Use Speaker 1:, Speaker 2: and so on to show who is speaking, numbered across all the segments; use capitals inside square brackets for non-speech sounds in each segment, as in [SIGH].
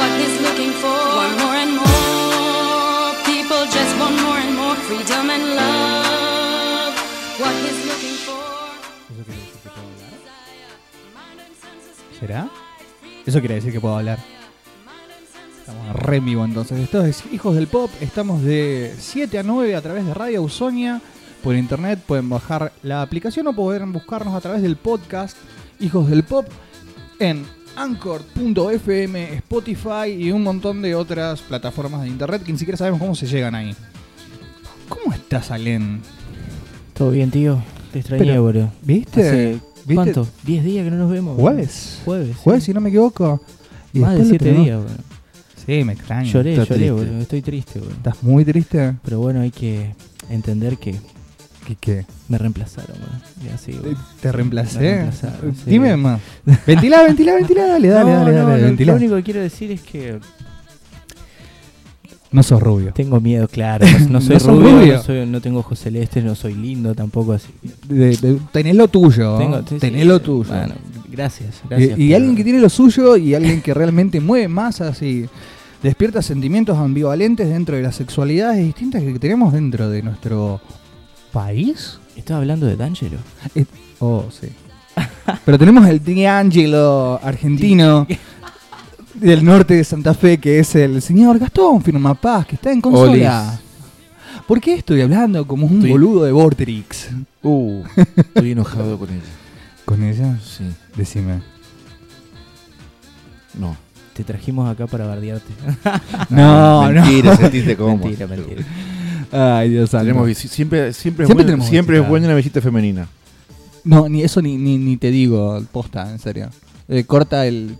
Speaker 1: waiting for. Want more and more people just want more and more freedom and love. What he's looking for.
Speaker 2: ¿Eso quiere decir que puedo hablar? ¿Será? Eso quiere decir que puedo hablar. Estamos re en vivo entonces. Esto es Hijos del Pop. Estamos de 7 a 9 a través de Radio Usonia. Por internet pueden bajar la aplicación o pueden buscarnos a través del podcast Hijos del Pop en anchor.fm, Spotify y un montón de otras plataformas de internet que ni siquiera sabemos cómo se llegan ahí. ¿Cómo estás, Alen?
Speaker 3: Todo bien, tío. Te extrañé,
Speaker 2: Pero-
Speaker 3: boludo.
Speaker 2: ¿Viste?
Speaker 3: Hace,
Speaker 2: ¿Viste?
Speaker 3: ¿Cuánto? ¿10 días que no nos vemos? boludo.
Speaker 2: Jueves.
Speaker 3: Jueves. sí.
Speaker 2: Jueves, si no me equivoco. Y
Speaker 3: Más de
Speaker 2: después lo
Speaker 3: 7
Speaker 2: tenemos-
Speaker 3: días, boludo.
Speaker 2: Sí, me extraño.
Speaker 3: Lloré,
Speaker 2: Está
Speaker 3: lloré,
Speaker 2: triste.
Speaker 3: boludo. Estoy triste, boludo.
Speaker 2: ¿Estás muy triste?
Speaker 3: Pero bueno, hay que entender que
Speaker 2: ¿Qué qué?
Speaker 3: me reemplazaron, boludo. Y así,
Speaker 2: ¿Te,
Speaker 3: boludo.
Speaker 2: te
Speaker 3: Me
Speaker 2: reemplacé?
Speaker 3: reemplazaron, sí.
Speaker 2: Dime más. Ventilá, ventilá, ventilá. Dale, dale,
Speaker 3: [LAUGHS] No,
Speaker 2: dale,
Speaker 3: no,
Speaker 2: dale,
Speaker 3: lo-
Speaker 2: ventilá.
Speaker 3: Lo único que quiero decir es que
Speaker 2: No sos rubio.
Speaker 3: tengo miedo, claro.
Speaker 2: [LAUGHS]
Speaker 3: No soy
Speaker 2: No sos
Speaker 3: rubio,
Speaker 2: rubio.
Speaker 3: No, soy- no tengo ojos celestes, no soy lindo tampoco, así. que-
Speaker 2: De- de- tenés lo tuyo.
Speaker 3: Tengo- sí,
Speaker 2: tenés
Speaker 3: sí,
Speaker 2: lo tuyo.
Speaker 3: Bueno, gracias,
Speaker 2: Y-
Speaker 3: gracias.
Speaker 2: y
Speaker 3: pero-
Speaker 2: alguien que tiene lo suyo y alguien que realmente mueve masas y despierta sentimientos ambivalentes dentro de las sexualidades distintas que tenemos dentro de nuestro país.
Speaker 3: Estaba hablando de D'Angelo.
Speaker 2: Eh, Oh, sí. Pero tenemos el triángulo argentino del norte de Santa Fe, que es el señor Gastón Firmapaz, que está en consola. ¿Por qué estoy hablando como un
Speaker 4: Estoy-
Speaker 2: boludo de Vortrix?
Speaker 4: Uh, estoy enojado con ella.
Speaker 2: Con ella,
Speaker 4: Sí.
Speaker 2: decime.
Speaker 4: No.
Speaker 3: Te trajimos acá para bardearte.
Speaker 2: No, no.
Speaker 4: Ah,
Speaker 3: [LAUGHS]
Speaker 4: mentira, sentiste cómo.
Speaker 3: mentira, mentira.
Speaker 2: Ay, Dios santo.
Speaker 4: Tenemos, visi- siempre siempre, es
Speaker 2: Siempre
Speaker 4: bueno-
Speaker 2: tenemos
Speaker 4: siempre es
Speaker 2: visita.
Speaker 4: buena una visita femenina.
Speaker 2: No, ni eso ni, ni, ni te digo, posta, en serio. Eh, corta el,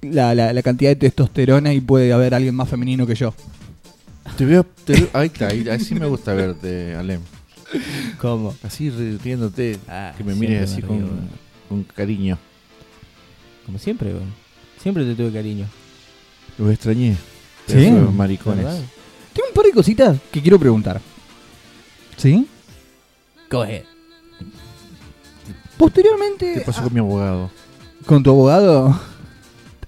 Speaker 2: la, la- la cantidad de testosterona y puede haber alguien más femenino que yo.
Speaker 4: Te veo, te veo- ahí está, ahí, así me gusta verte, Alem.
Speaker 3: ¿Cómo?
Speaker 4: Así riéndote,
Speaker 3: Ah,
Speaker 4: que me
Speaker 3: siempre
Speaker 4: mires así
Speaker 3: me
Speaker 4: con,
Speaker 3: río, boludo.
Speaker 4: con cariño.
Speaker 3: Como siempre, boludo. Siempre te tuve cariño.
Speaker 4: Los extrañé.
Speaker 2: Sí.
Speaker 4: Pedazos de
Speaker 3: ¿Verdad?
Speaker 4: Maricones.
Speaker 2: Tengo un par de cositas que quiero preguntar. ¿Sí?
Speaker 3: Coge.
Speaker 2: Posteriormente.
Speaker 4: ¿Qué pasó
Speaker 2: ah,
Speaker 4: con mi abogado?
Speaker 2: ¿Con tu abogado?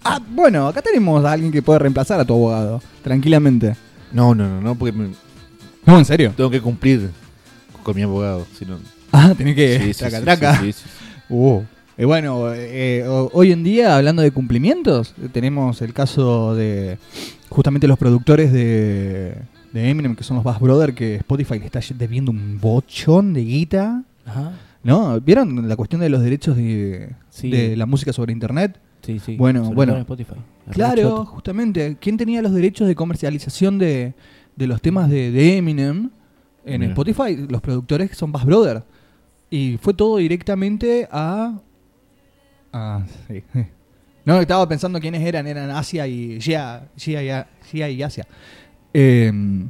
Speaker 2: Ah, bueno, acá tenemos a alguien que puede reemplazar a tu abogado, tranquilamente.
Speaker 4: No, no, no, no, porque me-
Speaker 2: No, en serio.
Speaker 4: tengo que cumplir con mi abogado. Si no,
Speaker 2: Ah, tenés que.
Speaker 4: Sí, sí,
Speaker 2: traca,
Speaker 4: sí,
Speaker 2: traca.
Speaker 4: sí, sí, sí.
Speaker 2: Uh. Y bueno, eh, ho- hoy en día, hablando de cumplimientos, tenemos el caso de justamente los productores de, de Eminem, que son los Bass Brother, que Spotify le está debiendo un bochón de guita.
Speaker 3: Ajá.
Speaker 2: ¿No? ¿Vieron la cuestión de los derechos de,
Speaker 3: Sí.
Speaker 2: de la música sobre Internet?
Speaker 3: Sí, sí.
Speaker 2: Bueno,
Speaker 3: Sobre
Speaker 2: bueno.
Speaker 3: todo en Spotify. La
Speaker 2: Claro,
Speaker 3: rechota.
Speaker 2: justamente. ¿Quién tenía los derechos de comercialización de, de los temas de, de Eminem en
Speaker 4: Mira.
Speaker 2: Spotify? Los productores que son Bass Brothers. Y fue todo directamente a. Ah, sí. [LAUGHS] No, estaba pensando quiénes eran. Eran Asia y. Gia, Gia, y A- Gia y Asia. Em,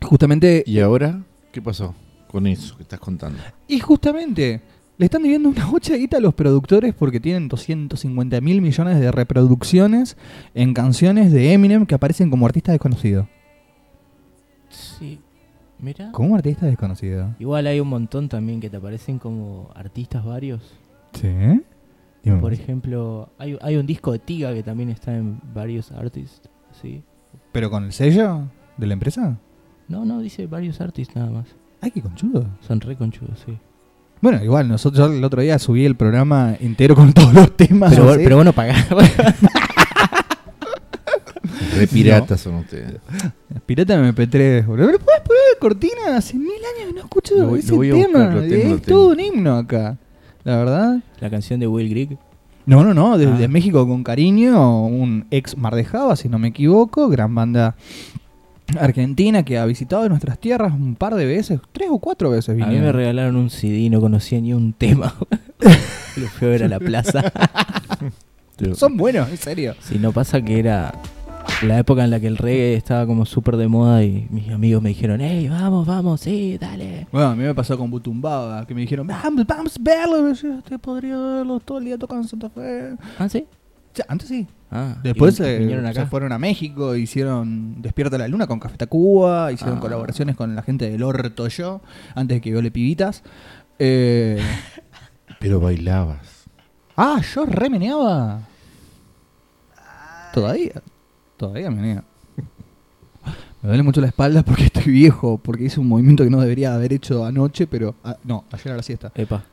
Speaker 2: justamente.
Speaker 4: ¿Y ahora qué pasó con eso que estás contando?
Speaker 2: Y justamente. Le están debiendo una bocha de guita a los productores porque tienen 250 mil millones de reproducciones en canciones de Eminem que aparecen como artista desconocido.
Speaker 3: Sí. Mira.
Speaker 2: Como artista desconocido.
Speaker 3: Igual hay un montón también que te aparecen como artistas varios.
Speaker 2: Sí.
Speaker 3: Por ejemplo, hay, hay un disco de Tiga que también está en varios artists. Sí.
Speaker 2: ¿Pero con el sello de la empresa?
Speaker 3: No, no, dice varios artists nada más.
Speaker 2: Ay, qué conchudo.
Speaker 3: Son re conchudos, sí.
Speaker 2: Bueno, igual, nosotros yo el otro día subí el programa entero con [LAUGHS] todos los temas.
Speaker 3: Pero,
Speaker 2: Ah, ¿sí?
Speaker 3: pero bueno, pagás. [LAUGHS]
Speaker 4: Re piratas son ustedes.
Speaker 2: Pirata de MP3, boludo. Pero podés poner cortina, hace mil años que no escucho
Speaker 4: Lo voy-
Speaker 2: ese
Speaker 4: lo voy a
Speaker 2: tema.
Speaker 4: buscar, lo tengo, lo
Speaker 2: es
Speaker 4: tengo.
Speaker 2: todo un himno acá. La verdad.
Speaker 3: La canción de Will Grigg.
Speaker 2: No, no, no, desde
Speaker 3: Ah.
Speaker 2: México con cariño, un ex Mar de Java, si no me equivoco, gran banda argentina que ha visitado nuestras tierras un par de veces, tres o cuatro veces
Speaker 3: A mí
Speaker 2: vinieron.
Speaker 3: me regalaron un CD y no conocía ni
Speaker 2: [LAUGHS]
Speaker 3: un tema. Lo fui a ver a la plaza.
Speaker 4: Te-
Speaker 2: Son buenos, en serio.
Speaker 3: Si no pasa que era la época en la que el reggae estaba como súper de moda y mis amigos me dijeron, hey, vamos, vamos, sí, dale.
Speaker 2: Bueno, a mí me pasó con Butumbaba, que me dijeron, vamos, vamos a verlo. Y yo, te podría verlo todo el día tocando en Santa Fe.
Speaker 3: Ah, sí.
Speaker 2: O sea, antes sí.
Speaker 3: Ah,
Speaker 2: Después
Speaker 3: y
Speaker 2: eh,
Speaker 3: vinieron
Speaker 2: se
Speaker 3: acá.
Speaker 2: fueron a México, hicieron Despierta la Luna con Café Tacuba, hicieron
Speaker 3: Ah.
Speaker 2: colaboraciones con la gente del Orto Yo, antes de que viole pibitas. Eh,
Speaker 4: Pero bailabas.
Speaker 2: ah, yo remeneaba. Todavía. Todavía me niega. Me duele mucho la espalda porque estoy viejo, porque hice un movimiento que no debería haber hecho anoche, pero... ah, no, ayer a la siesta.
Speaker 3: Epa.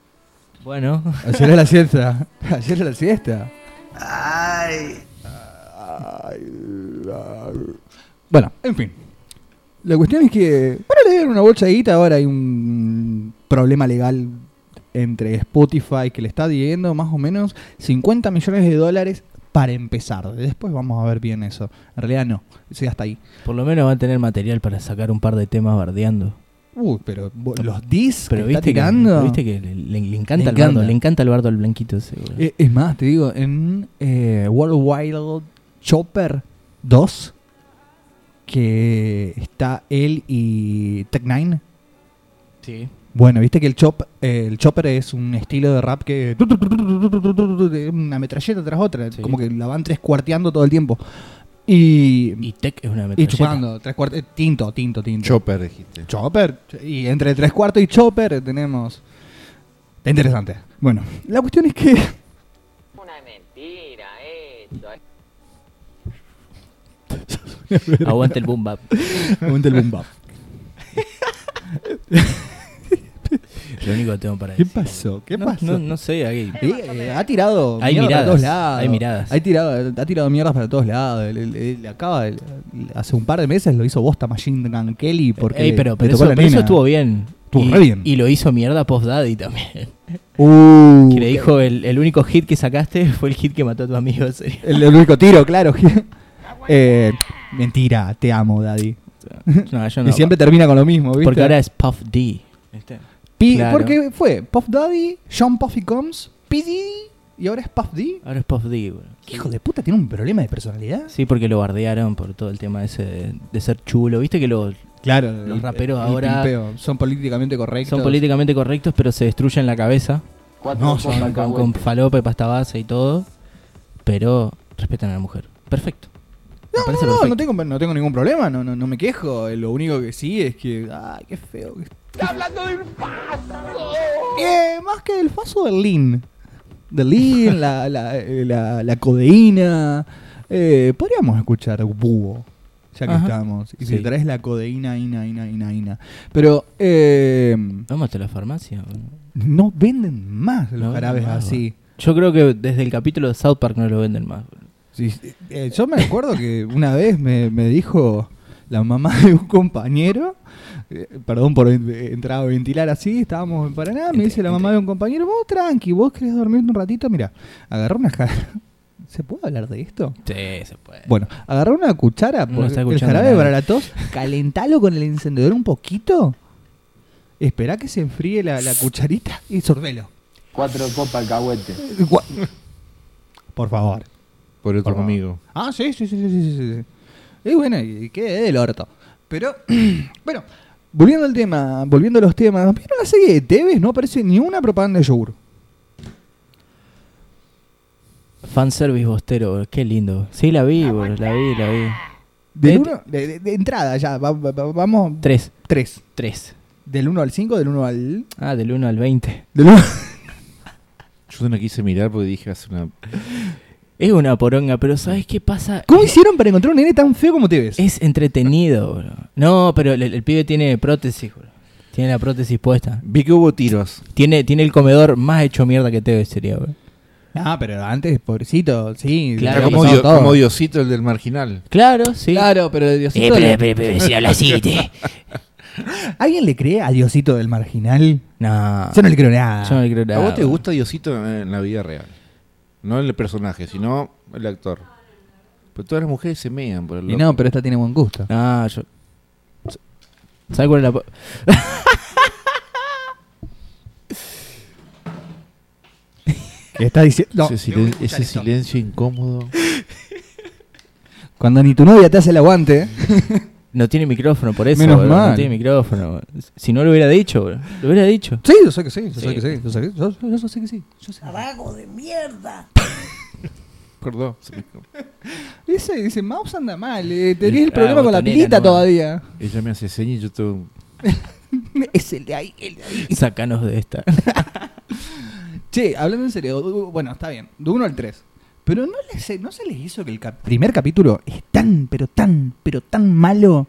Speaker 3: Bueno, [LAUGHS]
Speaker 2: Ayer a la siesta. [LAUGHS] Ayer a la siesta. Bueno, en fin. La cuestión es que para leer una bolsa de guita ahora hay un problema legal entre Spotify que le está diciendo más o menos 50 millones de dólares para empezar. Después vamos a ver bien eso. En realidad no, sí hasta ahí.
Speaker 3: por lo menos va a tener material para sacar un par de temas bardeando.
Speaker 2: Uy, pero bo- los discos
Speaker 3: Pero
Speaker 2: está
Speaker 3: viste que,
Speaker 2: tirando.
Speaker 3: viste que le, le- le encanta
Speaker 2: Le
Speaker 3: el bardo,
Speaker 2: encanta.
Speaker 3: le encanta el bardo al blanquito ese, boludo.
Speaker 2: Eh, Es más, te digo, en eh, World Wild Chopper 2, que está él y Tech Nine.
Speaker 3: Sí.
Speaker 2: Bueno, viste que el, chop, eh, el chopper es un estilo de rap que. de Una metralleta tras otra,
Speaker 3: Sí.
Speaker 2: como que la van trescuarteando todo el tiempo. Y.
Speaker 3: Y Tech es una
Speaker 2: Y
Speaker 3: metralleta.
Speaker 2: chupando, tres cuart- eh, tinto, tinto, tinto.
Speaker 4: Chopper, dijiste.
Speaker 2: Chopper. Y entre tres cuartos y Chopper tenemos. Está interesante. Bueno, la cuestión es
Speaker 3: [LAUGHS]
Speaker 2: que.
Speaker 5: Una mentira esto.
Speaker 3: [LAUGHS] Aguante el boom bap.
Speaker 2: Aguante el boom bap.
Speaker 3: Lo único que tengo para
Speaker 2: ¿Qué
Speaker 3: decir.
Speaker 2: pasó? ¿Qué
Speaker 3: No,
Speaker 2: pasó?
Speaker 3: No, no sé, ahí.
Speaker 2: Eh, eh, ha tirado
Speaker 3: Hay
Speaker 2: mierda para
Speaker 3: miradas,
Speaker 2: todos lados.
Speaker 3: hay miradas.
Speaker 2: Hay tirado, ha tirado mierdas para todos lados. Le, le- le acaba de- hace un par de meses lo hizo Bosta Machine Gun Kelly porque
Speaker 3: Ey,
Speaker 2: le-
Speaker 3: pero,
Speaker 2: le
Speaker 3: pero
Speaker 2: tocó
Speaker 3: eso,
Speaker 2: la
Speaker 3: pero eso
Speaker 2: nena.
Speaker 3: estuvo bien.
Speaker 2: Estuvo
Speaker 3: y,
Speaker 2: re bien.
Speaker 3: Y lo hizo mierda Post Daddy también.
Speaker 2: Uh,
Speaker 3: que le dijo, el, el único hit que sacaste [LAUGHS] fue el hit que mató a tu amigo. en [LAUGHS] serio.
Speaker 2: el, el único tiro, claro. [LAUGHS] Eh, mentira, te amo, Daddy.
Speaker 3: No, yo no.
Speaker 2: Y siempre termina con lo mismo, ¿viste?
Speaker 3: Porque ahora es Puff D.
Speaker 2: Pi-
Speaker 3: claro.
Speaker 2: Porque fue Puff Daddy, Sean Puffy Combs, P. Diddy, y ahora es Puff D.
Speaker 3: Ahora es Puff D, boludo.
Speaker 2: Hijo de puta, tiene un problema de personalidad.
Speaker 3: Sí, porque lo bardearon por todo el tema ese de, de ser chulo. Viste que lo,
Speaker 2: Claro,
Speaker 3: Los raperos ahora-
Speaker 2: pimpeo. son políticamente correctos.
Speaker 3: son políticamente correctos, pero se destruyen la cabeza.
Speaker 2: No, son-
Speaker 3: Con, con, con falopa y pasta base y todo. Pero respetan a la mujer. Perfecto. Me
Speaker 2: No,
Speaker 3: parece
Speaker 2: no, no,
Speaker 3: perfecto.
Speaker 2: no tengo, no tengo ningún problema, no, no, no me quejo. eh, Lo único que sí es que. ¡Ay, qué feo! que- Eh, más que del paso del lean. Del lean, la, la, eh, la, la codeína. Eh, podríamos escuchar búho, ya que
Speaker 3: Ajá.
Speaker 2: estamos. Y si
Speaker 3: Sí.
Speaker 2: traes la codeína, ina, ina, ina, ina. Pero eh,
Speaker 3: Vamos a la farmacia. boludo.
Speaker 2: no venden más los
Speaker 3: No,
Speaker 2: jarabes
Speaker 3: no,
Speaker 2: así.
Speaker 3: Yo creo que desde el capítulo de South Park no lo venden más. boludo.
Speaker 2: Sí, sí. Eh, yo me acuerdo que una vez me, me dijo la mamá de un compañero, eh, perdón por en- eh, entrar a ventilar así, estábamos en Paraná, me
Speaker 3: Entre-
Speaker 2: dice la mamá de un compañero, vos tranqui, vos querés dormir un ratito, mira, agarró una jarra. [LAUGHS] ¿Se puede hablar de esto?
Speaker 3: Sí, se puede.
Speaker 2: Bueno, agarró una cuchara,
Speaker 3: No
Speaker 2: por-
Speaker 3: está
Speaker 2: el
Speaker 3: escuchando
Speaker 2: jarabe
Speaker 3: nadie.
Speaker 2: para la
Speaker 3: [LAUGHS]
Speaker 2: tos, calentalo con el encendedor un poquito, esperá que se enfríe la, la cucharita y sorbelo.
Speaker 6: Cuatro copas alcahuete.
Speaker 2: Eh, gua- Por favor.
Speaker 4: Por otro
Speaker 2: Por favor.
Speaker 4: amigo.
Speaker 2: Ah, sí, sí, sí, sí, sí, sí, sí. Y bueno, y qué del orto. Pero, [CLEARS THROAT] bueno, volviendo al tema, volviendo a los temas, ¿vieron la serie de Tevez? No aparece ni una propaganda de yogur.
Speaker 3: Fanservice bostero, boludo. qué lindo. Sí, la vi, boludo, la vi, la vi.
Speaker 2: Del
Speaker 3: De-
Speaker 2: uno- de, de- de entrada ya, va- va- va- vamos...
Speaker 3: Tres.
Speaker 2: Tres.
Speaker 3: Tres.
Speaker 2: Del 1 al 5, del 1 al...
Speaker 3: Ah, del 1 al 20.
Speaker 2: Del uno-
Speaker 4: Yo no quise mirar porque dije hace una.
Speaker 3: Es una poronga, pero ¿sabes qué pasa?
Speaker 2: [LAUGHS] ¿Cómo hicieron para encontrar un nene tan feo como Tevez?
Speaker 3: Es entretenido, bro. No, pero el, el pibe tiene prótesis, bro. Tiene la prótesis puesta.
Speaker 4: Vi que hubo tiros.
Speaker 3: Tiene, tiene el comedor más hecho mierda que Tevez sería, bro.
Speaker 2: Ah, pero antes, pobrecito, sí.
Speaker 3: Claro,
Speaker 2: le
Speaker 4: Está
Speaker 2: había
Speaker 4: como,
Speaker 2: pasado
Speaker 4: Dio-
Speaker 2: todo.
Speaker 4: como Diosito, el del marginal.
Speaker 3: Claro, sí. Eh,
Speaker 2: Claro, pero Diosito... le-
Speaker 3: si habla así, te-
Speaker 2: ¿Alguien le cree a Diosito del marginal?
Speaker 3: No.
Speaker 2: Yo no le creo nada.
Speaker 3: Yo no le creo nada.
Speaker 4: ¿A vos te
Speaker 3: bro.
Speaker 4: gusta Diosito en- en la vida real? No el personaje, sino el actor. Pero todas las mujeres se mean por el
Speaker 2: Y
Speaker 4: loco.
Speaker 2: no, pero esta tiene buen gusto.
Speaker 3: No, yo. ¿Sabes cuál es la. po-
Speaker 2: Está diciendo.
Speaker 4: ese silen- ese silencio incómodo.
Speaker 2: Cuando ni tu novia te hace el aguante.
Speaker 3: No tiene micrófono, por eso.
Speaker 2: Menos
Speaker 3: boludo,
Speaker 2: mal.
Speaker 3: No tiene micrófono. boludo. Si no lo hubiera dicho, boludo. Lo hubiera dicho.
Speaker 2: [LAUGHS] Sí, yo sé que sí, yo sé que sí, yo sé que, yo, yo- yo sé que sí. Yo sé.
Speaker 4: Perdón. se me escapó.
Speaker 2: Dice, dice, Mouse anda mal, eh, tenés el
Speaker 3: Ah,
Speaker 2: problema con la
Speaker 3: botonera
Speaker 2: pilita
Speaker 3: nomás.
Speaker 2: todavía. [LAUGHS]
Speaker 4: Ella me hace señas y yo tengo.
Speaker 2: es el de ahí, el de ahí.
Speaker 3: Sacanos de esta.
Speaker 2: Che, hablando en serio, u- u- bueno, está bien, de 1 al 3. Pero no, les- no se les hizo que el cap- primer capítulo es tan, pero tan, pero tan malo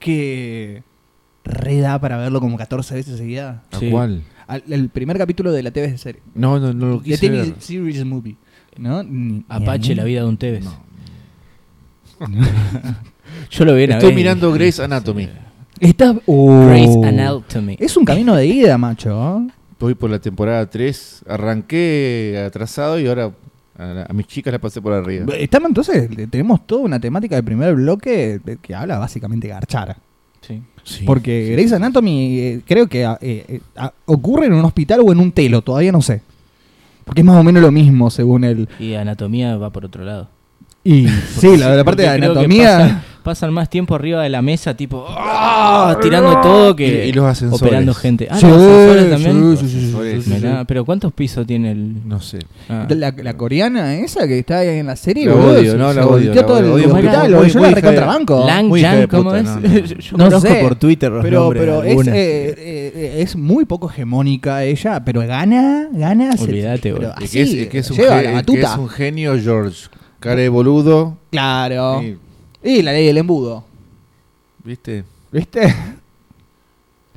Speaker 2: que reda para verlo como 14 veces seguida.
Speaker 4: ¿A
Speaker 3: Sí.
Speaker 4: cuál?
Speaker 2: Al- el primer capítulo de la TV de serie.
Speaker 4: No, no, no lo
Speaker 2: De
Speaker 4: quise
Speaker 2: TV
Speaker 4: ver.
Speaker 2: Series Movie. ¿No? Ni- ni
Speaker 3: Apache,
Speaker 2: ahí.
Speaker 3: la vida de un Tevez.
Speaker 4: No.
Speaker 3: [LAUGHS] Yo lo vi una
Speaker 4: Estoy
Speaker 3: vez y-
Speaker 4: mirando Grey's Anatomy.
Speaker 2: Está- Oh.
Speaker 3: Grey's Anatomy.
Speaker 2: Es un camino de ida, macho.
Speaker 4: Voy por la temporada 3. Arranqué atrasado y ahora a, la- a mis chicas la pasé por arriba.
Speaker 2: Estamos entonces, tenemos toda una temática del primer bloque de- que habla básicamente de garchar.
Speaker 3: Sí.
Speaker 2: Porque Grey's Anatomy eh, creo que ah, eh, eh, ah, ocurre en un hospital o en un telo, todavía no sé. Porque es más o menos lo mismo según el...
Speaker 3: Y anatomía va por otro lado.
Speaker 4: [LAUGHS]
Speaker 2: Y sí, la, la parte de
Speaker 3: Porque creo que
Speaker 2: anatomía...
Speaker 3: pasa- pasan más tiempo arriba de la mesa, tipo, ¡ah! tirando todo que
Speaker 4: Y- y los ascensores.
Speaker 3: operando gente. Ah,
Speaker 2: Sí,
Speaker 3: los ascensores también.
Speaker 2: sí, sí, sí,
Speaker 4: sí, sí,
Speaker 3: Mirá, Pero ¿cuántos pisos tiene el.?
Speaker 4: No sé.
Speaker 3: Ah.
Speaker 2: La, la coreana esa que está ahí en la serie,
Speaker 4: La
Speaker 2: boludo,
Speaker 4: odio,
Speaker 2: se-
Speaker 4: no,
Speaker 2: se
Speaker 4: la odio,
Speaker 2: volteó
Speaker 4: la
Speaker 2: todo
Speaker 4: odio.
Speaker 2: el
Speaker 4: Muy-
Speaker 2: hospital,
Speaker 4: muy-
Speaker 2: boludo, yo
Speaker 4: muy
Speaker 2: la
Speaker 4: hija de-
Speaker 2: recontrabanco.
Speaker 3: Lang
Speaker 4: Muy hija
Speaker 3: Yang,
Speaker 4: de
Speaker 3: ¿cómo
Speaker 4: puta,
Speaker 3: es? [LAUGHS]
Speaker 4: no, no.
Speaker 3: Yo
Speaker 2: No
Speaker 3: conozco
Speaker 2: sé.
Speaker 3: por Twitter los
Speaker 2: pero,
Speaker 3: nombres de
Speaker 2: pero es,
Speaker 3: algunas.
Speaker 2: eh, eh, es muy poco hegemónica ella, pero gana, gana. se-
Speaker 3: Olvídate,
Speaker 2: pero
Speaker 3: boludo.
Speaker 4: Es
Speaker 2: así,
Speaker 4: que es, es que es un,
Speaker 2: lleva
Speaker 4: ge-
Speaker 2: la
Speaker 4: es que
Speaker 2: batuta.
Speaker 4: es un genio George. Cara de boludo.
Speaker 3: Ah.
Speaker 2: Claro.
Speaker 4: Sí,
Speaker 2: Y la ley del embudo.
Speaker 4: ¿Viste?
Speaker 2: ¿Viste?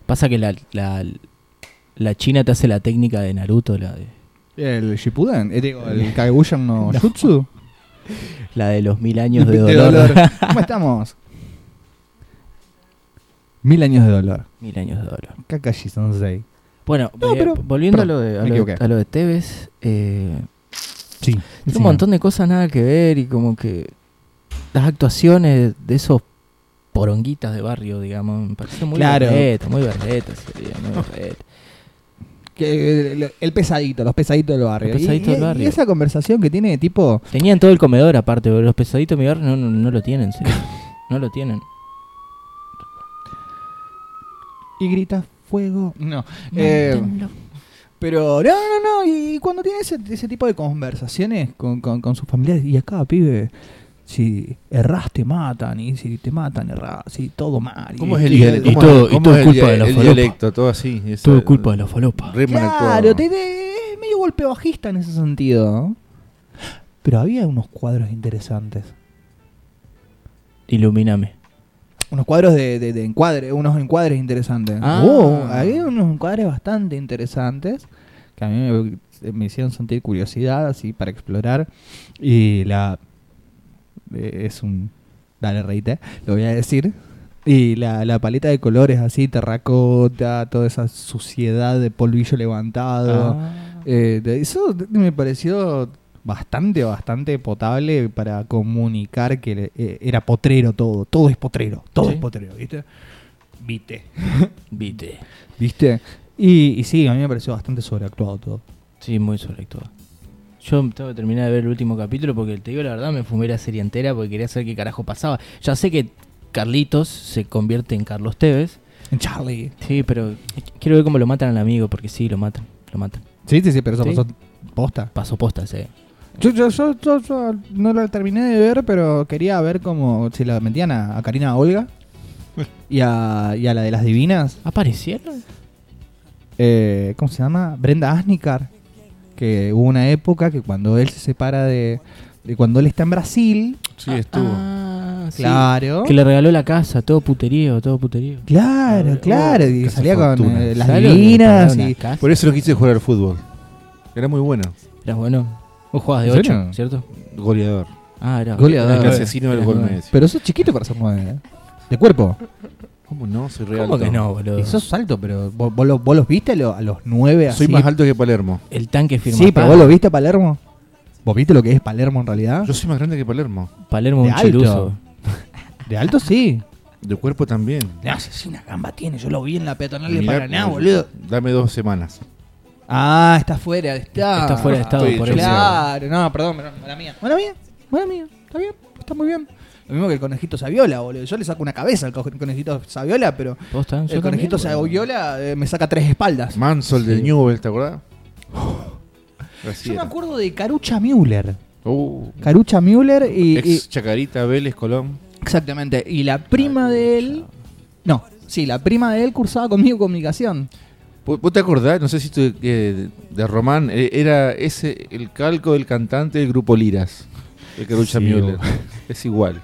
Speaker 3: Pasa que la, la, la China te hace la técnica de Naruto, la de,
Speaker 2: El Shippuden, eh, digo, el
Speaker 3: [LAUGHS]
Speaker 2: Kagebushan no, Jutsu.
Speaker 3: la de los mil años de dolor.
Speaker 2: ¿Cómo estamos? Mil años de dolor.
Speaker 3: [LAUGHS] mil años de dolor.
Speaker 2: Kakashi Sensei.
Speaker 3: Bueno,
Speaker 2: No,
Speaker 3: eh,
Speaker 2: pero-
Speaker 3: volviendo a
Speaker 2: perdón,
Speaker 3: lo de, a
Speaker 2: me
Speaker 3: lo de-
Speaker 2: equivoqué.
Speaker 3: a lo de Tevez, eh,
Speaker 2: Sí.
Speaker 3: Tiene un montón de cosas nada que ver y como que las actuaciones de esos poronguitas de barrio, digamos, me parecen muy
Speaker 2: Claro.
Speaker 3: berretas, muy berretas, sería, muy berretas.
Speaker 2: Que, el, el pesadito, los pesaditos del barrio.
Speaker 3: Los pesaditos
Speaker 2: Y- y-
Speaker 3: del barrio.
Speaker 2: Y esa conversación que tiene de tipo.
Speaker 3: Tenían todo el comedor aparte, pero los pesaditos de mi barrio no, no, no lo tienen, [LAUGHS] sí. no lo tienen.
Speaker 2: Y grita fuego. No. eh, pero no, no, no. Y cuando tiene ese, ese tipo de conversaciones con, con, con sus familiares. Y acá, pibe. Si erras, te matan. Y si te matan, erras. Si todo mal. y- y-
Speaker 4: dialecto?
Speaker 3: y
Speaker 4: ¿Cómo es-
Speaker 3: todo- y
Speaker 4: cómo
Speaker 3: todo
Speaker 4: es
Speaker 3: es
Speaker 4: el
Speaker 3: culpa
Speaker 4: dia-
Speaker 3: de la
Speaker 4: El
Speaker 3: falopa.
Speaker 4: dialecto, todo así. esa-
Speaker 3: Todo culpa de la falopa.
Speaker 4: re mal
Speaker 2: Claro,
Speaker 4: actuado.
Speaker 2: te, te- es medio golpe bajista en ese sentido. ¿no? Pero había unos cuadros interesantes.
Speaker 3: Ilumíname.
Speaker 2: Unos cuadros de, de- de encuadre, unos encuadres interesantes.
Speaker 3: Ah.
Speaker 2: Oh, había unos encuadres bastante interesantes que a mí me, me hicieron sentir curiosidad así para explorar. Y la. eh, Es un. Dale, reite, lo voy a decir. Y la, la paleta de colores así, terracota, toda esa suciedad de polvillo levantado. Eh, de- eso de- me pareció bastante, bastante potable para comunicar que le- eh, era potrero todo. Todo es potrero, todo
Speaker 3: Sí.
Speaker 2: es potrero, ¿viste? Viste.
Speaker 3: Vite.
Speaker 2: ¿Viste? Y, y sí, a mí me pareció bastante sobreactuado todo.
Speaker 3: Sí, muy sobreactuado. Yo tengo que terminar de ver el último capítulo porque te digo la verdad, me fumé la serie entera porque quería saber qué carajo pasaba. Ya sé que Carlitos se convierte en Carlos Tevez.
Speaker 2: Charlie.
Speaker 3: Sí, pero quiero ver cómo lo matan al amigo porque sí, lo matan. Lo matan.
Speaker 2: Sí, sí, sí, pero eso
Speaker 3: Sí.
Speaker 2: pasó posta.
Speaker 3: Paso posta ese.
Speaker 2: Yo, yo, yo, yo- yo no la terminé de ver, pero quería ver cómo si la metían a, a Karina Olga [LAUGHS] y a, y a la de las divinas.
Speaker 3: ¿Aparecieron?
Speaker 2: eh, ¿cómo se llama? Brenda Asnicar, que hubo una época que cuando él se separa de, de cuando él está en Brasil,
Speaker 4: Sí, estuvo.
Speaker 3: Ah, sí.
Speaker 2: claro,
Speaker 3: Que le regaló la casa, todo puterío, todo puterío.
Speaker 2: claro, claro, y
Speaker 4: Casa
Speaker 2: salía con
Speaker 4: Fortuna.
Speaker 2: eh, las
Speaker 3: ¿Sabes lo que le
Speaker 2: divinas
Speaker 3: pagaron
Speaker 2: y
Speaker 3: las casas?
Speaker 4: Por eso no quise jugar al fútbol. Era muy bueno.
Speaker 3: Era bueno. Vos jugabas de
Speaker 2: ¿En serio?
Speaker 3: 8, ¿cierto?
Speaker 4: Goleador.
Speaker 3: Ah, era.
Speaker 2: Goleador.
Speaker 3: era
Speaker 4: El
Speaker 3: nueve,
Speaker 4: asesino del
Speaker 3: era
Speaker 4: gol
Speaker 3: nueve.
Speaker 4: me decía.
Speaker 2: pero sos chiquito para ser nueve, ¿eh? de cuerpo.
Speaker 4: ¿Cómo no? Soy real.
Speaker 3: ¿Cómo que no, boludo?
Speaker 2: Y sos alto, pero vos, vos los, vos los viste a, lo- a los nueve así.
Speaker 4: Soy más alto que Palermo.
Speaker 3: El tanque firmó.
Speaker 2: Sí, pero vos los viste a Palermo. ¿Vos viste lo que es Palermo en realidad?
Speaker 4: Yo soy más grande que Palermo.
Speaker 3: Palermo
Speaker 2: De
Speaker 3: un
Speaker 2: alto.
Speaker 3: chiruso.
Speaker 2: De alto sí.
Speaker 4: De cuerpo también.
Speaker 2: No sé si una gamba tiene, yo lo vi en la peatonal
Speaker 4: Mirá, no, Dame dos semanas.
Speaker 2: Ah, está fuera de estado.
Speaker 3: Está fuera de estado,
Speaker 4: Estoy
Speaker 3: por
Speaker 4: hecho.
Speaker 3: eso.
Speaker 2: Claro, no, perdón, perdón, mala mía. Mala mía, mala mía, está bien, está muy bien. Lo mismo que el conejito Saviola, boludo. Yo le saco una cabeza al co- conejito Saviola, pero
Speaker 3: Posta, yo
Speaker 2: el conejito
Speaker 3: también, boludo.
Speaker 2: Saviola eh, me saca tres espaldas.
Speaker 4: Mansol del Newell, ¿te acordás? Así
Speaker 2: Yo me
Speaker 4: era.
Speaker 2: acuerdo de Carucha Müller.
Speaker 4: Uh,
Speaker 2: Carucha Müller y, y-
Speaker 4: ex Chacarita, Vélez, Colón.
Speaker 2: Exactamente, y la prima de él... No, sí, la prima de él cursaba conmigo comunicación.
Speaker 4: ¿Vos vos te acordás? No sé si tú, eh, de Román, eh, era ese el calco del cantante del grupo Liras. El que lucha
Speaker 3: Sí,
Speaker 4: Müller.
Speaker 3: o-
Speaker 4: [LAUGHS] Es igual.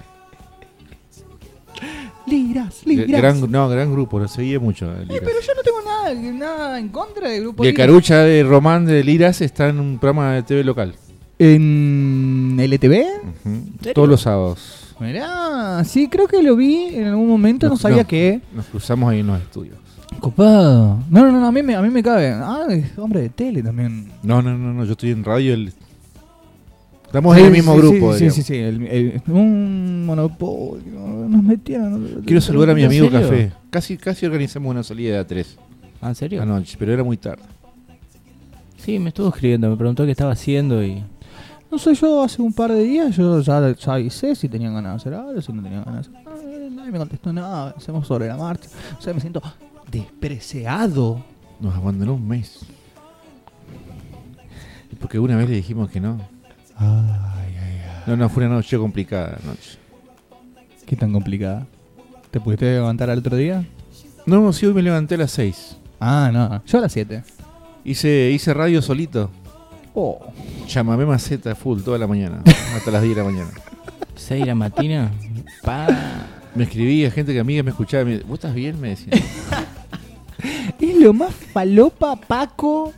Speaker 2: Liras, Eh,
Speaker 4: Gr- Gran, no, gran grupo, lo seguía mucho. eh, Liras.
Speaker 2: Pero yo no tengo nada, nada en contra del grupo
Speaker 4: Y el
Speaker 2: Liras.
Speaker 4: Carucha de Román de Liras está en un programa de TV local.
Speaker 2: En LTV.
Speaker 4: Ujú. Todos los sábados.
Speaker 2: Mirá, sí, creo que lo vi en algún momento, no
Speaker 4: Nos-
Speaker 2: sabía
Speaker 4: no,
Speaker 2: qué.
Speaker 4: Nos cruzamos ahí en los estudios.
Speaker 2: Copado. No, no, no, a mí me, a mí me cabe. Ah, es hombre de tele también.
Speaker 4: No, no, no, no, yo estoy en radio. el- Estamos en el
Speaker 2: Sí,
Speaker 4: mismo
Speaker 2: sí,
Speaker 4: grupo.
Speaker 2: Sí, sí,
Speaker 4: digamos.
Speaker 2: sí, sí, el- el- un monopolio. Nos metieron.
Speaker 4: Quiero saludar a mi
Speaker 3: ¿En
Speaker 4: amigo
Speaker 3: serio?
Speaker 4: Café. Casi, casi organizamos una salida de a tres
Speaker 3: Ah, ¿En serio?
Speaker 4: anoche, pero era muy tarde.
Speaker 3: Sí, me estuvo escribiendo, me preguntó qué estaba haciendo y.
Speaker 2: No sé, yo hace un par de días yo ya, ya avisé si tenían ganas de hacer algo, si no tenían ganas de hacer nada. Eh, Nadie me contestó nada, hacemos sobre la marcha. O sea, me siento despreciado.
Speaker 4: Nos abandonó un mes. Y Porque una vez le dijimos que no. Ah. No, no, fue una noche complicada anoche.
Speaker 2: Qué tan complicada. ¿Te pudiste levantar al otro día?
Speaker 4: No, sí, hoy me levanté a las seis.
Speaker 2: Ah, no. Yo a las 7.
Speaker 4: Hice, hice radio solito.
Speaker 2: Oh.
Speaker 4: Llamame maceta full toda la mañana, [LAUGHS] hasta las 10 de la mañana.
Speaker 3: 6 de la matina. [LAUGHS] pa.
Speaker 4: Me escribía gente que amigas me escuchaba. Me, ¿Vos estás bien? Me
Speaker 2: [LAUGHS]
Speaker 4: decían.
Speaker 2: Es lo más falopa, Paco,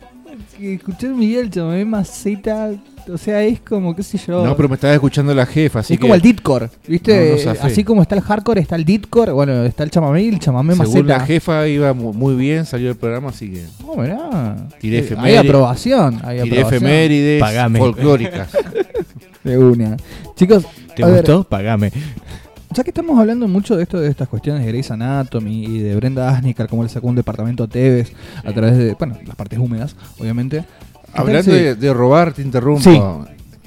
Speaker 2: que escuché en mi vida el chamamé maceta. O sea, es como, qué sé yo.
Speaker 4: No, pero me estaba escuchando la jefa, así
Speaker 2: es
Speaker 4: que.
Speaker 2: como el ditcore, ¿viste?
Speaker 4: No, no zafé.
Speaker 2: Así como está el hardcore, está el ditcore. Bueno, está el chamamé y el chamamé
Speaker 4: según
Speaker 2: maceta.
Speaker 4: la jefa iba mu- muy bien, salió el programa, así que.
Speaker 2: Oh, mirá.
Speaker 4: Tiré
Speaker 2: Eh, Hay
Speaker 4: efeméride.
Speaker 2: aprobación. Hay
Speaker 4: Tiré
Speaker 2: aprobación.
Speaker 4: efemérides
Speaker 3: Pagame.
Speaker 4: folclóricas.
Speaker 3: [LAUGHS]
Speaker 2: De una. Chicos,
Speaker 3: ¿Te
Speaker 2: a ver,
Speaker 3: gustó? Pagame.
Speaker 2: ya que estamos hablando mucho de esto, de estas cuestiones de Grey's Anatomy y de Brenda Asnicar, cómo le sacó un departamento a Tevez a través de, bueno, las partes húmedas, obviamente. ¿Qué tal si-
Speaker 4: Hablando de, de robar, te interrumpo.
Speaker 2: Sí.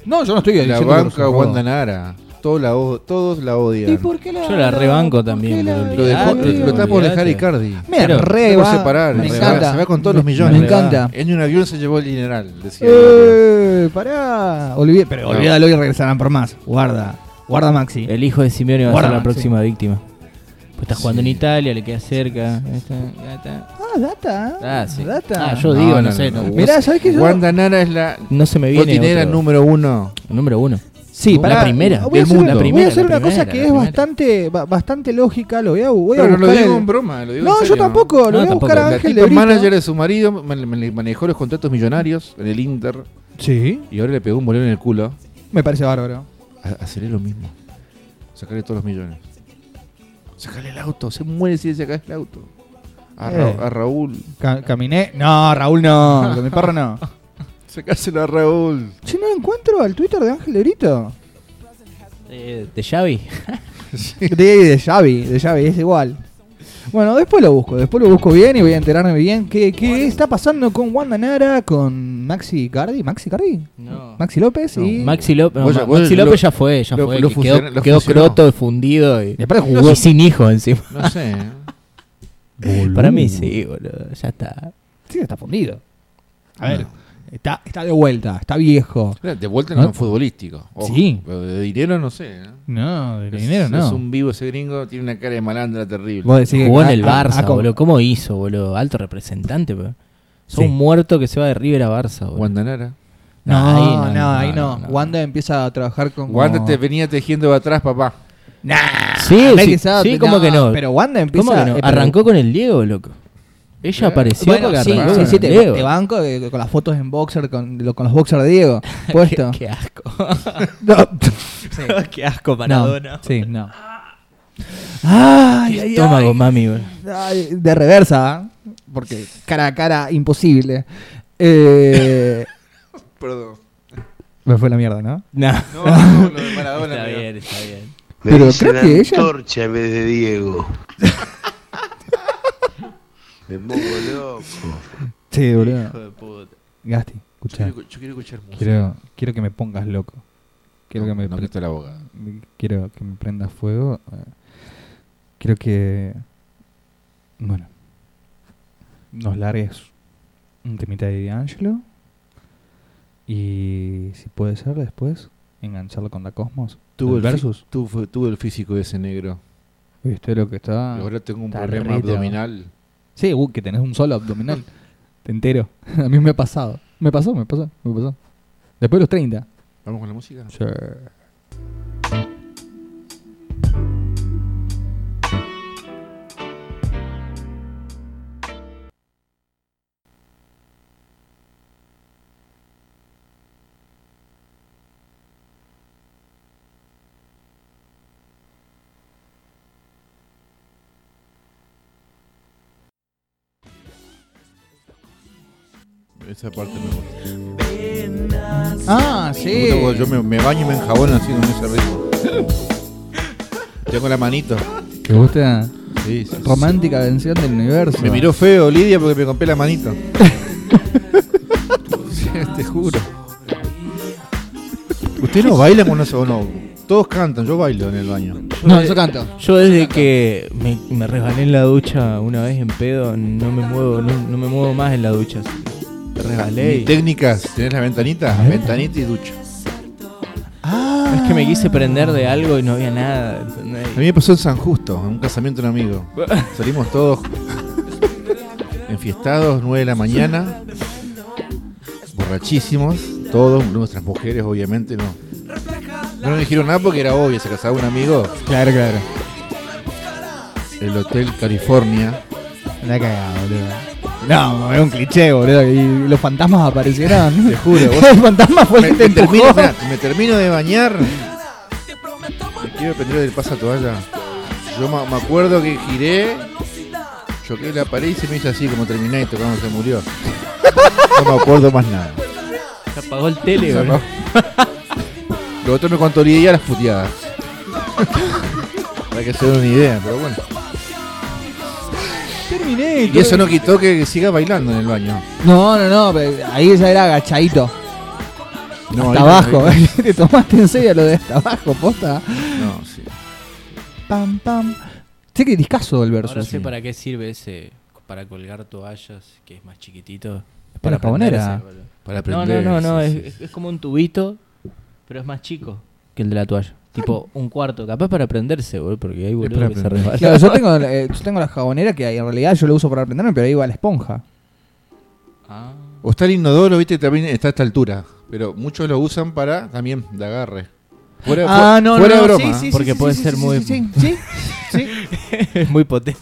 Speaker 2: No, yo no estoy
Speaker 4: La
Speaker 2: diciendo que los
Speaker 4: banca
Speaker 2: robó.
Speaker 4: Guandanara. Todos la, o- todos la odian.
Speaker 2: ¿Y por qué la
Speaker 3: Yo la rebanco también, boludo.
Speaker 4: Lo, dejó, lo, lo está por dejar
Speaker 3: Olvídate.
Speaker 4: Icardi.
Speaker 2: Me
Speaker 3: Pero-
Speaker 2: re
Speaker 4: Se va
Speaker 2: va,
Speaker 4: a separar,
Speaker 2: Me
Speaker 4: se va-
Speaker 2: encanta.
Speaker 4: se va con todos los
Speaker 2: Me-
Speaker 4: millones.
Speaker 2: Me encanta.
Speaker 4: En un avión se llevó el dineral, decía.
Speaker 2: Eh, pará. Olvidé, pero
Speaker 4: No.
Speaker 2: olvídalo y regresarán por más. Guarda. Guarda Maxi.
Speaker 3: El hijo de Simeone va a
Speaker 2: Guarda,
Speaker 3: ser la
Speaker 2: sí.
Speaker 3: próxima víctima. Pues está jugando
Speaker 4: Sí.
Speaker 3: en Italia, le queda cerca. Ahí está, ahí está.
Speaker 2: Ah, data.
Speaker 3: Ah, sí.
Speaker 2: Data.
Speaker 3: Ah, yo
Speaker 4: No,
Speaker 3: digo,
Speaker 4: no,
Speaker 3: no,
Speaker 4: no,
Speaker 3: sé.
Speaker 4: no.
Speaker 3: No,
Speaker 2: Mirá, ¿sabes qué yo?
Speaker 4: Wanda Nara es la
Speaker 3: no se me viene.
Speaker 4: botinera
Speaker 3: otro.
Speaker 4: número uno.
Speaker 3: Número uno.
Speaker 2: Sí,
Speaker 3: La
Speaker 2: pará.
Speaker 3: primera
Speaker 2: Voy a
Speaker 4: del
Speaker 2: hacer,
Speaker 4: mundo.
Speaker 2: voy a
Speaker 4: La
Speaker 3: primera,
Speaker 2: hacer
Speaker 3: la
Speaker 2: una
Speaker 3: primera,
Speaker 2: cosa que
Speaker 3: la
Speaker 2: es
Speaker 3: primera.
Speaker 2: bastante, ba- bastante lógica. Lo voy a, voy a
Speaker 4: Pero no lo
Speaker 2: buscar
Speaker 4: digo
Speaker 2: el-
Speaker 4: en broma, lo digo en
Speaker 2: No, yo
Speaker 4: serio.
Speaker 2: tampoco. Lo voy
Speaker 3: No,
Speaker 2: a
Speaker 3: tampoco.
Speaker 2: buscar a
Speaker 4: La
Speaker 2: Ángel
Speaker 4: tipa
Speaker 2: de
Speaker 4: es
Speaker 2: Brito.
Speaker 4: manager de su marido, man- man- manejó los contratos millonarios en el Inter
Speaker 2: Sí,
Speaker 4: y ahora le pegó un bolón en el culo.
Speaker 2: me parece bárbaro.
Speaker 4: Ha- Haceré lo mismo. Sacarle todos los millones. Sacarle el auto, se muere si le sacas el auto. A, Ra-
Speaker 2: Eh.
Speaker 4: a Raúl.
Speaker 2: Ca- caminé. No, Raúl no. Con mi perro no.
Speaker 4: Sacáselo a Raúl.
Speaker 2: [LAUGHS] Che, no lo encuentro al Twitter de Ángel de Brito.
Speaker 3: Eh, de Xavi.
Speaker 2: De, de Xavi, de Xavi, es igual. Bueno, después lo busco, después lo busco bien y voy a enterarme bien qué, qué está pasando con Wanda Nara, con Maxi Cardi, Maxi Cardi,
Speaker 3: No.
Speaker 2: Maxi López y...
Speaker 3: Maxi López,
Speaker 4: Vos ya- vos
Speaker 3: Maxi
Speaker 4: lo-
Speaker 3: López ya fue, ya
Speaker 4: lo-
Speaker 3: fue.
Speaker 4: lo
Speaker 3: que
Speaker 4: fusiona- lo
Speaker 3: quedó quedó
Speaker 4: fusionó.
Speaker 3: croto, fundido y,
Speaker 2: Y aparte
Speaker 3: y
Speaker 2: jugó-
Speaker 3: sin hijo encima.
Speaker 4: No sé. ¿eh?
Speaker 3: Para mí sí, boludo. Ya está.
Speaker 2: Sí, está fundido. A ver, está, está de vuelta, está viejo.
Speaker 4: Mira, De vuelta en
Speaker 2: ¿No?
Speaker 4: lo futbolístico. Ojo,
Speaker 2: Sí.
Speaker 4: pero De dinero no sé. ¿eh?
Speaker 2: No, de
Speaker 4: Es- Es un vivo ese gringo, tiene una cara de malandra terrible.
Speaker 2: Vos decís que
Speaker 3: Jugó en
Speaker 2: a-
Speaker 3: el
Speaker 2: a-
Speaker 3: Barça,
Speaker 2: a- como-
Speaker 3: boludo. ¿Cómo hizo, boludo? Alto representante, boludo. Son
Speaker 2: Sí.
Speaker 3: un muerto que se va de River a Barça, boludo.
Speaker 4: Guandanara.
Speaker 2: No,
Speaker 3: Ahí
Speaker 2: no, ahí no. Wanda empieza a trabajar con...
Speaker 4: Wanda te venía tejiendo atrás, papá.
Speaker 2: Nah,
Speaker 3: Sí,
Speaker 2: Mike
Speaker 3: sí,
Speaker 2: Quesada
Speaker 3: sí,
Speaker 2: te-
Speaker 3: ¿cómo que no?
Speaker 2: Pero Wanda empieza...
Speaker 3: ¿Cómo que no?
Speaker 2: eh, pero-
Speaker 3: Arrancó con el Diego, loco. Ella apareció
Speaker 2: Bueno,
Speaker 3: porque
Speaker 2: sí,
Speaker 3: arrancó
Speaker 2: sí,
Speaker 3: con
Speaker 2: sí,
Speaker 3: el
Speaker 2: te,
Speaker 3: Diego. [LAUGHS]
Speaker 2: te banco eh, con las fotos en boxer, con, lo- con los boxers de Diego. [LAUGHS] Puesto.
Speaker 3: Qué asco. [LAUGHS]
Speaker 2: No.
Speaker 3: Qué asco,
Speaker 2: No, Sí, no. Ay, ay, ay.
Speaker 3: Estómago, mami, boludo.
Speaker 2: Ay, de reversa, ¿eh? porque cara a cara, imposible. Eh,
Speaker 4: [LAUGHS] Perdón.
Speaker 2: me fue la mierda, ¿no?
Speaker 3: No.
Speaker 4: [LAUGHS] No, [LAUGHS] no, lo de Maradona.
Speaker 3: Está
Speaker 4: pero-
Speaker 3: bien, está bien.
Speaker 7: Le
Speaker 2: Pero
Speaker 7: dicen
Speaker 2: creo que ella-
Speaker 7: antorcha en vez de Diego. Me pongo loco.
Speaker 2: Sí,
Speaker 3: Hijo
Speaker 2: boludo.
Speaker 3: de puta.
Speaker 2: Gasti,
Speaker 4: Yo
Speaker 2: escucha.
Speaker 4: quiero, yo quiero escuchar música.
Speaker 2: Quiero, quiero que me pongas loco. Quiero que me
Speaker 4: No,
Speaker 2: pre-
Speaker 4: que está la abogada.
Speaker 2: quiero que me prenda fuego. eh, Quiero que. Bueno. Nos largues un temita de Angelo. Y si puede ser después, engancharlo con la Cosmos.
Speaker 4: Tuvo el,
Speaker 2: Del versus.
Speaker 4: versus? Tuvo, tuvo el físico de ese negro.
Speaker 2: ¿Viste lo que está?
Speaker 4: Y Ahora tengo un
Speaker 2: está
Speaker 4: problema
Speaker 2: reta.
Speaker 4: abdominal.
Speaker 2: Sí, uh, que tenés un solo abdominal. [LAUGHS] Te entero. [LAUGHS] A mí me ha pasado. Me pasó, me pasó, me pasó. Después de los 30.
Speaker 4: Vamos con la música. Esa parte me gusta.
Speaker 2: Ah,
Speaker 4: Me
Speaker 2: sí.
Speaker 4: gusta cuando Yo me, me baño y me enjabono así con ese ritmo. Yo con la manito.
Speaker 2: ¿Te gusta?
Speaker 4: Sí, sí, sí.
Speaker 2: Romántica canción del universo.
Speaker 4: Me miró feo Lidia porque me compré la manito. [LAUGHS] Sí, Te juro. Usted no baila con eso o no. Todos cantan, yo bailo en el baño.
Speaker 2: No, yo canto.
Speaker 3: Yo desde que me, me resbalé en la ducha una vez en pedo, no me muevo, no, no me muevo más en la ducha. Me resbalé
Speaker 4: Mi
Speaker 3: y-
Speaker 4: técnica, ¿tenés la ventanita? Ventanita y ducha.
Speaker 3: Es que me quise prender de algo y no había nada. ¿entendés?
Speaker 4: A mí me pasó en San Justo, en un casamiento de un amigo. Salimos todos enfiestados, 9 de la mañana, borrachísimos, todos, nuestras mujeres obviamente no. No nos dijeron nada porque era obvio, se casaba un amigo,
Speaker 2: Claro, claro.
Speaker 4: el Hotel California.
Speaker 2: La cagada, boludo. No, era un cliché, boludo. Y los fantasmas aparecieron.
Speaker 4: [LAUGHS] Te juro, vos-
Speaker 2: [LAUGHS] el fantasma fue
Speaker 4: Me,
Speaker 2: el que [LAUGHS] te
Speaker 4: me termino,
Speaker 2: empujó.
Speaker 4: mirá, me termino de bañar. Me quiero prender del pasa toalla. Yo ma- me acuerdo que giré, choqué la pared y se me hizo así como Terminator cuando se murió. No me acuerdo más nada.
Speaker 3: Se apagó el tele, bro.
Speaker 4: Lo otro me contó Lidia las puteadas. Para que se den una idea, pero bueno.
Speaker 2: Terminé.
Speaker 4: Y eso no quitó que siga bailando en el baño.
Speaker 2: No, no, no. pero Ahí ya era agachadito.
Speaker 4: No,
Speaker 2: hasta
Speaker 4: ahí no,
Speaker 2: abajo. ¿eh?
Speaker 4: ahí
Speaker 2: [LAUGHS] te tomaste en serio lo de hasta abajo, posta.
Speaker 4: No, sí.
Speaker 2: Pam, pam. Sé que discaso el verso.
Speaker 3: Ahora sé
Speaker 2: sí.
Speaker 3: para qué sirve ese. Para colgar toallas, que es más chiquitito. Es
Speaker 2: Para jabonera.
Speaker 3: prenderse, boludo.
Speaker 4: Para
Speaker 3: No,
Speaker 4: aprender.
Speaker 3: no, no, no.
Speaker 4: sí,
Speaker 3: Es,
Speaker 4: sí, sí.
Speaker 3: es como un tubito, pero es más chico que el de la toalla. Tipo un cuarto, capaz para prenderse, boludo, porque hay boludo
Speaker 4: para
Speaker 3: que se
Speaker 4: prender.
Speaker 2: Claro,
Speaker 3: resbala.
Speaker 2: yo tengo, eh, yo tengo la jabonera que en realidad yo lo uso para aprenderme, pero ahí va la esponja.
Speaker 3: Ah,
Speaker 4: O está el inodoro, viste, también está a esta altura. Pero muchos lo usan para también de agarre. Fuera,
Speaker 2: Ah,
Speaker 4: fu- fuera de broma. ¿eh?
Speaker 3: porque puede ser muy-
Speaker 2: Sí, sí, sí.
Speaker 3: es [LAUGHS] muy potente.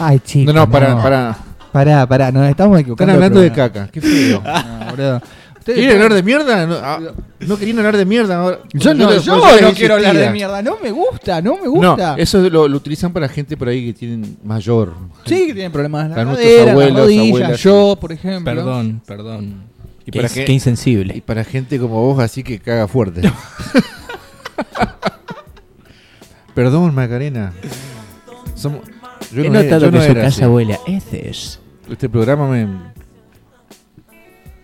Speaker 2: Ay, chico.
Speaker 4: No, no, para, para.
Speaker 2: Pará, pará, nos estamos equivocando.
Speaker 4: Están hablando de
Speaker 2: programa.
Speaker 4: caca, qué feo.
Speaker 2: Ah, boludo. Ustedes-
Speaker 4: ¿Quieren hablar de mierda? No, ah, no querían hablar de pues mierda. ahora-
Speaker 2: Yo no,
Speaker 4: lo-
Speaker 2: yo
Speaker 4: lo- lo-
Speaker 2: no quiero hablar de
Speaker 4: insistía.
Speaker 2: mierda, no me gusta, no me
Speaker 4: No,
Speaker 2: gusta.
Speaker 4: eso lo, lo utilizan para gente por ahí que tienen mayor.
Speaker 2: Sí, que tienen problemas en la
Speaker 4: Para nuestros
Speaker 2: cadera, en la
Speaker 4: abuelos,
Speaker 2: rodilla,
Speaker 4: abuelas,
Speaker 2: yo, por ejemplo.
Speaker 3: Perdón, perdón.
Speaker 4: ¿Y
Speaker 3: Qué,
Speaker 4: para
Speaker 3: ins-
Speaker 4: qué?
Speaker 3: qué insensible.
Speaker 4: Y para gente como vos, así que caga fuerte. [LAUGHS] Perdón, Macarena. Somos- yo
Speaker 3: He
Speaker 4: no, era-
Speaker 3: notado
Speaker 4: yo
Speaker 3: que
Speaker 4: no
Speaker 3: su
Speaker 4: era
Speaker 3: casa
Speaker 4: así.
Speaker 3: huele a heces.
Speaker 4: Este programa me,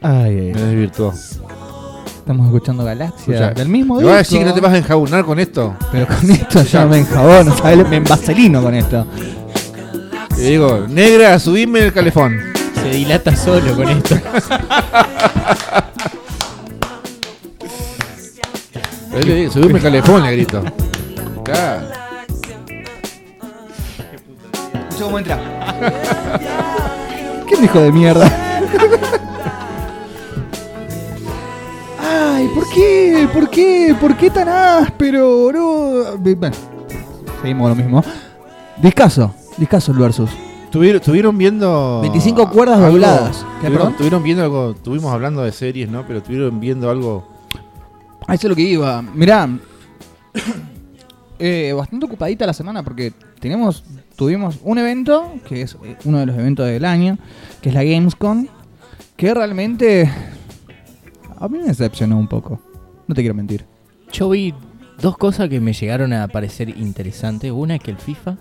Speaker 2: Ay,
Speaker 4: me desvirtuó.
Speaker 2: estamos escuchando Galaxia.
Speaker 4: Escuchá,
Speaker 2: del mismo
Speaker 4: ¿Me
Speaker 2: disco.
Speaker 4: vas a decir que no te vas a enjabonar con esto?
Speaker 2: Pero con
Speaker 4: [LAUGHS]
Speaker 2: esto ya me enjabono, ¿sabes? me envaselino con esto.
Speaker 4: Te digo, negra, subime el calefón.
Speaker 3: Se dilata solo con esto. [LAUGHS]
Speaker 4: Ahí le digo, Subime el calefón, le grito. Claro.
Speaker 2: Yo cómo entra. [LAUGHS] ¿Qué hijo de mierda? Ay, ¿por qué? ¿Por qué? ¿Por qué tan áspero, boludo? Ve- Bueno, seguimos con lo mismo. Discaso, discaso el versus.
Speaker 4: Tuvieron, estuvieron viendo.
Speaker 2: 25 cuerdas dobladas. ¿Qué,
Speaker 4: Estuvieron,
Speaker 2: perdón?
Speaker 4: estuvieron viendo algo. Estuvimos hablando de series, ¿no? Pero estuvieron viendo algo.
Speaker 2: Ah, eso es lo que iba. Mirá, [COUGHS] eh, bastante ocupadita la semana porque tenemos, tuvimos un evento, que es eh, uno de los eventos del año, que es la Gamescom, que realmente a mí me decepcionó un poco. No te quiero mentir.
Speaker 3: Yo vi dos cosas que me llegaron a parecer interesantes. Una es que el FIFA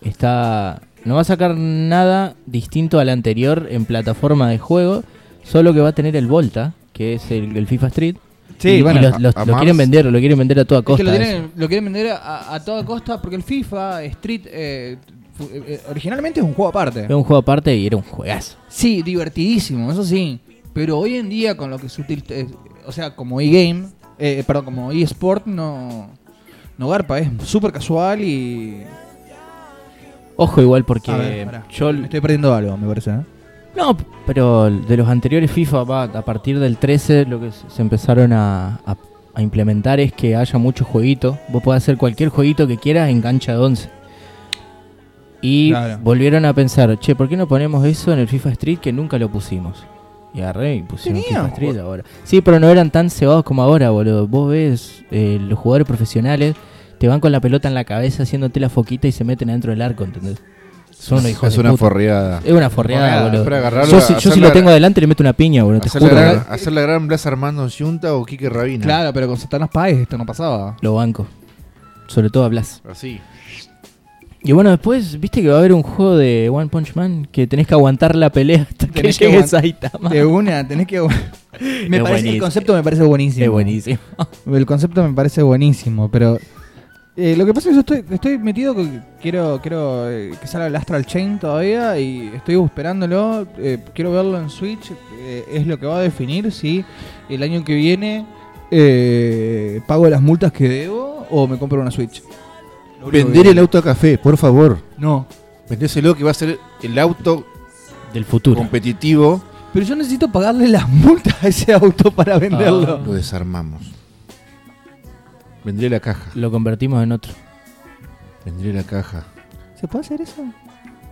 Speaker 3: está. No va a sacar nada distinto al anterior en plataforma de juego, solo que va a tener el Volta, que es el, el FIFA Street.
Speaker 2: Sí,
Speaker 3: y,
Speaker 2: bueno,
Speaker 3: y los- los-
Speaker 4: a- a
Speaker 3: lo
Speaker 4: más.
Speaker 3: quieren vender, lo quieren vender a toda
Speaker 2: Es que
Speaker 3: costa.
Speaker 2: lo,
Speaker 3: eso.
Speaker 2: quieren, lo quieren vender a, a toda costa porque el FIFA Street eh, fu- eh, eh, originalmente es un juego aparte.
Speaker 3: Era un juego aparte y era un juegazo.
Speaker 2: Sí, divertidísimo, eso sí. Pero hoy en día con lo que se utiliza, eh, o sea, como e-game, eh, perdón, como e-sport, no, no garpa, es súper casual y...
Speaker 3: Ojo igual porque
Speaker 2: A ver, pará.
Speaker 3: yo
Speaker 2: Me estoy perdiendo algo, me parece. ¿eh?
Speaker 3: No, pero de los anteriores FIFA, va, a partir del 13 lo que se empezaron a, a- a implementar es que haya muchos jueguitos. Vos podés hacer cualquier jueguito que quieras en cancha de 11. Y
Speaker 2: Claro.
Speaker 3: volvieron a pensar, che, ¿por qué no ponemos eso en el FIFA Street que nunca lo pusimos? Y agarré y pusieron
Speaker 2: Teníamos,
Speaker 3: FIFA Street ahora. Sí, pero no eran tan cebados como ahora, boludo. Vos ves eh, los jugadores profesionales, te van con la pelota en la cabeza haciéndote la foquita y se meten adentro del arco, ¿entendés? Son unos hijos
Speaker 4: es
Speaker 3: de
Speaker 4: una
Speaker 3: puta.
Speaker 4: forreada.
Speaker 2: Eh,
Speaker 3: Es una forreada,
Speaker 2: Forreada,
Speaker 3: boludo.
Speaker 4: para agarrarlo,
Speaker 3: yo si, yo si
Speaker 4: hacerle-
Speaker 3: lo tengo adelante le meto una piña, boludo. Te
Speaker 4: Hacer la,
Speaker 3: juro,
Speaker 4: gran, hacer la gran Blas Armando Yunta o Quique Rabina.
Speaker 2: Claro, pero con Satanás Páez esto no
Speaker 3: [LAUGHS]
Speaker 2: pasaba.
Speaker 3: lo banco. Sobre todo a Blas.
Speaker 4: Así.
Speaker 3: Y bueno, después, viste que va a haber un juego de One Punch Man que tenés que aguantar la pelea hasta que
Speaker 2: Tenés que
Speaker 3: llegues a
Speaker 2: aguant-
Speaker 3: Saitama.
Speaker 2: De una, tenés que. [LAUGHS] me
Speaker 3: Es
Speaker 2: parece, el
Speaker 3: buenísimo.
Speaker 2: concepto me parece buenísimo.
Speaker 3: Es buenísimo.
Speaker 2: El concepto me parece buenísimo, pero. eh, lo que pasa es que yo estoy, estoy metido que quiero, quiero eh, que salga el Astral Chain todavía y estoy esperándolo. eh, quiero verlo en Switch. eh, es lo que va a definir si el año que viene eh, pago las multas que debo o me compro una Switch. Lo único
Speaker 4: Vender
Speaker 2: que-
Speaker 4: el auto a café, por favor.
Speaker 2: No.
Speaker 4: Vendéselo que va a ser el auto
Speaker 3: Del futuro.
Speaker 4: competitivo.
Speaker 2: Pero yo necesito pagarle las multas a ese auto para venderlo.
Speaker 4: Lo desarmamos. Vendré la caja.
Speaker 3: Lo convertimos en otro.
Speaker 4: Vendré la caja.
Speaker 2: ¿Se puede hacer eso?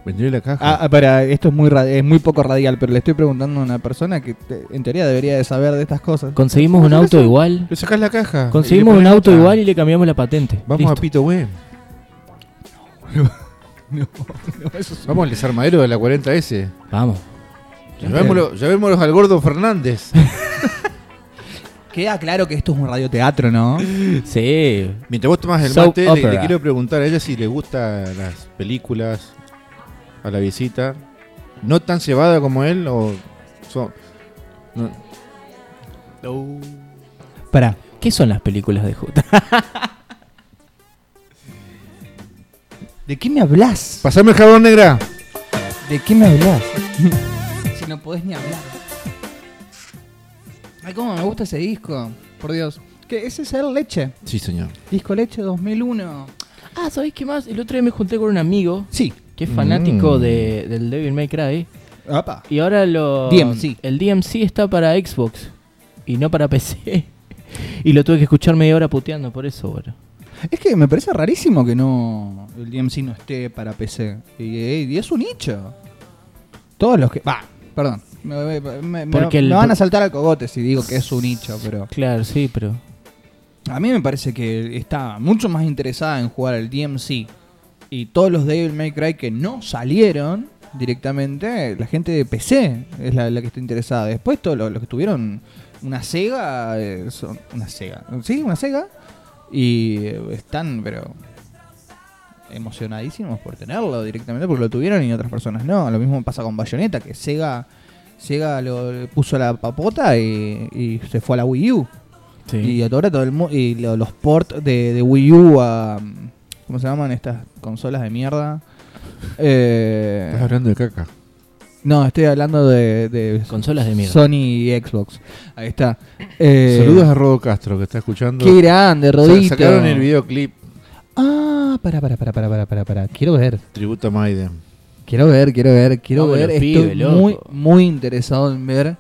Speaker 4: Vendré la caja.
Speaker 2: Ah, ah, para, esto es muy, ra- es muy poco radial, pero le estoy preguntando a una persona que te- en teoría debería de saber de estas cosas.
Speaker 3: Conseguimos un auto igual.
Speaker 4: Le sacás la caja.
Speaker 3: Conseguimos
Speaker 4: Y le
Speaker 3: un
Speaker 4: ponés
Speaker 3: auto
Speaker 4: otra.
Speaker 3: igual y le cambiamos la patente.
Speaker 4: Vamos a
Speaker 3: Listo.
Speaker 4: Pito Web. Vamos al desarmadero de la 40S.
Speaker 3: Vamos.
Speaker 4: Llamémoslo, llamémoslos al gordo Fernández.
Speaker 2: Queda claro que esto es un radioteatro, ¿no?
Speaker 3: Sí.
Speaker 4: Mientras vos tomás el
Speaker 3: Soap
Speaker 4: mate, le, le
Speaker 3: opera.
Speaker 4: quiero preguntar a ella si le gustan las películas, a la visita. ¿No tan cebada como él? o son- no,
Speaker 2: Pará.
Speaker 3: ¿Qué son las películas de J?
Speaker 2: ¿De qué me hablas?
Speaker 4: Pasame el jabón negra.
Speaker 2: ¿De qué me hablas? [LAUGHS] si no podés ni hablar. Ay, cómo me gusta ese disco. Por Dios. ¿Qué? ¿Ese es el Leche?
Speaker 4: Sí, señor.
Speaker 2: Disco Leche 2001.
Speaker 3: [LAUGHS] Ah, ¿sabés qué más? El otro día me junté con un amigo
Speaker 2: Sí.
Speaker 3: que es fanático
Speaker 4: Mm.
Speaker 3: de, del Devil May Cry.
Speaker 2: Apa.
Speaker 3: Y ahora lo.
Speaker 2: DMC.
Speaker 3: El DMC está para Xbox y no para PC. [LAUGHS] y lo tuve que escuchar media hora puteando por eso, boludo.
Speaker 2: Es que me parece rarísimo que no el DMC no esté para PC. Y, y es un nicho. Todos los que. Va, perdón. Me, me- me- me-
Speaker 3: Porque el-
Speaker 2: me van a saltar al cogote si digo que es un nicho, pero.
Speaker 3: Claro, sí, pero.
Speaker 2: A mí me parece que está mucho más interesada en jugar al DMC y todos los Devil May Cry que no salieron directamente, la gente de PC es la, la que está interesada. Después todos los, los que tuvieron una Sega, eh, son una Sega, sí, una Sega y eh, están pero emocionadísimos por tenerlo directamente porque lo tuvieron y otras personas no. Lo mismo pasa con Bayonetta que Sega Sega lo le puso la papota y, y se fue a la Wii U.
Speaker 4: eh,
Speaker 2: Y ahora todo el mu- y lo- los ports de, de Wii U a. mm, ¿Cómo se llaman estas consolas de mierda? Eh,
Speaker 4: Estás hablando de caca.
Speaker 2: no, estoy hablando de, de
Speaker 3: Consolas de mierda.
Speaker 2: Sony y Xbox. Ahí está. Eh,
Speaker 4: Saludos a Rodo Castro que está escuchando.
Speaker 2: Qué grande,
Speaker 4: Sa-
Speaker 2: Rodito.
Speaker 4: Sacaron el videoclip
Speaker 2: Ah, para, para, para, para, para, para, para. Quiero ver.
Speaker 4: Tributo a Maiden.
Speaker 2: Quiero ver, quiero ver, quiero
Speaker 3: Vamos,
Speaker 2: ver.
Speaker 3: los
Speaker 2: Estoy
Speaker 3: pibes, loco.
Speaker 2: muy, muy interesado en ver.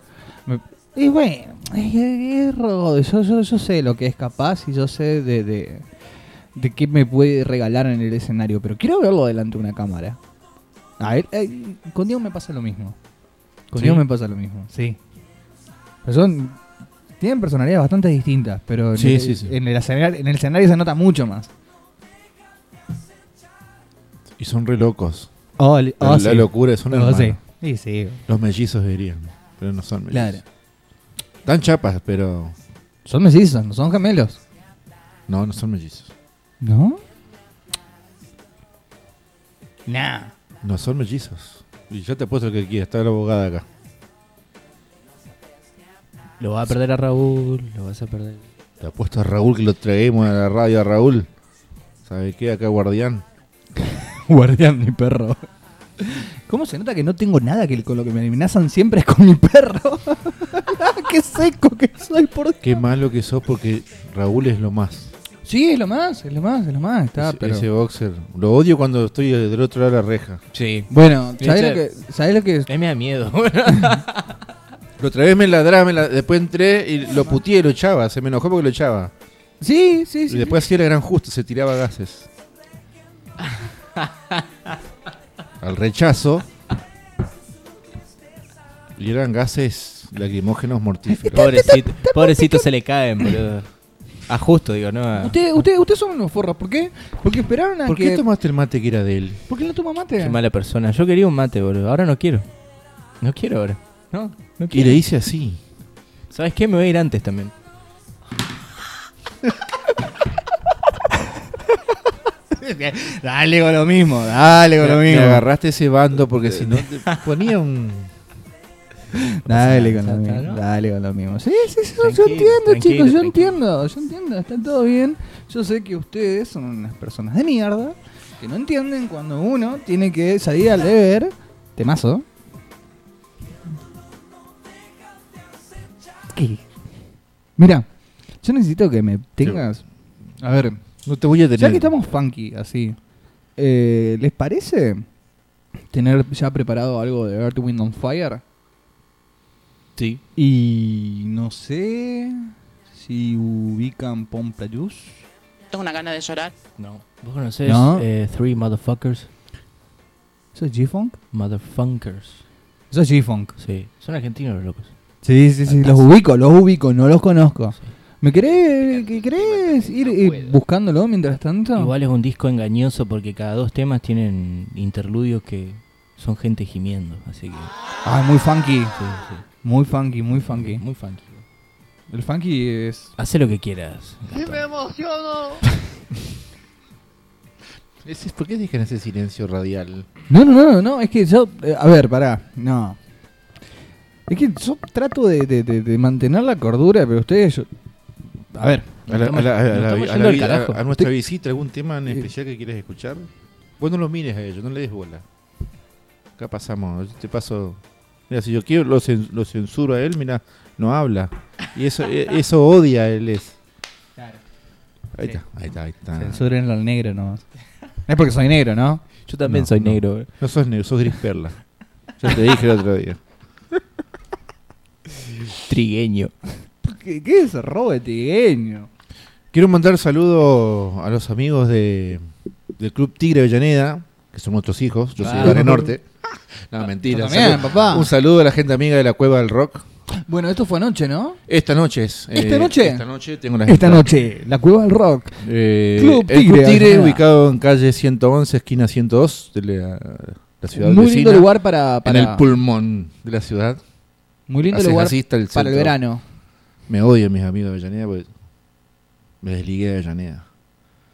Speaker 2: Me- Y bueno, es, es Rodo, Yo, yo, yo sé lo que es capaz y yo sé de, de, de qué me puede regalar en el escenario, pero quiero verlo delante de una cámara. A él, eh, con Diego me pasa lo mismo. Con
Speaker 3: ¿Sí?
Speaker 2: Diego me pasa lo mismo, sí. Pero son, tienen personalidades bastante distintas, pero en,
Speaker 4: Sí,
Speaker 2: el,
Speaker 4: sí, sí.
Speaker 2: en el escenario, en el escenario se nota mucho más.
Speaker 4: Y son re locos.
Speaker 2: Oh,
Speaker 4: La, la locura, son hermanos.
Speaker 2: sí. Sí, sí.
Speaker 4: Los mellizos dirían. Pero no son mellizos.
Speaker 2: Claro.
Speaker 4: Están chapas, pero
Speaker 2: Son mellizos, no son gemelos.
Speaker 4: no, no son mellizos.
Speaker 2: ¿No? Nah.
Speaker 4: No son mellizos. Y yo te apuesto lo que quieras. Está la abogada acá.
Speaker 3: Lo vas a perder a Raúl, lo vas a perder.
Speaker 4: Te apuesto a Raúl que lo traemos a la radio a Raúl. ¿Sabe qué? Acá guardián.
Speaker 2: [LAUGHS] Guardián, mi perro. ¿Cómo se nota que no tengo nada que con lo que me amenazan siempre es con mi perro? [LAUGHS] ¡Qué seco que soy, por
Speaker 4: Qué malo que sos porque Raúl es lo más.
Speaker 2: Sí, es lo más, es lo más, es lo más. Está,
Speaker 4: ese,
Speaker 2: Ah, pero...
Speaker 4: ese boxer. Lo odio cuando estoy del otro lado de la reja.
Speaker 3: Sí.
Speaker 2: Bueno, ¿sabés
Speaker 3: Viste.
Speaker 2: lo, que, ¿sabés lo que es?
Speaker 3: A mí me da [LAUGHS] miedo.
Speaker 4: La otra vez me ladraba, me la- después entré y lo puteé, lo echaba. Se me enojó porque lo echaba.
Speaker 2: Sí, sí,
Speaker 4: Y
Speaker 2: sí.
Speaker 4: después hacía la gran justa, se tiraba gases. Al rechazo. Y eran gases lacrimógenos mortíferos.
Speaker 3: Pobrecito, pobrecito se le caen, boludo. A Ah, justo, digo, ¿no? A-
Speaker 2: Usted, usted, usted son unos forros, ¿por qué? Porque esperaron a
Speaker 4: ¿Por
Speaker 2: que...
Speaker 4: qué tomaste el mate que era de él?
Speaker 2: ¿Por qué no toma mate?
Speaker 3: Qué mala persona. Yo quería un mate, boludo. Ahora no quiero. No quiero ahora. No, no
Speaker 4: Y
Speaker 3: quiero.
Speaker 4: le hice así.
Speaker 3: ¿Sabes qué? Me voy a ir antes también.
Speaker 2: Dale con lo mismo, dale con lo
Speaker 4: Me
Speaker 2: mismo.
Speaker 4: agarraste ese bando porque si no te ponía un.
Speaker 2: Dale con
Speaker 3: Ya
Speaker 2: lo
Speaker 3: está,
Speaker 2: mismo,
Speaker 3: ¿no?
Speaker 2: dale con lo mismo. Sí, sí, sí, yo- yo
Speaker 3: Tranquilo,
Speaker 2: entiendo,
Speaker 3: tranquilo,
Speaker 2: chicos, yo
Speaker 3: tranquilo.
Speaker 2: entiendo, yo entiendo, está todo bien. Yo sé que ustedes son unas personas de mierda que no entienden cuando uno tiene que salir al deber, temazo. ¿Qué? Mira, yo necesito que me tengas... A ver,
Speaker 4: No te voy a tener.
Speaker 2: ya que estamos funky así, eh, ¿les parece tener ya preparado algo de Earth, Wind on Fire?
Speaker 3: Sí.
Speaker 2: Y no sé si ubican Pompeyus.
Speaker 8: Tengo una gana de llorar.
Speaker 3: No. ¿Vos conocés
Speaker 2: No.
Speaker 3: eh, Three Motherfuckers?
Speaker 2: ¿Eso es G-Funk?
Speaker 3: Motherfuckers.
Speaker 2: Eso es G-Funk.
Speaker 3: Sí. Son argentinos los locos.
Speaker 2: Sí, sí, sí, los ubico, los ubico, no los conozco. ¿Me querés, que- querés ir eh, buscándolo mientras tanto?
Speaker 3: Igual es un disco engañoso porque cada dos temas tienen interludios que son gente gimiendo. Así que.
Speaker 2: Ah, muy funky.
Speaker 3: Sí, sí.
Speaker 2: Muy funky, muy funky.
Speaker 3: Muy funky.
Speaker 2: El funky es...
Speaker 3: Hace lo que quieras. Gastón.
Speaker 4: Ese- ¿Por qué dejan ese silencio radial?
Speaker 2: No, no, no, no, es que yo... eh, a ver, pará, no. Es que yo trato de, de- de- de mantener la cordura, pero ustedes... yo- A ver,
Speaker 4: A, la- a la-
Speaker 3: Nos
Speaker 4: a la- a la-
Speaker 3: estamos
Speaker 4: a
Speaker 3: yendo
Speaker 4: la-
Speaker 3: al carajo.
Speaker 4: a- a nuestra visita, ¿algún tema en
Speaker 2: Eh.
Speaker 4: especial que quieres escuchar? Vos no lo mires a ellos, no le des bola. Acá pasamos, yo te paso. Mira, si yo quiero, lo, cen- lo censuro a él, mira, no habla. Y eso, e- eso odia a él es. Ahí está, ahí está, ahí está.
Speaker 2: Censurenlo al negro nomás. Es porque soy negro, ¿no?
Speaker 3: Yo también
Speaker 4: No,
Speaker 3: soy
Speaker 4: no.
Speaker 3: negro. eh.
Speaker 4: No sos negro, sos gris perla. Yo te dije el otro día.
Speaker 3: Trigueño.
Speaker 2: ¿Qué, qué es robo tigueño?
Speaker 4: Quiero mandar saludos a los amigos de, del Club Tigre Avellaneda, que son nuestros hijos, yo soy
Speaker 3: Ah.
Speaker 4: de Barrio Norte. [LAUGHS] No, mentira.
Speaker 2: Yo también,
Speaker 4: Saludo-
Speaker 2: papá.
Speaker 4: Un saludo a la gente amiga de la Cueva del Rock.
Speaker 2: Bueno, esto fue anoche, ¿no?
Speaker 4: Esta noche es. eh,
Speaker 2: ¿Esta noche?
Speaker 4: Esta noche tengo las
Speaker 2: Esta
Speaker 4: entradas.
Speaker 2: noche, la cueva del rock.
Speaker 4: Eh,
Speaker 2: Club
Speaker 4: el Club
Speaker 2: Tigre,
Speaker 4: Tigre,
Speaker 2: Avellaneda.
Speaker 4: ubicado en calle 111, esquina 102 de la, la ciudad
Speaker 2: Muy
Speaker 4: vecina,
Speaker 2: lindo lugar para. para
Speaker 4: En el pulmón de la ciudad.
Speaker 2: muy lindo
Speaker 4: Haces
Speaker 2: lugar
Speaker 4: así hasta el
Speaker 2: para el
Speaker 4: centro.
Speaker 2: verano.
Speaker 4: Me odian mis amigos de Avellaneda porque me desligué de Avellaneda.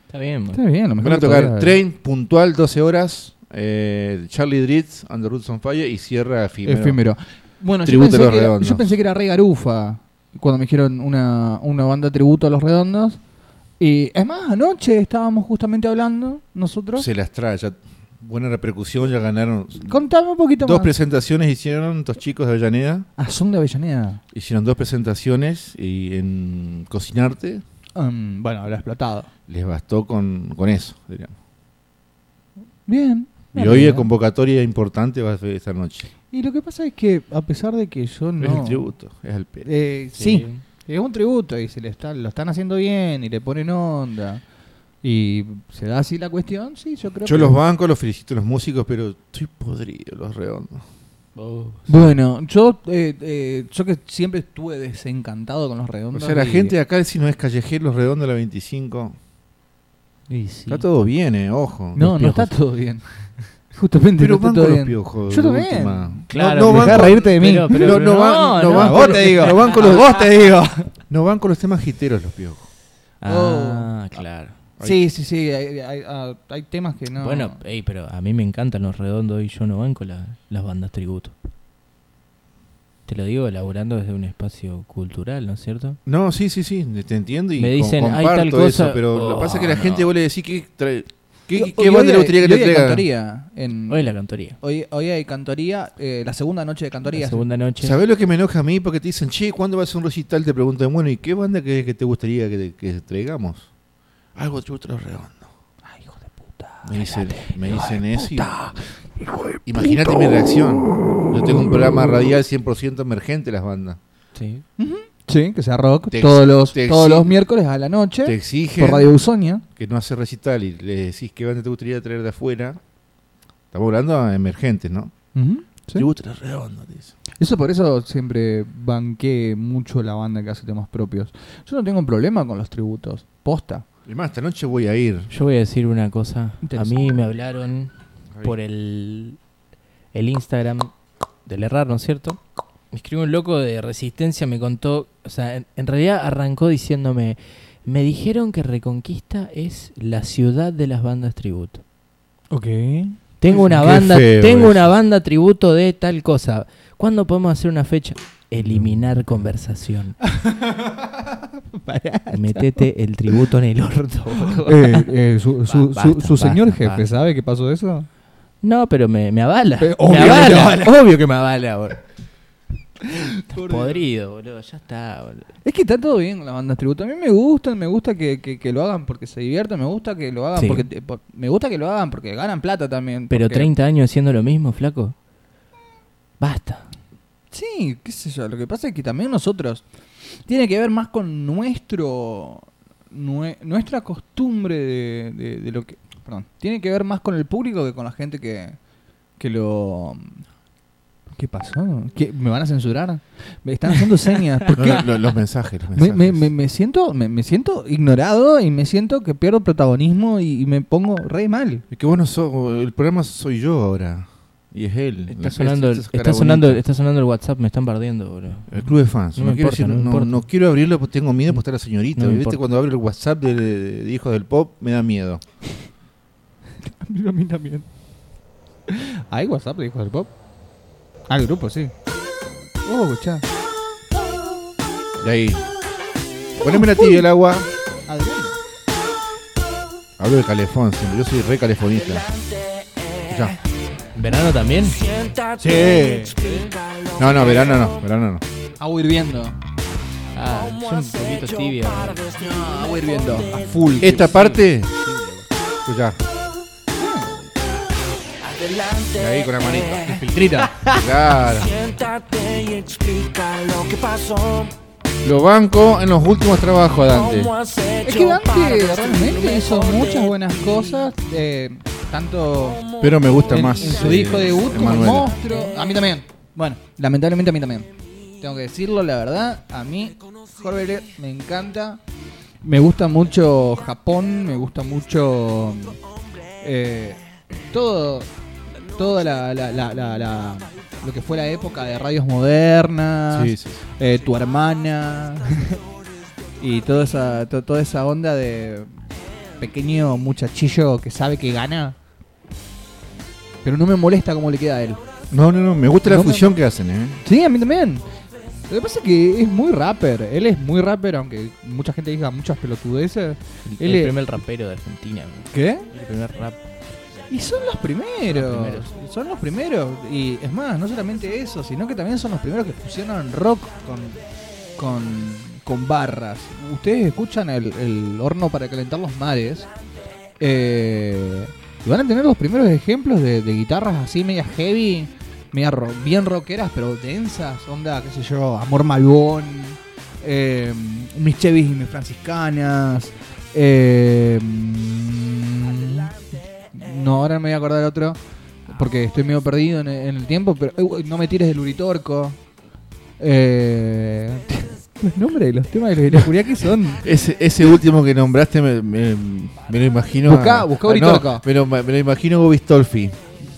Speaker 3: Está bien, boludo.
Speaker 2: Está bien, lo mejor.
Speaker 4: Van a
Speaker 2: que
Speaker 4: tocar
Speaker 2: podría-
Speaker 4: Train, puntual, 12 horas. eh, Charlie Dritz, And the Roots on Fire y cierra Efímero.
Speaker 2: Efímero. Bueno, yo
Speaker 4: Tributo
Speaker 2: pensé,
Speaker 4: a los
Speaker 2: que era,
Speaker 4: Redondos.
Speaker 2: yo pensé que era re garufa cuando me dijeron una, una banda tributo a los redondos. Y es más, anoche estábamos justamente hablando nosotros.
Speaker 4: Se las trae. ya- buena repercusión, ya ganaron.
Speaker 2: Contame un poquito
Speaker 4: Dos
Speaker 2: más.
Speaker 4: presentaciones hicieron estos chicos de Avellaneda.
Speaker 2: Ah, son de Avellaneda.
Speaker 4: Hicieron dos presentaciones y en Cocinarte
Speaker 2: Mm, bueno, habrá explotado.
Speaker 4: les bastó con, con eso. diríamos.
Speaker 2: Bien.
Speaker 4: Y hoy es convocatoria importante va a ser esta noche.
Speaker 2: Y lo que pasa es que, a pesar de que yo no.
Speaker 4: Es el tributo, es el pelo.
Speaker 2: Eh, sí. es un tributo y se le está, lo están haciendo bien y le ponen onda. Y se da así la cuestión, sí, yo creo
Speaker 4: Yo
Speaker 2: que-
Speaker 4: los banco, los felicito a los músicos, pero estoy podrido, los redondos.
Speaker 3: Oh.
Speaker 2: Bueno, yo, eh, eh, yo que siempre estuve desencantado con los
Speaker 4: O
Speaker 2: redondos.
Speaker 4: sea, la
Speaker 2: y-
Speaker 4: gente de acá, si no es callejero, los redondos de la 25.
Speaker 3: Y sí.
Speaker 4: Está todo bien, eh, ojo.
Speaker 2: No,
Speaker 3: los
Speaker 2: no está
Speaker 3: piojos.
Speaker 2: todo bien. [LAUGHS] Justamente
Speaker 4: pero
Speaker 2: no
Speaker 4: van
Speaker 2: está todo
Speaker 4: con los
Speaker 2: bien.
Speaker 4: piojos.
Speaker 2: Yo
Speaker 4: de
Speaker 2: también.
Speaker 4: última.
Speaker 3: Claro,
Speaker 4: no, no
Speaker 2: Dejá
Speaker 4: van
Speaker 2: de
Speaker 4: con-
Speaker 2: reírte de mí.
Speaker 3: pero- pero-
Speaker 4: no, no
Speaker 3: pero
Speaker 4: van- no
Speaker 2: A
Speaker 4: van
Speaker 2: vos te
Speaker 4: con los-
Speaker 2: digo.
Speaker 4: no van con los-
Speaker 2: A [LAUGHS] vos te digo.
Speaker 4: No van con los temas jiteros los piojos. Oh.
Speaker 3: Ah, claro.
Speaker 2: Sí, sí, sí. Hay, hay- ah, hay temas que no.
Speaker 3: Bueno, ey, pero a mí me encantan los redondos y yo no banco la- las bandas tributo. Te lo digo elaborando desde un espacio cultural, ¿no es cierto?
Speaker 4: No, sí, sí, sí, te entiendo y
Speaker 3: Me
Speaker 4: co-
Speaker 3: dicen, "Hay
Speaker 4: comparto
Speaker 3: tal cosa".
Speaker 4: eso, pero lo
Speaker 3: Oh,
Speaker 4: que pasa es que la
Speaker 3: no.
Speaker 4: gente vos le decís que trae,
Speaker 2: Y-
Speaker 4: ¿qué,
Speaker 2: y hoy
Speaker 4: qué banda le
Speaker 2: hay-
Speaker 4: gustaría
Speaker 2: hoy
Speaker 4: que
Speaker 2: hay
Speaker 4: le traiga?
Speaker 2: cantoría en-
Speaker 3: Hoy la cantoría.
Speaker 2: Hoy, hoy hay cantoría, eh, la segunda noche de cantoría.
Speaker 3: La segunda noche.
Speaker 4: ¿Sabés lo que me enoja a mí? Porque te dicen, che, ¿cuándo vas a un recital? Te preguntan, bueno, ¿y qué banda que, que te gustaría que, que traigamos? Algo chutro redondo.
Speaker 3: Ay, hijo de puta.
Speaker 4: Me dicen, me dicen eso. y- Imagínate mi reacción. Yo tengo un programa radial 100% emergente, las bandas.
Speaker 3: Sí.
Speaker 2: Sí, que sea rock.
Speaker 4: Te
Speaker 2: todos
Speaker 4: exi-
Speaker 2: los,
Speaker 4: te
Speaker 2: todos
Speaker 4: exi-
Speaker 2: los miércoles a la noche.
Speaker 4: Te
Speaker 2: Por
Speaker 4: exigen
Speaker 2: Radio Usonia.
Speaker 4: que no haces recital y le decís qué banda te gustaría traer de afuera. Estamos hablando a emergentes, ¿no?
Speaker 2: Ujú, sí.
Speaker 4: Chutro redondo, te dicen.
Speaker 2: Eso por eso siempre banqué mucho la banda que hace temas propios. Yo no tengo un problema con los tributos. Posta.
Speaker 4: Y más, esta noche voy a ir.
Speaker 3: Yo voy a decir una cosa. A
Speaker 2: Interesante.
Speaker 3: mí me hablaron por el, el Instagram del errar, ¿no es cierto? Me escribió un loco de resistencia, me contó, o sea, en, en realidad arrancó diciéndome, me dijeron que Reconquista es la ciudad de las bandas tributo.
Speaker 2: [LAUGHS] Ok.
Speaker 3: Tengo una
Speaker 4: Qué
Speaker 3: banda,
Speaker 4: feo
Speaker 3: tengo
Speaker 4: eso.
Speaker 3: una banda tributo de tal cosa. ¿Cuándo podemos hacer una fecha? Eliminar conversación. Metete el tributo en el orto. [LAUGHS] boludo.
Speaker 2: Eh. su su-
Speaker 3: Basta,
Speaker 2: su- su señor
Speaker 3: basta,
Speaker 2: jefe,
Speaker 3: basta.
Speaker 2: ¿sabe qué pasó eso?
Speaker 3: No, pero me, me avala.
Speaker 2: Pero obvio
Speaker 3: me
Speaker 2: que
Speaker 3: avala,
Speaker 2: te avala.
Speaker 3: Obvio que me avala, boludo. Estás podrido, boludo. Ya está, boludo.
Speaker 2: Es que está todo bien con las bandas tributo. A mí me gustan, me gusta que, que- que lo hagan porque se divierten, me gusta que lo hagan
Speaker 3: Sí.
Speaker 2: porque te- por- me gusta que lo hagan porque ganan plata también.
Speaker 3: Pero
Speaker 2: porque-
Speaker 3: 30 años haciendo lo mismo, flaco. Basta.
Speaker 2: Sí, qué sé yo. Lo que pasa es que también nosotros tiene que ver más con nuestro nue- nuestra costumbre de, de- de lo que perdón tiene que ver más con el público que con la gente que que lo ¿Qué pasó? ¿Qué, ¿Me van a censurar? Me están haciendo señas. ¿Por
Speaker 4: [LAUGHS] No,
Speaker 2: qué?
Speaker 4: no, no, los mensajes, los
Speaker 2: Me,
Speaker 4: mensajes.
Speaker 2: me- me- me siento, me, me siento ignorado y me siento que pierdo protagonismo y, y me pongo re
Speaker 4: [LAUGHS]
Speaker 2: mal.
Speaker 4: Es que vos no sos, el programa soy yo ahora. Y es él.
Speaker 3: Está
Speaker 4: Las-
Speaker 3: sonando, el-
Speaker 4: esas caras
Speaker 3: está, sonando,
Speaker 4: bonitas.
Speaker 3: está sonando el WhatsApp, me están bardeando, boludo.
Speaker 4: El club de fans.
Speaker 3: No
Speaker 4: No,
Speaker 3: me
Speaker 4: quiero,
Speaker 3: importa,
Speaker 4: decir-
Speaker 3: no me
Speaker 4: no-
Speaker 3: importa.
Speaker 4: no quiero abrirlo porque tengo miedo porque está la señorita.
Speaker 3: No me
Speaker 4: ¿Viste?
Speaker 3: importa.
Speaker 4: Cuando abro el WhatsApp de, de- de Hijos del Pop me da miedo.
Speaker 2: A mí también. ¿Hay WhatsApp de Hijos del Pop? Al grupo, sí. Oh, escuchá.
Speaker 4: De ahí. Poneme la tibia el agua.
Speaker 2: Adrián.
Speaker 4: Hablo de calefón siempre. Yo soy re calefonista. Ya.
Speaker 3: ¿Verano también?
Speaker 4: Sí. No, no, verano no. Verano no.
Speaker 2: Agua hirviendo.
Speaker 3: Ah, yo un poquito tibio.
Speaker 2: Agua hirviendo. A full.
Speaker 4: Esta parte. Ya. Ahí con la manita.
Speaker 2: filtrita.
Speaker 4: Claro. Lo banco en los últimos trabajos, Dante.
Speaker 2: es que Dante realmente hizo muchas buenas cosas. eh, tanto
Speaker 4: Pero me gusta
Speaker 2: en,
Speaker 4: más.
Speaker 2: en su
Speaker 4: eh,
Speaker 2: disco debut como
Speaker 4: Emanuela.
Speaker 2: monstruo. A mí también. Bueno, lamentablemente a mí también. Tengo que decirlo, la verdad. A mí, Jorge me encanta. Me gusta mucho Japón. Me gusta mucho. eh, todo. Toda la, la- la- la- la- Lo que fue la época de radios modernas.
Speaker 4: Sí, sí, sí.
Speaker 2: eh, tu hermana [LAUGHS] y toda esa to- toda esa onda de pequeño muchachillo que sabe que gana pero no me molesta cómo le queda a él
Speaker 4: No, no, no. Me gusta la
Speaker 2: No me-
Speaker 4: fusión que hacen, ¿eh?
Speaker 2: sí a mí también lo que pasa es que es muy rapper él es muy rapper aunque mucha gente diga muchas pelotudeces
Speaker 3: El,
Speaker 2: él es-
Speaker 3: primer rapero de Argentina. boludo.
Speaker 2: qué
Speaker 3: El primer rap.
Speaker 2: y son los primeros,
Speaker 3: Los primeros.
Speaker 2: son los primeros y es más no solamente eso sino que también son los primeros que fusionan rock con con, con barras. Ustedes escuchan el, el horno para calentar los mares. eh, y van a tener los primeros ejemplos de, de guitarras así, medias heavy, media ro- bien rockeras, pero densas. Onda, qué sé yo, Amor Malbón, eh, mis Chevys y mis franciscanas. eh, mm, no, ahora me voy a acordar de otro. Porque estoy medio perdido en el, en el tiempo, pero eh, uy, no me tires del Uritorco. Eh, [LAUGHS] los nombres de los temas de los de la oscuridad que son.
Speaker 4: Ese, ese último que nombraste me, me- me lo imagino. a-
Speaker 2: Buscá- buscá
Speaker 4: a-
Speaker 2: Uritorco.
Speaker 4: me, lo, me lo imagino a Bobby Stolfi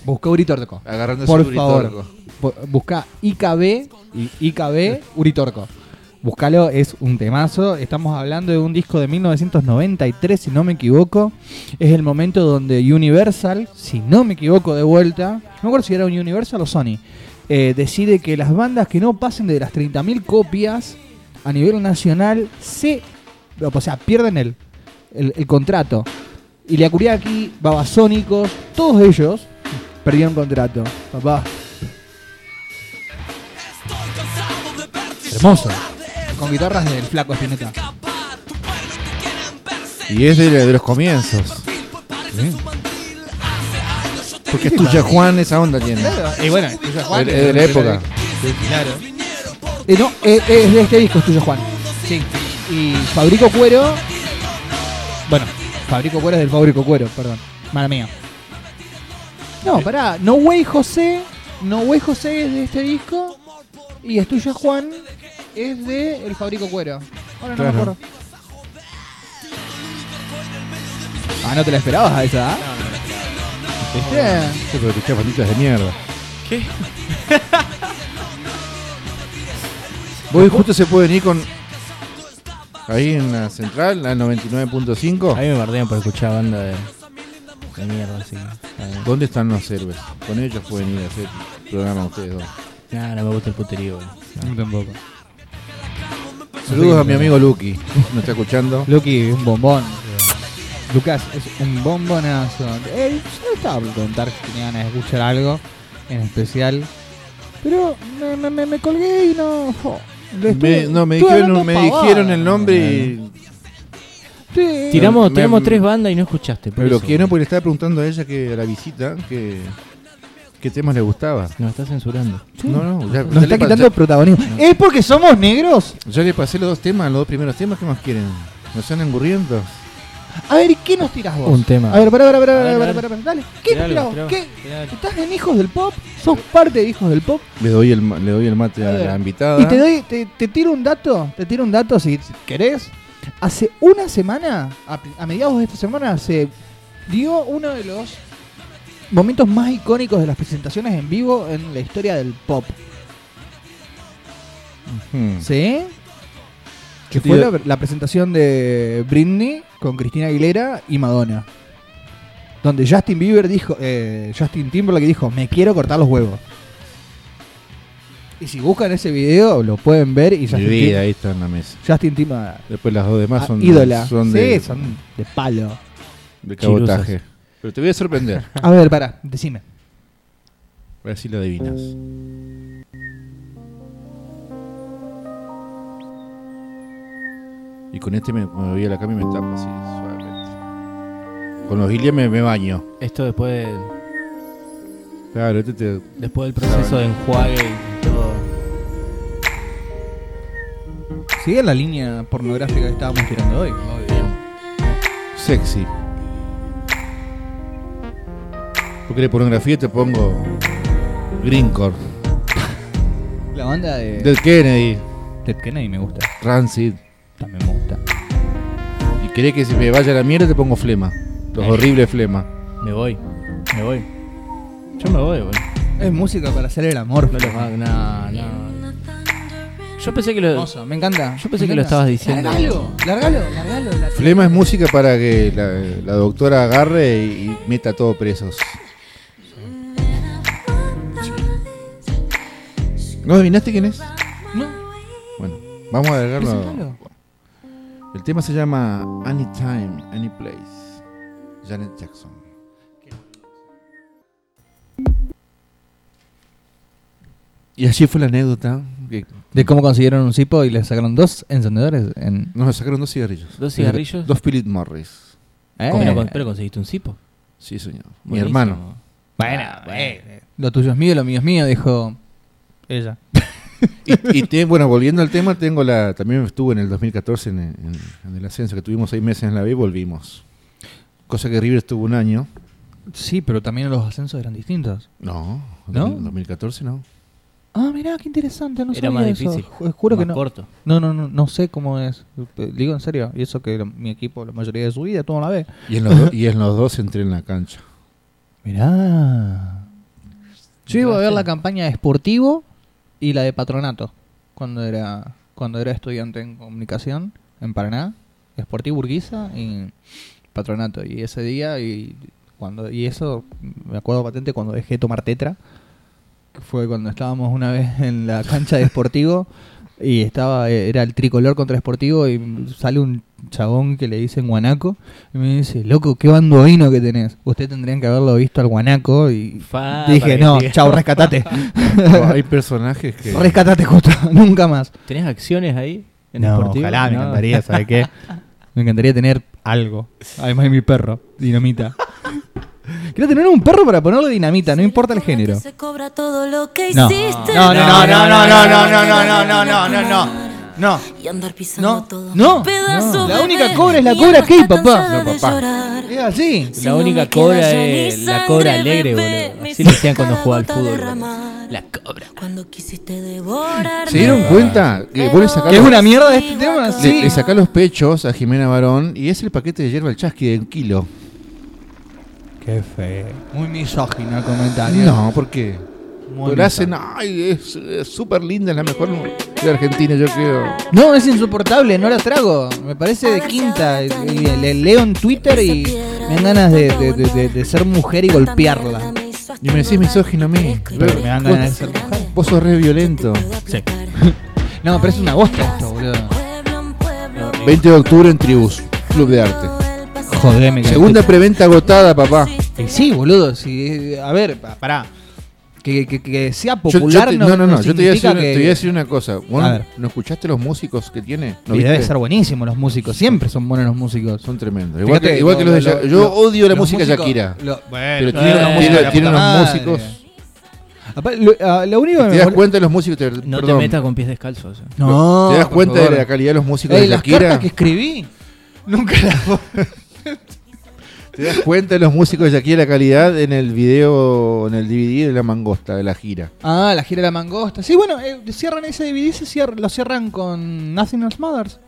Speaker 2: Busca Uritorco.
Speaker 4: agarrando ese
Speaker 2: Por
Speaker 4: Uritorco.
Speaker 2: favor. Bu- Busca IKB y IKB Uritorco. Búscalo, es un temazo. Estamos hablando de un disco de 1993, si no me equivoco. Es el momento donde Universal, si no me equivoco de vuelta, no me acuerdo si era Universal o Sony, eh, decide que las bandas que no pasen de las 30.000 copias a nivel nacional se. O sea, pierden el, el, el contrato. Y Leacuriaki, Babasónicos, todos ellos perdieron contrato. Papá. Hermoso. Con guitarras del flaco Espineta.
Speaker 4: Y es de, de los comienzos. Porque es tuya, Juan, esa onda tiene.
Speaker 2: Y bueno, es tuyo, Juan.
Speaker 4: Es de la época.
Speaker 2: Claro.
Speaker 9: Eh, no, eh, eh, es de este disco, es tuyo, Juan.
Speaker 2: Sí.
Speaker 9: Y Fabrico Cuero.
Speaker 2: Bueno,
Speaker 9: Fabrico Cuero es del Fabrico Cuero, perdón.
Speaker 2: mala mía.
Speaker 9: No, pará. No Way José. No Way José es de este disco. Y es tuyo, Juan. Es de El Fabrico Cuero. Ahora no
Speaker 4: Claro.
Speaker 9: me acuerdo.
Speaker 2: Ah, no te la esperabas a esa, ¿ah?
Speaker 9: Bien.
Speaker 4: Sí, pero escuchá patitas de mierda. [LAUGHS] ¿Qué? Hoy justo se pueden ir con. Ahí en la central, la 99.5.
Speaker 3: A mí me bardean por escuchar banda de, de mierda, así. Está bien.
Speaker 4: ¿Dónde están los héroes? Con ellos pueden ir a hacer programa ustedes dos.
Speaker 3: Nah, no me gusta el puterío. boludo.
Speaker 2: No, tampoco.
Speaker 4: Saludos a mi amigo Lucky. ¿No está escuchando?
Speaker 2: Lucky, un bombón. Lucas es un bombonazo.
Speaker 9: Eh,
Speaker 2: Él yo estaba por contar que tenía ganas de escuchar algo en especial. Pero me, me- me- me colgué y no. jo, le
Speaker 4: Me-
Speaker 2: estuve-
Speaker 4: no, me
Speaker 2: estuve hablando
Speaker 4: dijeron, me
Speaker 2: pavada.
Speaker 4: dijeron el nombre y
Speaker 9: Sí.
Speaker 3: Tiramos,
Speaker 4: me-
Speaker 3: tenemos
Speaker 4: me-
Speaker 3: tres bandas y no escuchaste. por
Speaker 4: me
Speaker 3: eso,
Speaker 4: bloqueé, no,
Speaker 3: boludo.
Speaker 4: porque le estaba preguntando a ella que a la visita, que qué temas le gustaba.
Speaker 3: Nos está censurando.
Speaker 4: No, no, ya, ya
Speaker 2: Nos está
Speaker 4: le pa-
Speaker 2: quitando protagonismo. ¿Es porque somos negros?
Speaker 4: ya- ya le pasé los dos temas, los dos primeros temas que más quieren. ¿No son engurrientos?
Speaker 9: A ver, ¿y ¿qué nos tirás vos?
Speaker 3: Un tema.
Speaker 9: A ver, pará, pará, pará,
Speaker 3: A ver,
Speaker 9: pará,
Speaker 3: a
Speaker 9: pará,
Speaker 3: ver.
Speaker 9: pará, pará. Dale, ¿qué nos
Speaker 3: Tiralo,
Speaker 9: tirás vos?
Speaker 3: tiralo,
Speaker 9: ¿Qué?
Speaker 3: tiralo.
Speaker 9: ¿Estás en Hijos del Pop? ¿Sos parte de Hijos del Pop?
Speaker 4: Le doy el, ma- le doy el mate a,
Speaker 9: A ver.
Speaker 4: la invitada.
Speaker 9: Y te doy, te, te tiro un dato, te tiro un dato si si querés. Hace una semana, a, a mediados de esta semana, se dio uno de los momentos más icónicos de las presentaciones en vivo en la historia del pop.
Speaker 4: Hmm.
Speaker 9: ¿Sí? Que
Speaker 4: Yo te
Speaker 9: fue
Speaker 4: iba-
Speaker 9: la, la presentación de Britney con Cristina Aguilera y Madonna. Donde Justin Bieber dijo, eh, Justin Timberlake dijo, me quiero cortar los huevos. Y si buscan ese video, lo pueden ver y
Speaker 4: Mi
Speaker 9: Justin, Tim-
Speaker 4: vida, ahí está en la mesa.
Speaker 9: Justin Timberlake.
Speaker 4: Después las dos demás
Speaker 9: ah,
Speaker 4: son,
Speaker 9: ídola.
Speaker 4: son
Speaker 9: sí,
Speaker 4: de,
Speaker 9: son de palo.
Speaker 4: de cabotaje. Pero te voy a sorprender.
Speaker 2: Ah.
Speaker 9: A ver, pará, decime.
Speaker 4: A ver si lo adivinas. Y con este me, me voy a la cama y me tapo así suavemente. Con los giles me, me baño.
Speaker 3: Esto después, de-
Speaker 4: Claro, este te.
Speaker 3: después del proceso de enjuague y todo.
Speaker 2: Sigue la línea pornográfica que estábamos tirando hoy.
Speaker 4: Sexy. Porque de pornografía te pongo. Greencore.
Speaker 2: La banda de
Speaker 4: Del Kennedy.
Speaker 2: Ted Kennedy me gusta.
Speaker 4: Transit.
Speaker 2: También me gusta.
Speaker 4: Y querés que se me vaya a la mierda, te pongo flema. Los
Speaker 3: Ahí.
Speaker 4: horribles flema.
Speaker 3: Me voy, me voy. Yo me voy, boludo.
Speaker 2: Es música para hacer el amor.
Speaker 3: No los hago, no, no. Yo pensé que lo.
Speaker 2: Hermoso, me encanta.
Speaker 3: Yo pensé
Speaker 2: Me
Speaker 3: que lo
Speaker 2: encanta.
Speaker 3: estabas diciendo.
Speaker 2: Largalo, largalo, largalo. largalo.
Speaker 4: Flema es música para que la, la doctora agarre y, y meta a todos presos. ¿No adivinaste quién es?
Speaker 2: No,
Speaker 4: Bueno, vamos a agregarlo.
Speaker 2: Presentalo.
Speaker 4: El tema se llama Anytime, Anyplace. Janet Jackson. Y así fue la anécdota. que
Speaker 2: De cómo consiguieron un cipo y le sacaron dos encendedores en.
Speaker 4: nos sacaron dos cigarrillos.
Speaker 3: ¿Dos cigarrillos?
Speaker 4: Dos Philip Morris.
Speaker 2: Eh,
Speaker 3: Pero, con- pero conseguiste un cipo.
Speaker 4: Sí, señor. Mi
Speaker 3: Buenísimo. Ah,
Speaker 4: hermano.
Speaker 2: Bueno, eh, lo tuyo es mío, lo mío es mío, dijo ella.
Speaker 4: Y, y te- bueno, volviendo al tema, tengo la también estuve en el 2014 en, en- en el ascenso, que tuvimos seis meses en la B y volvimos. Cosa que River estuvo un año.
Speaker 2: Sí, pero también los ascensos eran distintos.
Speaker 4: No,
Speaker 2: ¿No?
Speaker 4: en 2014 no.
Speaker 2: Ah, mirá, qué interesante, no
Speaker 3: Era
Speaker 2: sabía
Speaker 3: más
Speaker 2: eso.
Speaker 3: difícil.
Speaker 2: Ju- Juro que no.
Speaker 3: Más corto.
Speaker 2: No, no, no, no sé cómo es. Te Digo en serio, y eso que lo- mi equipo, la mayoría de su vida, todo la ve.
Speaker 4: Y en los, do- [LAUGHS] y en los dos entré en la cancha.
Speaker 2: Mirá. Yo iba a ver la campaña de Sportivo y la de Patronato cuando era cuando era estudiante en comunicación en Paraná, Sportivo Urquiza y Patronato y ese día y cuando y eso me acuerdo patente cuando dejé de tomar tetra que fue cuando estábamos una vez en la cancha de Sportivo y estaba era el tricolor contra Sportivo y sale un chabón que le dicen guanaco y me dice, "Loco, qué bandoino que tenés. Usted tendrían que haberlo visto al guanaco" y
Speaker 3: Fa, para
Speaker 2: dije,
Speaker 3: que
Speaker 2: "No,
Speaker 3: diga.
Speaker 2: chao,
Speaker 3: [LAUGHS]
Speaker 2: rescatate." [LAUGHS]
Speaker 4: No, hay personajes que.
Speaker 2: rescatate justo, [LAUGHS] nunca más.
Speaker 3: ¿Tenés acciones ahí? En
Speaker 2: No,
Speaker 3: Deportivo?
Speaker 2: ojalá, me
Speaker 10: [LAUGHS]
Speaker 1: [LAUGHS]
Speaker 3: No.
Speaker 2: encantaría, ¿sabes qué? Me encantaría tener
Speaker 10: algo. Además de mi perro,
Speaker 2: [LAUGHS]
Speaker 10: dinamita. Quiero tener un perro para ponerle dinamita, no importa el género.
Speaker 1: Se cobra todo lo que
Speaker 10: No.
Speaker 1: hiciste.
Speaker 10: No, no, no, no, no, no, no, no, no, no,
Speaker 1: no, no, no, no.
Speaker 10: No.
Speaker 1: Y andar pisando
Speaker 10: No,
Speaker 1: todo.
Speaker 10: no, no.
Speaker 1: Pedazo
Speaker 10: La
Speaker 1: bebé,
Speaker 10: única cobra es la
Speaker 1: y
Speaker 10: cobra
Speaker 1: anda
Speaker 10: aquí,
Speaker 1: cansada
Speaker 10: papá.
Speaker 1: de
Speaker 4: No, papá.
Speaker 1: llorar.
Speaker 10: Es así.
Speaker 1: Si
Speaker 3: La
Speaker 1: no me
Speaker 3: única
Speaker 1: queda
Speaker 3: cobra
Speaker 1: ya ni
Speaker 3: es la cobra
Speaker 1: sangre,
Speaker 3: alegre,
Speaker 1: bebé,
Speaker 3: boludo.
Speaker 1: mi
Speaker 3: Así le decían cuando
Speaker 1: sacada
Speaker 3: jugaba al
Speaker 1: gota
Speaker 3: fútbol.
Speaker 1: derramar.
Speaker 3: boludo. La cobra.
Speaker 1: Cuando quisiste devorarme.
Speaker 4: ¿Se dieron cuenta? Que vos le sacás
Speaker 10: Que es
Speaker 4: los-
Speaker 10: una mierda de este tema.
Speaker 4: le,
Speaker 10: Sí.
Speaker 4: le sacás los pechos a Jimena Barón y es el paquete de hierba al chasqui de un kilo.
Speaker 10: Qué feo. Muy misógino el comentario.
Speaker 4: No, ¿por qué?
Speaker 10: Muy
Speaker 4: Lo hacen, ay, es es súper linda, es la mejor de Argentina, yo creo.
Speaker 2: No, es insoportable, no la trago. Me parece de quinta. Y- y le leo en Twitter y me dan ganas de, de- de- de- de ser mujer y golpearla.
Speaker 4: Y me decís misógino a mí.
Speaker 10: Pero me dan
Speaker 4: Vos-
Speaker 10: ganas de ser mujer.
Speaker 4: Vos sos re violento.
Speaker 10: Sí.
Speaker 2: No, pero es una bosta esto, boludo.
Speaker 4: 20 de octubre en Tribus, Club de Arte.
Speaker 10: Jodeme. que-
Speaker 4: Segunda preventa agotada, papá.
Speaker 2: Y sí, boludo. Sí, a ver, pa- pará. Que, que- que sea
Speaker 4: Yo- yo te-
Speaker 2: popular
Speaker 4: no, no, no, yo te voy, a decir
Speaker 2: significa
Speaker 4: una, te
Speaker 2: que-
Speaker 4: voy a decir una cosa. ¿Vos
Speaker 2: A
Speaker 4: no-
Speaker 2: ver.
Speaker 4: ¿No escuchaste los músicos que tiene? ¿No
Speaker 2: Y debe
Speaker 4: viste?
Speaker 2: ser buenísimo los músicos. Siempre son buenos los músicos.
Speaker 4: Son tremendos. Igual
Speaker 2: Fíjate,
Speaker 4: que, igual que
Speaker 2: lo-
Speaker 4: los de
Speaker 2: lo-
Speaker 4: Ya- Yo
Speaker 2: lo-
Speaker 4: odio la
Speaker 2: los
Speaker 4: música de
Speaker 2: músicos-
Speaker 4: Shakira.
Speaker 2: lo-
Speaker 4: Pero
Speaker 2: bueno,
Speaker 4: tiene,
Speaker 2: eh,
Speaker 4: unos-
Speaker 2: la
Speaker 4: tiene-
Speaker 2: puta
Speaker 4: tiene unos
Speaker 2: madre.
Speaker 4: músicos.
Speaker 2: Apa- Lo, ah, lo único que
Speaker 4: ¿Te
Speaker 2: me
Speaker 4: das
Speaker 2: mol-
Speaker 4: cuenta de los músicos? Te,
Speaker 3: No
Speaker 4: perdón.
Speaker 3: te metas con pies descalzos. eh.
Speaker 2: No.
Speaker 4: ¿Te das
Speaker 2: por
Speaker 4: cuenta
Speaker 2: favor.
Speaker 4: de la calidad de los músicos
Speaker 2: Ey,
Speaker 4: de
Speaker 2: las
Speaker 4: Shakira?
Speaker 2: cartas que escribí nunca las voy-
Speaker 4: ¿Te das cuenta de los músicos de Shakira la calidad en el video, en el DVD de la mangosta, de la gira?
Speaker 2: Ah, la gira de la mangosta. Sí, bueno, eh, cierran ese DVD, se cier- lo cierran con Nothing Else Matters.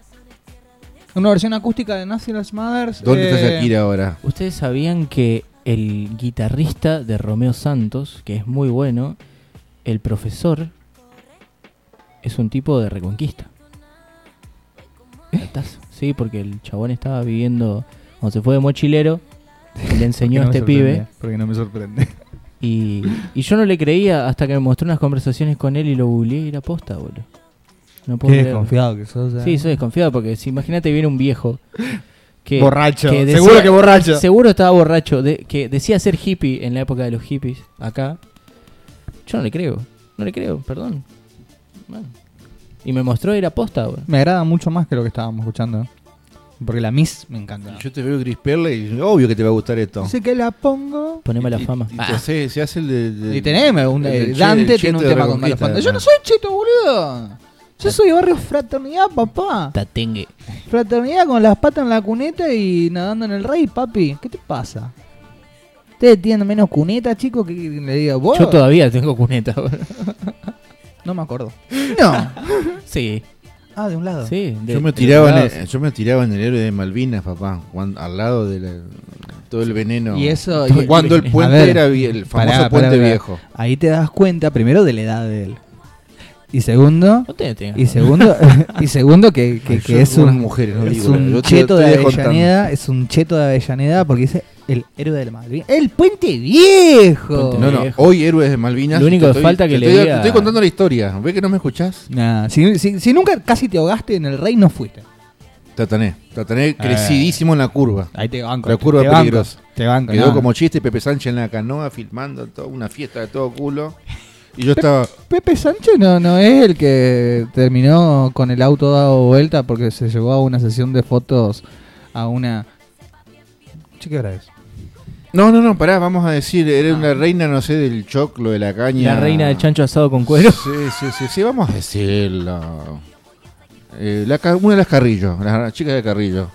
Speaker 2: Una versión acústica de Nothing Else Matters.
Speaker 4: ¿Dónde
Speaker 2: eh,
Speaker 4: está Shakira ahora?
Speaker 3: Ustedes sabían que el guitarrista de Romeo Santos, que es muy bueno, el profesor, es un tipo de reconquista.
Speaker 1: ¿Eh?
Speaker 3: ¿Estás? Sí, porque el chabón estaba viviendo, cuando se fue de mochilero,
Speaker 2: [LAUGHS]
Speaker 3: le enseñó a este pibe.
Speaker 10: Porque no me
Speaker 3: [LAUGHS]
Speaker 10: sorprende.
Speaker 3: Y, y yo no le creía hasta que me mostró unas conversaciones con él y lo googleé y era posta, boludo. No puedo
Speaker 10: Qué
Speaker 3: creerlo.
Speaker 10: desconfiado que sos. eh.
Speaker 3: Sí, soy desconfiado porque si imagínate viene un viejo que
Speaker 10: borracho.
Speaker 3: que decía-
Speaker 10: Seguro que borracho.
Speaker 3: seguro estaba borracho, de- que decía ser hippie en la época de los hippies acá. Yo no le creo, no le creo, perdón. Bueno. Y me mostró era posta, boludo.
Speaker 10: Me agrada mucho más que lo que estábamos escuchando. Porque la Miss me
Speaker 2: Ah.
Speaker 10: encanta.
Speaker 4: Yo te veo Chris Perla y obvio que te va a gustar esto.
Speaker 2: Dice que la pongo.
Speaker 3: Poneme la
Speaker 4: Y-
Speaker 3: fama.
Speaker 4: y te
Speaker 3: Ah,
Speaker 4: hace- se hace el de. de-
Speaker 2: Y tenemos un,
Speaker 4: el del
Speaker 2: eh,
Speaker 4: che-
Speaker 2: Dante
Speaker 4: del
Speaker 2: tiene un
Speaker 4: cheto de
Speaker 2: tema con malos
Speaker 4: Reconquista,
Speaker 2: Pandas. Yo no
Speaker 4: además.
Speaker 2: soy cheto, boludo. Yo soy barrio fraternidad, papá.
Speaker 3: tatengue.
Speaker 2: Fraternidad con las patas en la cuneta y nadando en el rey, papi. ¿Qué te pasa? Ustedes tienen menos cuneta, chicos, que que le diga vos.
Speaker 3: Yo todavía tengo cuneta, boludo.
Speaker 2: No me
Speaker 4: [LAUGHS]
Speaker 2: acuerdo. No.
Speaker 3: Sí,
Speaker 2: Ah, de un lado.
Speaker 3: sí. de-
Speaker 4: Yo me,
Speaker 3: de
Speaker 4: tiraba
Speaker 3: los
Speaker 4: en
Speaker 3: lados.
Speaker 4: el, yo me tiraba en el héroe de Malvinas, papá, cuando- al lado de la- todo el veneno.
Speaker 2: Y eso.
Speaker 4: Cu-
Speaker 2: y-
Speaker 4: [LAUGHS] Cuando el
Speaker 2: a
Speaker 4: puente
Speaker 2: ver,
Speaker 4: era vie- el famoso
Speaker 2: pará, pará,
Speaker 4: puente
Speaker 2: pará.
Speaker 4: viejo.
Speaker 2: Ahí te das cuenta, primero, de la edad de él. Y segundo.
Speaker 3: No te detengas.
Speaker 2: Y segundo, [LAUGHS] y segundo que, que-
Speaker 4: Ay,
Speaker 2: que
Speaker 4: yo
Speaker 2: es
Speaker 4: con las
Speaker 2: un,
Speaker 4: mujeres, no
Speaker 2: es
Speaker 4: digo,
Speaker 2: un
Speaker 4: yo te-
Speaker 2: cheto
Speaker 4: te
Speaker 2: de
Speaker 4: voy contando.
Speaker 2: Avellaneda, es un cheto de Avellaneda porque dice el héroe del Malvin. ¡El puente viejo!
Speaker 3: Puente
Speaker 4: No, no,
Speaker 3: viejo.
Speaker 4: hoy héroes de Malvinas.
Speaker 3: Lo único
Speaker 4: te
Speaker 3: que falta que
Speaker 4: te
Speaker 3: le
Speaker 4: estoy,
Speaker 3: diga-
Speaker 4: te estoy contando la historia. ¿Ves que no me escuchás?
Speaker 2: Nah, si, si- si nunca casi te ahogaste en el rey, no fuiste.
Speaker 4: Tatané. Tatané crecidísimo en la curva.
Speaker 10: Ahí te banco.
Speaker 4: La
Speaker 10: te-
Speaker 4: curva
Speaker 10: te banco,
Speaker 4: peligrosa.
Speaker 10: Te banco.
Speaker 4: Quedó
Speaker 10: no.
Speaker 4: como chiste Pepe Sánchez en la canoa filmando todo- una fiesta de todo culo. Y yo estaba.
Speaker 2: Pepe Sánchez no, no es el que terminó con el auto dado vuelta porque se llevó a una sesión de fotos a una. Che, ¿qué hora es?
Speaker 4: No, no, no, pará, vamos a decir. Era una reina, no sé, del choclo, de la caña.
Speaker 3: Ah. La reina del chancho asado con cuero.
Speaker 4: Sí, sí, sí, sí, vamos a decirlo. Eh, la ca- una de las Carrillo, la chica de Carrillo.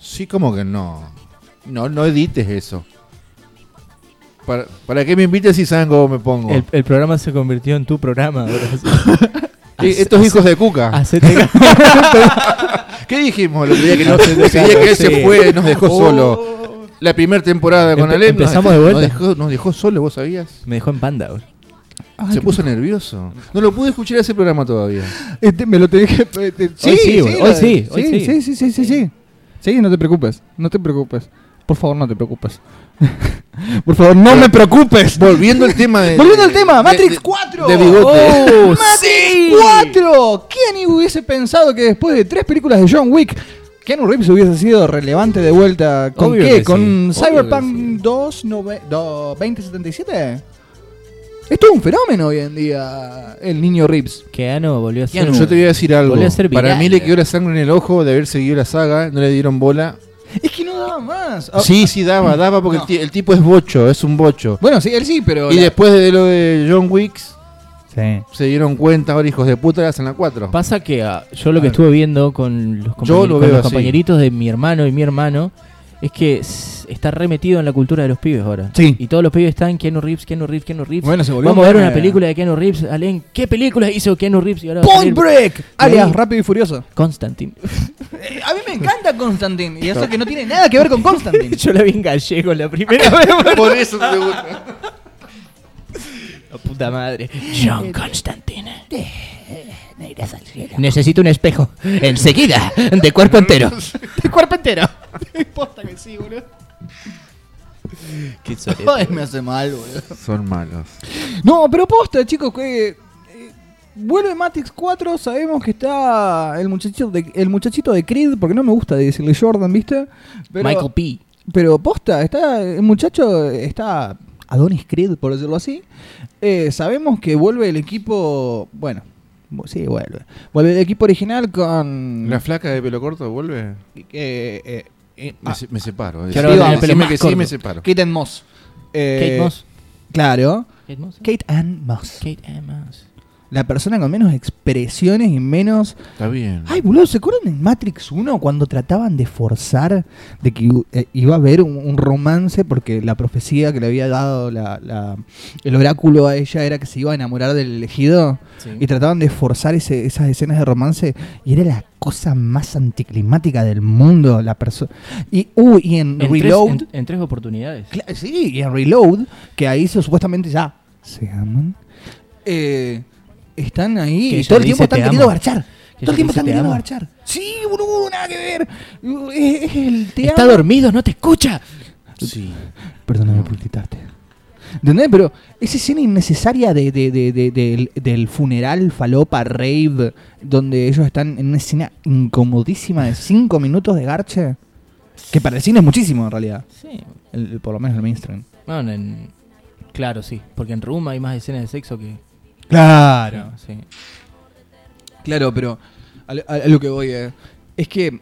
Speaker 4: Sí, como que no. No, no edites eso. ¿Para, para qué me invites si saben cómo me pongo?
Speaker 3: El, el programa se convirtió en tu programa.
Speaker 4: [LAUGHS]
Speaker 3: bro.
Speaker 4: Eh, estos hijos de Cuca.
Speaker 3: Hacete cargo.
Speaker 4: [LAUGHS] ¿Qué dijimos el otro día que,
Speaker 3: [LAUGHS]
Speaker 4: no,
Speaker 3: Hacete
Speaker 4: ese día
Speaker 3: cargo,
Speaker 4: que él
Speaker 3: sí.
Speaker 4: se fue nos dejó solo? La primera temporada con
Speaker 3: Empe-
Speaker 4: Alem nos-
Speaker 3: empezamos de vuelta.
Speaker 4: Nos dejó, nos dejó solo, ¿vos sabías?
Speaker 3: Me dejó en panda, bro.
Speaker 4: se puso nervioso. No lo pude escuchar ese programa todavía.
Speaker 10: Este, me lo te dije. este,
Speaker 3: Hoy sí, boludo, hoy
Speaker 10: lo-
Speaker 3: sí, hoy sí.
Speaker 10: sí, sí, sí, sí, sí. Sí, no te preocupes. No te preocupes. Por favor, no te
Speaker 2: [LAUGHS]
Speaker 10: preocupes. Por favor, no me preocupes.
Speaker 4: Volviendo al tema de.
Speaker 10: Volviendo al
Speaker 4: de-
Speaker 10: tema,
Speaker 4: de-
Speaker 10: Matrix
Speaker 4: de-
Speaker 10: 4.
Speaker 4: De bigote.
Speaker 2: [LAUGHS]
Speaker 10: Oh,
Speaker 2: ¡Matrix 4! ¿Quién hubiese pensado que después de tres películas de John Wick, Keanu Reeves hubiese sido relevante de vuelta? ¿Con
Speaker 3: Obvio
Speaker 2: qué?
Speaker 3: que
Speaker 2: ¿Con
Speaker 3: sí, obvio que
Speaker 2: Cyberpunk
Speaker 3: sí.
Speaker 2: 2, nove- do- 2077? Es todo un fenómeno hoy en día el niño Rips.
Speaker 3: Keanu volvió a ser.
Speaker 4: Yo te voy a decir algo.
Speaker 3: Volvió a ser
Speaker 4: Para
Speaker 3: viral. eh.
Speaker 4: mí le quedó la sangre en el ojo de haber seguido la saga, no le dieron bola.
Speaker 2: Es que no daba más.
Speaker 10: Oh.
Speaker 2: Ah,
Speaker 4: Sí, sí, daba, daba porque el, ti- el tipo es bocho, es un bocho.
Speaker 2: Bueno, sí, él sí, pero.
Speaker 4: Y
Speaker 2: la-
Speaker 4: después de lo de John Wicks,
Speaker 11: Sí.
Speaker 4: se dieron cuenta, ahora hijos de puta, hacen la 4.
Speaker 3: Pasa que ah, yo lo que estuve viendo con los, compañer-
Speaker 4: Yo lo
Speaker 3: con
Speaker 4: veo
Speaker 3: los
Speaker 4: así.
Speaker 3: compañeritos de mi hermano y mi hermano es que s- está remetido en la cultura de los pibes ahora.
Speaker 11: Sí.
Speaker 3: Y todos los pibes están Keanu Reeves, Keanu Reeves, Keanu Reeves.
Speaker 11: Bueno, se volvió
Speaker 3: Vamos a ver
Speaker 11: un meme.
Speaker 3: una película de Keanu Reeves. Alén, ¿qué película hizo Keanu Reeves? Y ahora va a
Speaker 2: Point
Speaker 3: salir
Speaker 2: Break, alias
Speaker 3: Sí.
Speaker 2: Rápido y Furioso.
Speaker 3: Constantine.
Speaker 2: Eh, a mí me encanta Constantine, y eso que no tiene nada que ver con Constantine.
Speaker 3: [LAUGHS] yo la vi en gallego la primera vez.
Speaker 4: Por eso te gusta.
Speaker 3: La puta madre. John Constantine. Necesito un espejo. Enseguida. De cuerpo entero. De cuerpo entero. que sí, boludo.
Speaker 2: Ay, me hace mal, boludo.
Speaker 4: Son malos.
Speaker 2: No, pero posta, chicos, que. eh, Vuelve Matrix 4, sabemos que está el muchachito de, el muchachito de Creed, porque no me gusta decirle Jordan, ¿viste? Pero,
Speaker 3: Michael P.
Speaker 2: Pero posta, está el muchacho está Adonis Creed, por decirlo así. Eh, sabemos que vuelve el equipo, bueno, vu- sí, vuelve. Vuelve el equipo original con
Speaker 4: ¿La flaca de pelo corto vuelve?
Speaker 2: eh, eh, eh,
Speaker 4: Me, se- me separo.
Speaker 3: ahora
Speaker 4: Decime-
Speaker 3: va a tener pelo
Speaker 4: decime
Speaker 3: más
Speaker 4: que sí,
Speaker 3: corto.
Speaker 4: me separo.
Speaker 2: Kate and Moss. Eh,
Speaker 3: Kate Moss.
Speaker 2: Claro,
Speaker 3: Kate Moss. Kate,
Speaker 2: Kate and Moss.
Speaker 3: Moss.
Speaker 2: La persona con menos expresiones y menos
Speaker 4: Está bien.
Speaker 2: Ay, boludo, ¿se acuerdan en Matrix 1 cuando trataban de forzar de que eh, iba a haber un, un romance porque la profecía que le había dado la- la- el oráculo a ella era que se iba a enamorar del elegido? Y trataban de forzar ese- esas escenas de romance y era la cosa más anticlimática del mundo. La persona. Y, uh, y en,
Speaker 3: En,
Speaker 2: Reload.
Speaker 3: Tres, en- en tres oportunidades.
Speaker 2: Cla- Sí, y en Reload, que ahí se- supuestamente ya se aman. eh, están ahí
Speaker 3: Que
Speaker 2: y
Speaker 3: ella
Speaker 2: todo el
Speaker 3: dice,
Speaker 2: tiempo están
Speaker 3: "Te
Speaker 2: queriendo
Speaker 3: amo".
Speaker 2: garchar.
Speaker 3: Que
Speaker 2: Todo
Speaker 3: ella
Speaker 2: el tiempo
Speaker 3: dice,
Speaker 2: están
Speaker 3: "Te
Speaker 2: queriendo
Speaker 3: amo".
Speaker 2: garchar. Sí, boludo, nada que ver. Uh, Es, es el te
Speaker 3: Está
Speaker 2: amo.
Speaker 3: dormido, no te escucha.
Speaker 4: Sí.
Speaker 2: Perdóname por quitarte. ¿Entendés? Pero esa escena innecesaria de, de- de- de- del- del funeral falopa rave, donde ellos están en una escena incomodísima de 5 minutos de garche, que para el cine es muchísimo en realidad,
Speaker 3: Sí.
Speaker 2: el- por lo menos el mainstream.
Speaker 3: Bueno, en- claro, sí. Porque en Room hay más escenas de sexo que.
Speaker 2: Claro.
Speaker 3: Sí.
Speaker 2: Claro, pero a lo, a- a lo que voy eh, es que,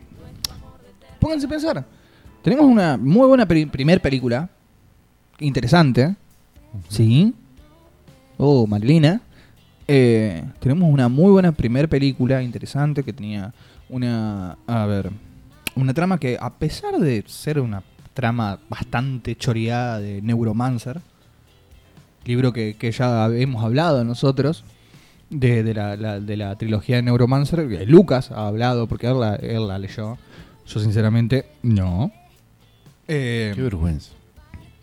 Speaker 2: pónganse a pensar, tenemos una muy buena pri- primer película, interesante, ¿sí? Oh, Marilina. Eh, tenemos una muy buena primer película, interesante, que tenía una, a ver, una trama que a pesar de ser una trama bastante choreada de Neuromancer, libro que, que ya hemos hablado nosotros, de, de la, la- de la trilogía de Neuromancer. que Lucas ha hablado porque él la, él la leyó. Yo, sinceramente, no. Eh,
Speaker 4: Qué vergüenza.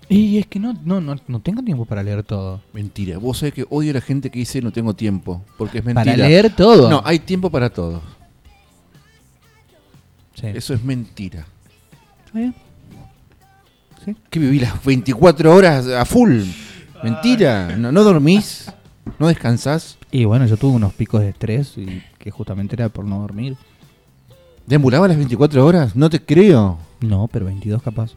Speaker 2: y es que no, no, no, no tengo tiempo para leer todo.
Speaker 4: Mentira. Vos sabés que odio a la gente que dice no tengo tiempo. Porque es mentira.
Speaker 2: Para leer todo.
Speaker 4: No, hay tiempo para todo.
Speaker 2: Sí.
Speaker 4: Eso es mentira.
Speaker 2: Está bien.
Speaker 4: Que viví las 24 horas a full. Mentira. No, no dormís. No descansás.
Speaker 2: Y bueno, yo tuve unos picos de estrés y que justamente era por no dormir.
Speaker 4: ¿Deambulaba las 24 horas? No te creo.
Speaker 2: No, pero 22 capaz.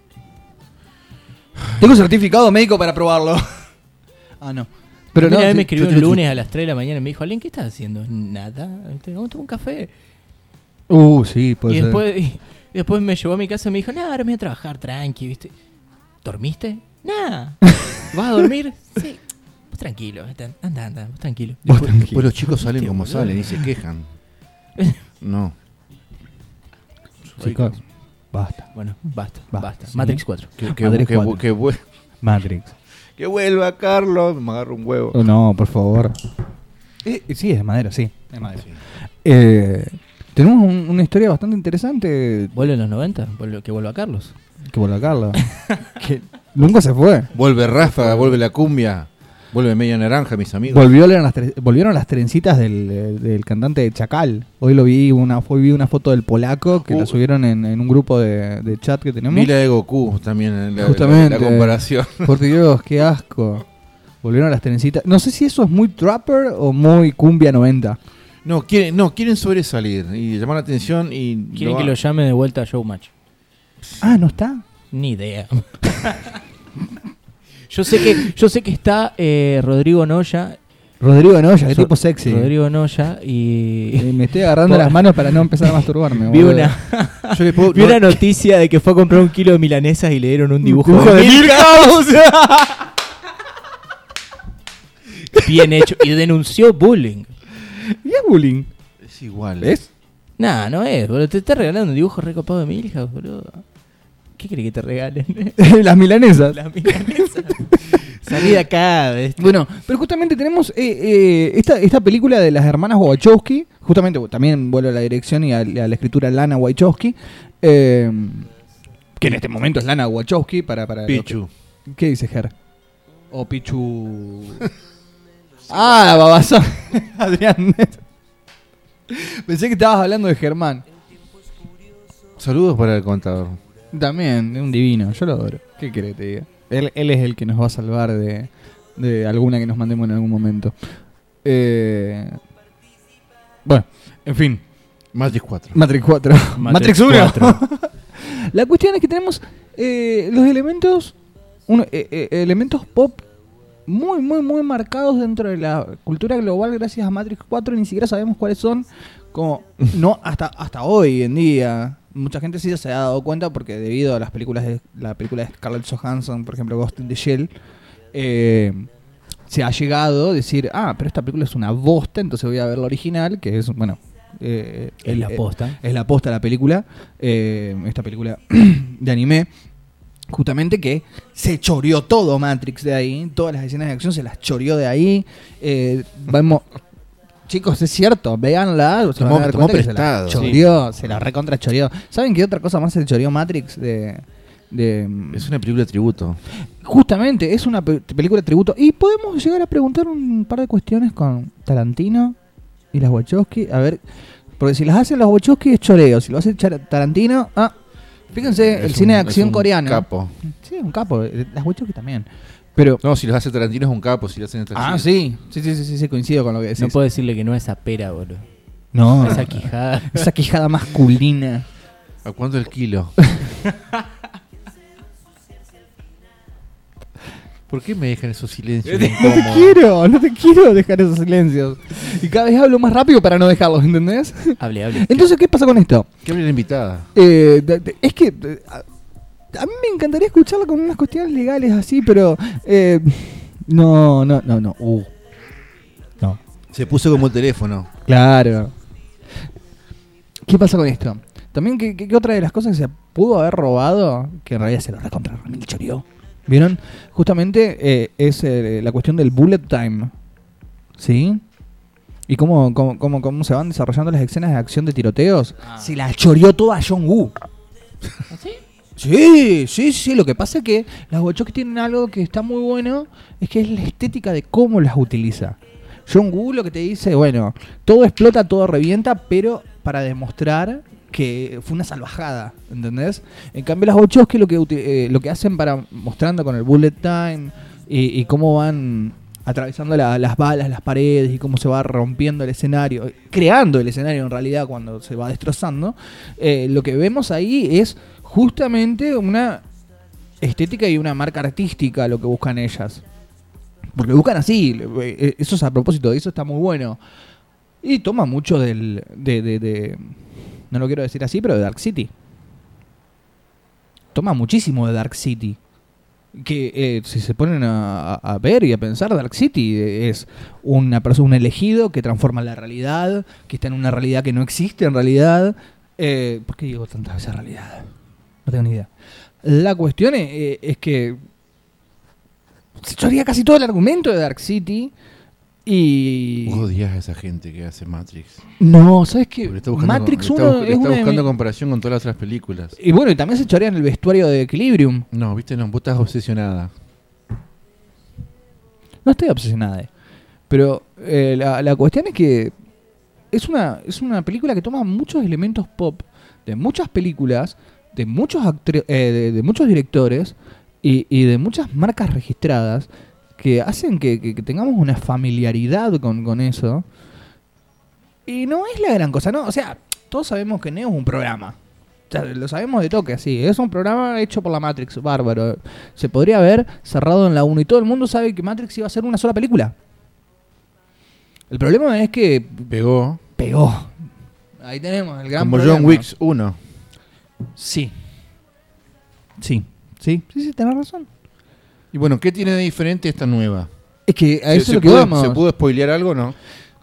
Speaker 2: Tengo un certificado médico para probarlo. [LAUGHS] ah, no. Pero
Speaker 3: Mira,
Speaker 2: no,
Speaker 3: él
Speaker 2: sí,
Speaker 3: me escribió
Speaker 2: yo-
Speaker 3: un
Speaker 2: yo- yo-
Speaker 3: lunes a las 3 de la mañana y me dijo, Alien, ¿qué estás haciendo? Nada. Este, "Oh, tomo un café.
Speaker 2: Uh, sí, puede
Speaker 3: y
Speaker 2: ser.
Speaker 3: después, y después me llevó a mi casa y me dijo, nada, ahora me voy a trabajar tranqui, ¿viste? ¿Dormiste?
Speaker 2: [LAUGHS]
Speaker 3: Nada. ¿Vas a dormir? sí. Vos tranquilo, anda, anda, anda, vos tranquilo.
Speaker 4: Después, después los chicos salen como
Speaker 3: boludo.
Speaker 4: salen y se quejan. No.
Speaker 2: Chicos, basta.
Speaker 3: Bueno, basta,
Speaker 2: Va,
Speaker 3: basta.
Speaker 2: sí.
Speaker 3: Matrix 4.
Speaker 4: Que, que-
Speaker 2: Madre
Speaker 4: que-
Speaker 2: cuatro.
Speaker 4: que vuel-
Speaker 2: Matrix.
Speaker 4: que vuelva Carlos. Me agarro un huevo.
Speaker 2: Oh, No, por favor. Eh, sí, es de madera, sí. Es madera. Eh, tenemos un- una historia bastante interesante
Speaker 3: ¿Vuelve en los 90? Vuelve- que vuelva Carlos.
Speaker 2: que volvió a [LAUGHS] Carla. que nunca se fue.
Speaker 4: Vuelve Ráfaga, vuelve la cumbia. Vuelve Media Naranja, mis amigos.
Speaker 2: Volvió las tre- volvieron las trencitas del, eh, del cantante de Chacal. Hoy lo vi una, hoy vi una foto del polaco que
Speaker 4: Uh.
Speaker 2: la subieron en, en un grupo de, de chat que tenemos.
Speaker 4: Vi la de Goku también. en La, la-
Speaker 2: Justamente.
Speaker 4: la comparación.
Speaker 2: [LAUGHS] Por Dios, qué asco. Volvieron las trencitas. No sé si eso es muy trapper o muy cumbia 90.
Speaker 4: No, quieren, no, quieren sobresalir y llamar la atención y.
Speaker 3: Quieren
Speaker 4: lo-
Speaker 3: que lo llame de vuelta a Showmatch.
Speaker 2: Ah, no está.
Speaker 3: Ni idea. [LAUGHS] Yo sé que, yo sé que está eh, Rodrigo Noya.
Speaker 9: Rodrigo Noya, qué
Speaker 3: So-
Speaker 9: tipo sexy.
Speaker 3: Rodrigo Noya
Speaker 2: Eh,
Speaker 3: [LAUGHS] y.
Speaker 2: me estoy agarrando las manos para no empezar a masturbarme.
Speaker 3: [LAUGHS] Vi
Speaker 2: boludo.
Speaker 3: una,
Speaker 4: Yo le puedo.
Speaker 3: vi una noticia de que fue a comprar un kilo de milanesas y le dieron un dibujo
Speaker 2: dibujo
Speaker 3: de [LAUGHS] Milhouse. Bien hecho. Y denunció bullying.
Speaker 2: Y es bullying.
Speaker 4: Es igual.
Speaker 2: ¿Ves? [LAUGHS]
Speaker 3: Nah, no es, boludo. Te está regalando un dibujo recopado de Milhouse, boludo. ¿Qué crees que te regalen? [LAUGHS]
Speaker 2: las milanesas.
Speaker 3: La milanesa. Salí de acá. de-
Speaker 2: Bueno, pero justamente tenemos eh, eh, esta, esta película de las hermanas Wachowski, justamente bueno, también vuelvo a la dirección y a, a la escritura Lana Wachowski, eh, que en este momento es Lana Wachowski para... para lo que-
Speaker 4: Pichu.
Speaker 2: ¿Qué dice Ger? O Pichu... [LAUGHS] ah, babazón. [LAUGHS] Adrián. Pensé que estabas hablando de Germán.
Speaker 4: Saludos para el contador.
Speaker 2: También, un divino, yo lo adoro. ¿Qué querés que te diga? Él, él es el que nos va a salvar de, de alguna que nos mandemos en algún momento. Eh, bueno, en fin,
Speaker 4: Matrix 4.
Speaker 2: Matrix 4. [LAUGHS] Matrix,
Speaker 3: Matrix
Speaker 2: 1.
Speaker 3: 4.
Speaker 2: La cuestión es que tenemos eh, los elementos, uno- eh, eh, elementos pop muy, muy, muy marcados dentro de la cultura global gracias a Matrix 4. Ni siquiera sabemos cuáles son, como no hasta, hasta hoy en día. Mucha gente sí se ha dado cuenta porque debido a las películas de la película de Scarlett Johansson, por ejemplo, Ghost in the Shell, eh, se ha llegado a decir, ah, pero esta película es una bosta, entonces voy a ver la original, que es, bueno... eh,
Speaker 3: Es la
Speaker 2: eh,
Speaker 3: posta.
Speaker 2: es la posta de la película, eh, esta película [CLEARS THROAT] de anime, justamente que se choreó todo Matrix de ahí, todas las escenas de acción se las choreó de ahí, eh, vamos... Chicos, es cierto, véanla. se van a
Speaker 4: Tomó-
Speaker 2: dar
Speaker 4: tomó
Speaker 2: cuenta que se la
Speaker 4: prestado.
Speaker 2: choreó, se la recontra choreó. ¿Saben qué otra cosa más se choreó Matrix? De, de,
Speaker 4: Es una película de tributo.
Speaker 2: Justamente, es una pe- película de tributo. Y podemos llegar a preguntar un par de cuestiones con Tarantino y las Wachowski. A ver, porque si las hacen las Wachowski es choreo. Si lo hace Char- Tarantino, ah, fíjense, el
Speaker 4: Es
Speaker 2: cine de
Speaker 4: un- es
Speaker 2: acción
Speaker 4: un
Speaker 2: coreano.
Speaker 4: Capo.
Speaker 2: Sí, es un capo. eh, Las Wachowski también. Pero.
Speaker 4: No, si los hace Tarantino es un capo, si lo hacen en
Speaker 2: Ah, sí. Sí, sí, sí, sí, sí, coincido con lo que decís.
Speaker 3: No puedo decirle que no a esa pera, boludo.
Speaker 2: No,
Speaker 3: A Esa quijada.
Speaker 2: esa quijada masculina.
Speaker 4: ¿A cuánto
Speaker 2: [LAUGHS]
Speaker 4: el kilo? ¿Por qué me dejan esos
Speaker 2: [LAUGHS]
Speaker 4: silencios
Speaker 2: No te
Speaker 4: incómodos?
Speaker 2: quiero, no te quiero dejar esos silencios. Y cada vez hablo más rápido para no dejarlos, ¿entendés? [LAUGHS]
Speaker 3: Hable, [LAUGHS] hable.
Speaker 2: Entonces, ¿qué pasa con esto?
Speaker 4: ¿Qué hable la invitada?
Speaker 2: Eh, de- de- es que eh, a, a mí me encantaría escucharla con unas cuestiones legales así, pero eh, no, no, no, no. Uh, no.
Speaker 4: Se puso como el teléfono.
Speaker 2: Claro. ¿Qué pasa con esto? También, ¿qué, qué- qué otra de las cosas que se pudo haber robado? Que en realidad se lo recontra el chorio. ¿Vieron? Justamente eh, es eh, la cuestión del bullet time. ¿Sí? Y cómo, cómo, cómo- cómo se van desarrollando las escenas de acción de tiroteos. Se la choreó toda a John Woo. Sí, sí, sí. Lo que pasa es que las Wachowski tienen algo que está muy bueno, es que es la estética de cómo las utiliza. John Woo lo que te dice, bueno, todo explota, todo revienta, pero para demostrar que fue una salvajada, ¿entendés? En cambio las Wachowski lo que, uti- eh, lo que hacen para mostrando con el bullet time y, y cómo van atravesando la- las balas, las paredes y cómo se va rompiendo el escenario, eh, creando el escenario en realidad cuando se va destrozando, eh, lo que vemos ahí es justamente una estética y una marca artística lo que buscan ellas. Porque buscan así, le- eh, eso es a propósito, eso está muy bueno. Y toma mucho del. De, de- de- no lo quiero decir así, pero de Dark City. Toma muchísimo de Dark City. Que eh, si se ponen a, a- a ver y a pensar, Dark City es una persona, un elegido que transforma la realidad, que está en una realidad que no existe en realidad. Eh, ¿Por qué digo tantas veces realidad? No tengo ni idea. La cuestión es, eh, es que se choría casi todo el argumento de Dark City y...
Speaker 4: Vos odias a esa gente que hace Matrix.
Speaker 2: No, ¿sabes qué?
Speaker 4: Porque está buscando-
Speaker 2: Matrix
Speaker 4: está
Speaker 2: 1 es
Speaker 4: bus- está
Speaker 2: una de
Speaker 4: buscando
Speaker 2: mi-
Speaker 4: comparación con todas las otras películas.
Speaker 2: Y bueno, y también se chorean el vestuario de Equilibrium.
Speaker 4: No, viste, no, vos estás obsesionada.
Speaker 2: No estoy obsesionada. eh. Pero eh, la, la cuestión es que es una, es una película que toma muchos elementos pop de muchas películas, de muchos, actre- eh, de, de muchos directores y, y de muchas marcas registradas que hacen que, que- que tengamos una familiaridad con, con eso. Y no es la gran cosa, ¿no? O sea, todos sabemos que Neo es un programa. ya lo sabemos de toque, sí. Es un programa hecho por la Matrix, bárbaro. Se podría haber cerrado en la 1 y todo el mundo sabe que Matrix iba a ser una sola película. El problema es que
Speaker 4: Pegó.
Speaker 2: pegó. Ahí tenemos el gran
Speaker 4: Como
Speaker 2: problema.
Speaker 4: John Wicks 1.
Speaker 2: Sí. Sí. Sí, sí, sí, tenés razón.
Speaker 4: Y bueno, ¿qué tiene de diferente esta nueva?
Speaker 2: Es que a
Speaker 4: ¿Se-
Speaker 2: eso
Speaker 4: se
Speaker 2: es lo que
Speaker 4: pudo-
Speaker 2: vamos.
Speaker 4: ¿Se pudo spoilear algo o no?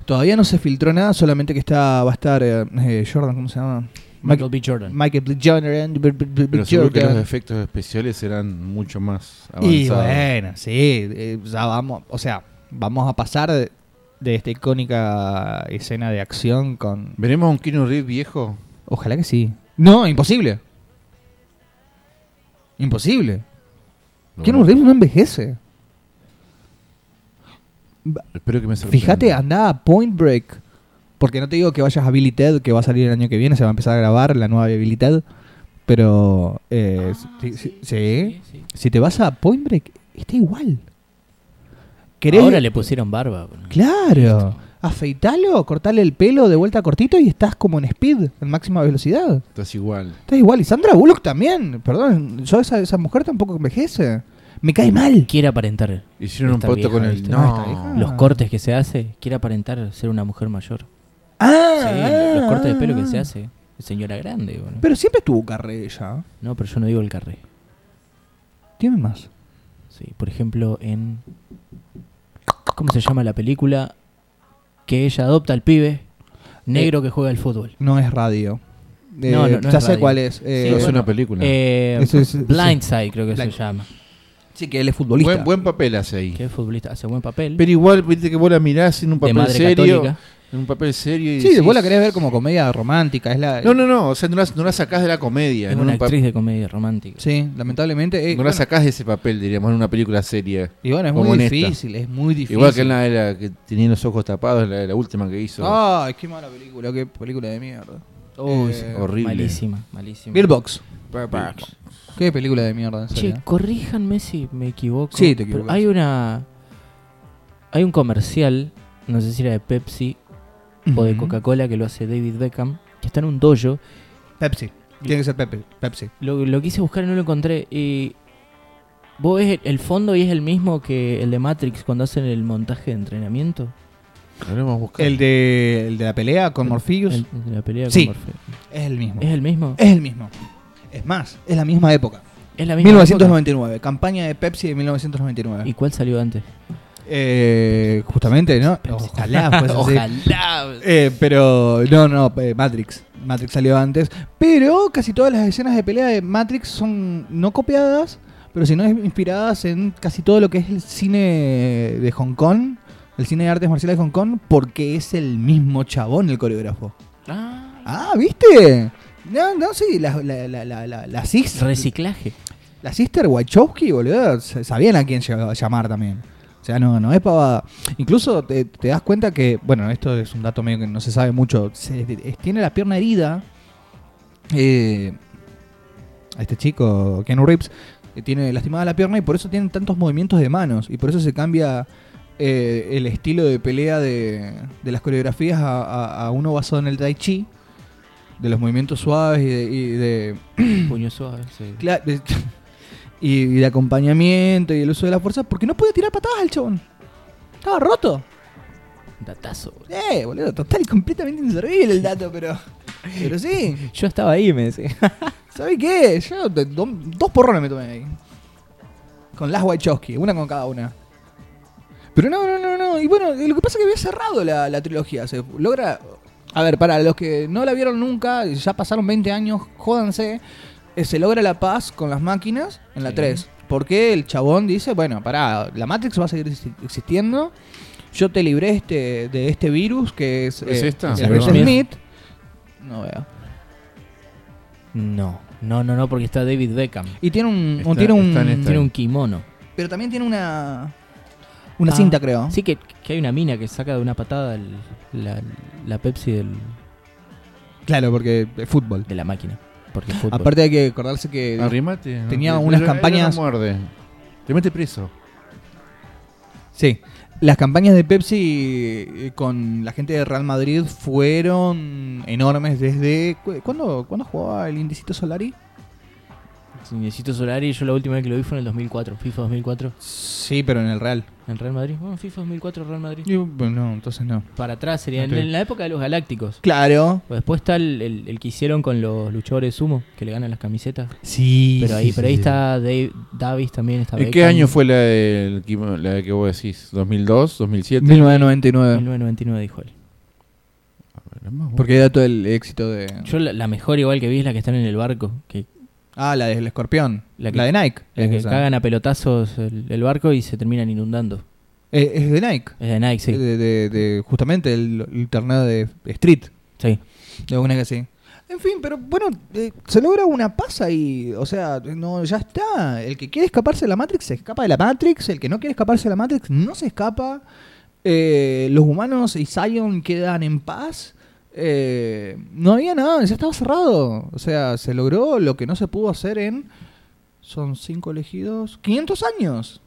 Speaker 2: Todavía no se filtró nada, solamente que está va a estar eh, eh, Jordan, ¿cómo se llama?
Speaker 3: Michael B. Jordan.
Speaker 2: Michael B. Jordan. B- B- B-
Speaker 4: Pero
Speaker 2: B-
Speaker 4: seguro que los
Speaker 2: Jordan.
Speaker 4: efectos especiales serán mucho más
Speaker 2: Y
Speaker 4: avanzados.
Speaker 2: bueno, sí, eh, ya vamos, o sea, vamos a pasar de, de esta icónica escena de acción con...
Speaker 4: ¿Veremos a un Keanu Reeves viejo?
Speaker 2: Ojalá que sí. No, imposible. Imposible. Keanu Reeves no envejece.
Speaker 4: Espero que me sorprenda.
Speaker 2: Fíjate, anda a Point Break. Porque no te digo que vayas a Billy Ted, que va a salir el año que viene, se va a empezar a grabar la nueva de Billy Ted. Pero, eh,
Speaker 3: Ah,
Speaker 2: si, si- sí. si te vas a Point Break, está igual. ¿Querés-
Speaker 3: Ahora le pusieron barba. boludo.
Speaker 2: Claro. Afeitalo, cortale el pelo de vuelta cortito y estás como en speed, en máxima velocidad.
Speaker 4: Estás igual.
Speaker 2: Estás igual. Y Sandra Bullock también. Perdón, yo esa, esa mujer tampoco envejece. Me cae mal.
Speaker 3: Quiere aparentar.
Speaker 4: Hicieron un
Speaker 3: Esta
Speaker 4: pacto con
Speaker 3: vieja,
Speaker 4: el...
Speaker 3: ¿viste?
Speaker 2: Ah, esta vieja.
Speaker 4: No.
Speaker 3: Los cortes que se hace, quiere aparentar ser una mujer mayor.
Speaker 2: Ah,
Speaker 3: Sí, los cortes de pelo que se hace. Señora grande, boludo.
Speaker 2: Pero siempre estuvo carrera ella. ¿eh?
Speaker 3: No, pero yo no digo el carré.
Speaker 2: Tiene más.
Speaker 3: Sí, por ejemplo, en. ¿Cómo se llama la película? Que ella adopta al pibe negro que juega al fútbol.
Speaker 2: No es radio. Eh,
Speaker 3: No, no, no
Speaker 2: ya
Speaker 3: es
Speaker 2: sé
Speaker 3: radio.
Speaker 2: cuál es. eh,
Speaker 4: No es una película.
Speaker 3: Eh,
Speaker 2: Eso es-
Speaker 3: Blindside, creo que
Speaker 2: Blind-
Speaker 3: se llama.
Speaker 2: Sí, que él es futbolista.
Speaker 4: Buen, buen papel hace ahí.
Speaker 3: Que es futbolista, hace buen papel.
Speaker 4: Pero igual, viste que vos la mirás en un
Speaker 3: de
Speaker 4: papel
Speaker 3: madre
Speaker 4: serio.
Speaker 3: católica.
Speaker 4: En un papel serio. Y
Speaker 2: sí,
Speaker 4: decís-
Speaker 2: vos la querés ver como comedia romántica. Es la,
Speaker 4: No, no, no. O sea, no la, no la sacás de la comedia.
Speaker 3: Es
Speaker 4: en
Speaker 3: una
Speaker 4: un pa-
Speaker 3: actriz de comedia romántica.
Speaker 2: Sí, lamentablemente. eh,
Speaker 4: No la
Speaker 2: bueno,
Speaker 4: sacás de ese papel, diríamos, en una película seria.
Speaker 2: y bueno, es
Speaker 4: como
Speaker 2: muy
Speaker 4: en esta.
Speaker 2: difícil, es muy difícil.
Speaker 4: Igual que en la de la que tenía los ojos tapados, la, la última que hizo.
Speaker 2: Ay, qué mala película, qué película de mierda.
Speaker 3: Uy,
Speaker 2: Eh,
Speaker 3: sí,
Speaker 4: horrible.
Speaker 3: Malísima, malísima.
Speaker 2: Gearbox. Qué película de mierda, en
Speaker 3: Che,
Speaker 2: serio.
Speaker 3: corríjanme si me equivoco.
Speaker 2: Sí, te
Speaker 3: pero
Speaker 2: equivocas.
Speaker 3: Hay una. Hay un comercial, no sé si era de Pepsi o de
Speaker 2: Ujú.
Speaker 3: Coca-Cola, que lo hace David Beckham, que está en un dojo.
Speaker 2: Pepsi. Tiene que ser Pepe, Pepsi.
Speaker 3: Lo, lo quise buscar y no lo encontré. Y. Vos ves el- el fondo y es el mismo que el de Matrix cuando hacen el montaje de entrenamiento.
Speaker 4: Ahora vamos a buscar.
Speaker 2: El de, el de la pelea con Morpheus
Speaker 3: El- el de la pelea con
Speaker 2: Sí.
Speaker 3: Morpheus.
Speaker 2: es el mismo.
Speaker 3: ¿Es el mismo?
Speaker 2: Es el mismo. Es más, es la misma época.
Speaker 3: Es la misma.
Speaker 2: 1999, campaña de Pepsi de 1999.
Speaker 3: época. ¿Y cuál salió antes?
Speaker 2: Eh, justamente, ¿no? Ojalá fuese así.
Speaker 3: Ojalá.
Speaker 2: Eh, pero no, no, eh, Matrix. Matrix salió antes. Pero casi todas las escenas de pelea de Matrix son no copiadas, pero sino inspiradas en casi todo lo que es el cine de Hong Kong, el cine de artes marciales de Hong Kong, porque es el mismo chabón el coreógrafo.
Speaker 3: Ah,
Speaker 2: Ah, ¿viste? No, no, sí, la, la, la, la, la, la sis-
Speaker 3: reciclaje.
Speaker 2: la sister Wachowski, boludo, s- sabían a quién lle- llamar también. O sea, no, no es pavada. Incluso te, te das cuenta que, bueno, esto es un dato medio que no se sabe mucho. Se- es- tiene la pierna herida. eh, a este chico, Ken Reeves, que tiene lastimada la pierna y por eso tiene tantos movimientos de manos. Y por eso se cambia eh, el estilo de pelea de, de las coreografías a, a- a uno basado en el Tai Chi. De los movimientos suaves y de- y de
Speaker 3: Puño suave. sí.
Speaker 2: Cla- de- [LAUGHS] y, y de acompañamiento y el uso de la fuerza, porque no podía tirar patadas el chabón. Estaba roto.
Speaker 3: Datazo. boludo.
Speaker 2: Eh, boludo, total y completamente inservible el dato, pero. Pero sí.
Speaker 3: Yo estaba ahí, me decía.
Speaker 2: ¿Sabes qué? Yo de- do- dos porrones me tomé ahí. Con las Wachowski, una con cada una. Pero no, no, no, no. Y bueno, lo que pasa es que había cerrado la, la trilogía. Se logra. A ver, para los que no la vieron nunca, ya pasaron 20 años, jódanse. eh, se logra la paz con las máquinas en la
Speaker 3: Sí.
Speaker 2: 3. Porque el chabón dice, bueno, pará, la Matrix va a seguir exi- existiendo. Yo te libré este, de este virus que es, eh,
Speaker 4: ¿Es esta?
Speaker 2: el
Speaker 4: Sí,
Speaker 2: virus
Speaker 4: perdón.
Speaker 2: Smith. No veo.
Speaker 3: No, no, no, no, porque está David Beckham.
Speaker 2: Y tiene un...
Speaker 4: Está-
Speaker 2: tiene un
Speaker 4: está en esta.
Speaker 3: Tiene un kimono.
Speaker 2: Pero también tiene una... Una
Speaker 3: Ah,
Speaker 2: cinta, creo.
Speaker 3: Sí, que, que hay una mina que saca de una patada el- la, la Pepsi del-
Speaker 2: Claro, porque es fútbol.
Speaker 3: de la máquina. Porque es fútbol.
Speaker 2: Aparte hay que acordarse que...
Speaker 4: Arrimate.
Speaker 2: Tenía
Speaker 4: Él-
Speaker 2: unas
Speaker 4: él- él
Speaker 2: campañas-
Speaker 4: no muerde. Te mete preso.
Speaker 2: Sí. Las campañas de Pepsi eh, con la gente de Real Madrid fueron enormes desde... cu- ¿Cuándo, ¿cuándo jugaba el Indicito Solari?
Speaker 3: Necesito Solari, yo la última vez que lo vi fue en el 2004, FIFA 2004,
Speaker 2: Sí, pero en el Real.
Speaker 3: en Real Madrid. Bueno, FIFA 2004, Real Madrid.
Speaker 2: Y, bueno, no, entonces no.
Speaker 3: Para atrás sería en,
Speaker 2: Ok.
Speaker 3: en la época de los Galácticos.
Speaker 2: Claro.
Speaker 3: O Después está el, el- el que hicieron con los luchadores sumo, que le ganan las camisetas.
Speaker 2: Sí.
Speaker 3: Pero ahí,
Speaker 2: sí,
Speaker 3: pero ahí
Speaker 2: sí.
Speaker 3: está Dave Davis también. Está
Speaker 4: ¿En qué
Speaker 3: Beckham.
Speaker 4: año fue la, del que- la que vos decís? ¿2002? ¿2007?
Speaker 2: 1999.
Speaker 3: 1999 dijo él.
Speaker 2: Porque era todo el éxito de...
Speaker 3: Yo la, la mejor igual que vi es la que están en el barco, que
Speaker 2: Ah, la del escorpión. La,
Speaker 3: La que-
Speaker 2: de Nike.
Speaker 3: la
Speaker 2: es,
Speaker 3: que
Speaker 2: esa.
Speaker 3: cagan a pelotazos el, el barco y se terminan inundando.
Speaker 2: Eh, es de Nike.
Speaker 3: Es de Nike, sí.
Speaker 2: De, de- de- justamente el, el torneo de Street.
Speaker 3: sí.
Speaker 2: De una que sí.
Speaker 9: En fin, pero bueno, eh, se logra una paz ahí. O sea, no, ya está. El que quiere escaparse de la Matrix se escapa de la Matrix. El que no quiere escaparse de la Matrix no se escapa. Eh, los humanos y Zion quedan en paz. Eh, no había nada, ya estaba cerrado. O sea, se logró lo que no se pudo hacer en. Son cinco elegidos. 500 años.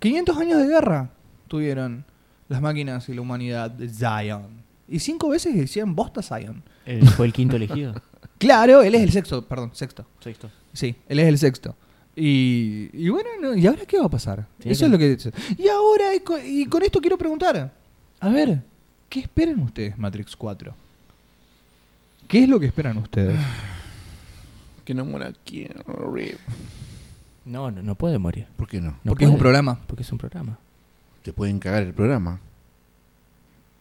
Speaker 9: 500 años de guerra tuvieron las máquinas y la humanidad de Zion. Y cinco veces decían bosta Zion.
Speaker 3: Él Eh, fue el quinto [LAUGHS] elegido.
Speaker 9: Claro, él es el sexto, perdón, sexto.
Speaker 3: Sexto.
Speaker 9: Sí, él es el sexto. Y, y bueno, no, ¿y ahora qué va a pasar?
Speaker 3: Sí,
Speaker 9: Eso
Speaker 3: claro.
Speaker 9: es lo que dice. Y ahora, y con, y con esto quiero preguntar, a ver, ¿qué esperan ustedes, Matrix 4? ¿Qué es lo que esperan ustedes?
Speaker 2: Ah,
Speaker 4: Que no muera quién.
Speaker 3: No, no, no puede morir.
Speaker 4: ¿Por qué no?
Speaker 3: No
Speaker 2: porque es un
Speaker 3: puede,
Speaker 2: programa.
Speaker 3: Porque es un programa.
Speaker 4: Te pueden cagar el programa.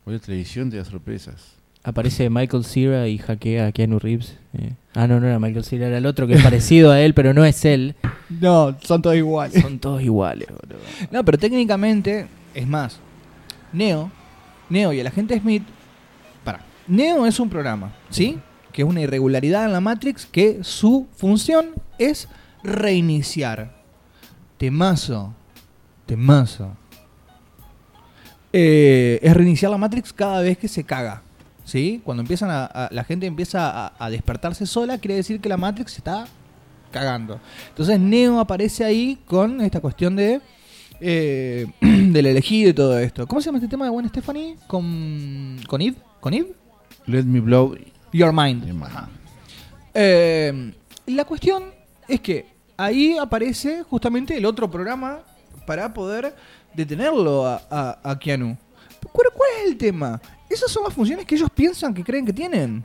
Speaker 4: Hoy la televisión te da sorpresas.
Speaker 3: Aparece Michael Cera y hackea a Keanu Reeves. eh. Ah, no, no era Michael Cera, era el otro que es parecido a él, pero no es
Speaker 2: [LAUGHS]
Speaker 3: él.
Speaker 2: No, son todos iguales.
Speaker 3: Son todos iguales, boludo.
Speaker 2: No, pero técnicamente, es más, Neo, Neo y el agente Smith. Para. Neo es un programa, ¿sí? Que es una irregularidad en la Matrix que su función es reiniciar. Temazo. Temazo. Eh, es reiniciar la Matrix cada vez que se caga. ¿Sí? Cuando empiezan a, a- la gente empieza a, a despertarse sola, quiere decir que la Matrix se está cagando. Entonces Neo aparece ahí con esta cuestión de eh, [CLEARS THROAT] del elegido y todo esto. ¿Cómo se llama este tema de Gwen Stefani? Con con Eve, con Eve,
Speaker 4: Let me blow.
Speaker 2: Your Mind.
Speaker 4: Your Mind.
Speaker 2: Ajá. Eh, la cuestión es que ahí aparece justamente el otro programa para poder detenerlo a, a, a Keanu. ¿Cuál, cuál es el tema? Esas son las funciones que ellos piensan que creen que tienen.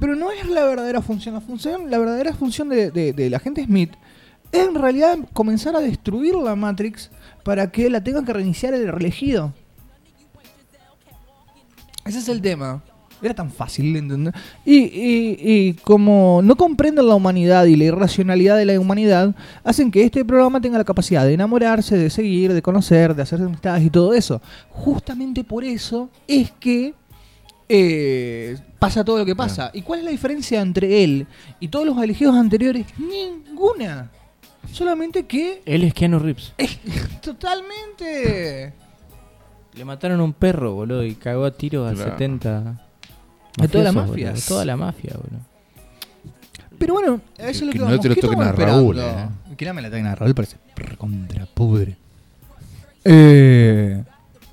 Speaker 2: Pero no es la verdadera función. La, función, la verdadera función de, de- de la gente Smith es en realidad comenzar a destruir la Matrix para que la tengan que reiniciar el elegido. Ese es el tema. Era tan fácil de entender. Y, y- y como no comprenden la humanidad y la irracionalidad de la humanidad, hacen que este programa tenga la capacidad de enamorarse, de seguir, de conocer, de hacer amistades y todo eso. Justamente por eso es que eh, pasa todo lo que pasa. ¿Y cuál es la diferencia entre él y todos los elegidos anteriores? Ninguna. Solamente que
Speaker 3: Él es Keanu Reeves.
Speaker 2: es totalmente...
Speaker 3: Le mataron un perro, boludo, y cagó a tiros a
Speaker 4: Claro.
Speaker 3: 70.
Speaker 2: A toda la
Speaker 3: mafiosos,
Speaker 2: mafia.
Speaker 3: boludo, a toda la mafia, boludo.
Speaker 2: Pero bueno, eso es lo que,
Speaker 4: que no
Speaker 2: vamos.
Speaker 4: te lo
Speaker 2: ¿Qué
Speaker 4: toquen
Speaker 2: estamos
Speaker 4: a Raúl, eh.
Speaker 2: esperando? Que no me la toquen a Raúl, parece contrapudre. Eh,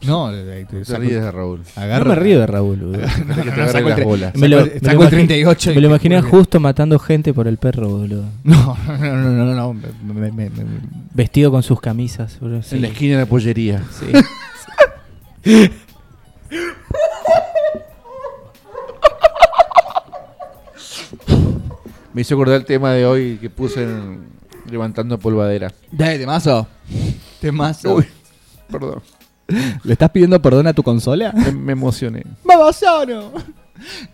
Speaker 2: no, eh, eh,
Speaker 4: No te
Speaker 2: saco-
Speaker 4: ríes de Raúl.
Speaker 2: agarra-
Speaker 3: No me río de Raúl,
Speaker 2: [LAUGHS]
Speaker 3: boludo.
Speaker 4: Ah, No, que te
Speaker 2: no,
Speaker 4: agarre
Speaker 2: saco el
Speaker 4: las
Speaker 2: tre-
Speaker 4: bolas.
Speaker 3: Me lo-
Speaker 2: saco-
Speaker 3: me
Speaker 2: saco
Speaker 3: lo
Speaker 2: el
Speaker 3: imagi-
Speaker 2: 38 y-
Speaker 3: Me lo imaginé justo matando gente por el perro, boludo.
Speaker 2: [LAUGHS] No, no, no, no, no, no, me- me- me- me-
Speaker 3: Vestido con sus camisas, boludo. sí.
Speaker 4: En la esquina de la pollería.
Speaker 3: Sí.
Speaker 4: Me hizo acordar el tema de hoy que puse en Levantando Polvadera.
Speaker 2: Dale, temazo. Temazo.
Speaker 4: Uy, perdón.
Speaker 2: ¿Le estás pidiendo perdón a tu consola?
Speaker 4: Me, me emocioné.
Speaker 2: [LAUGHS] ¡Babasano!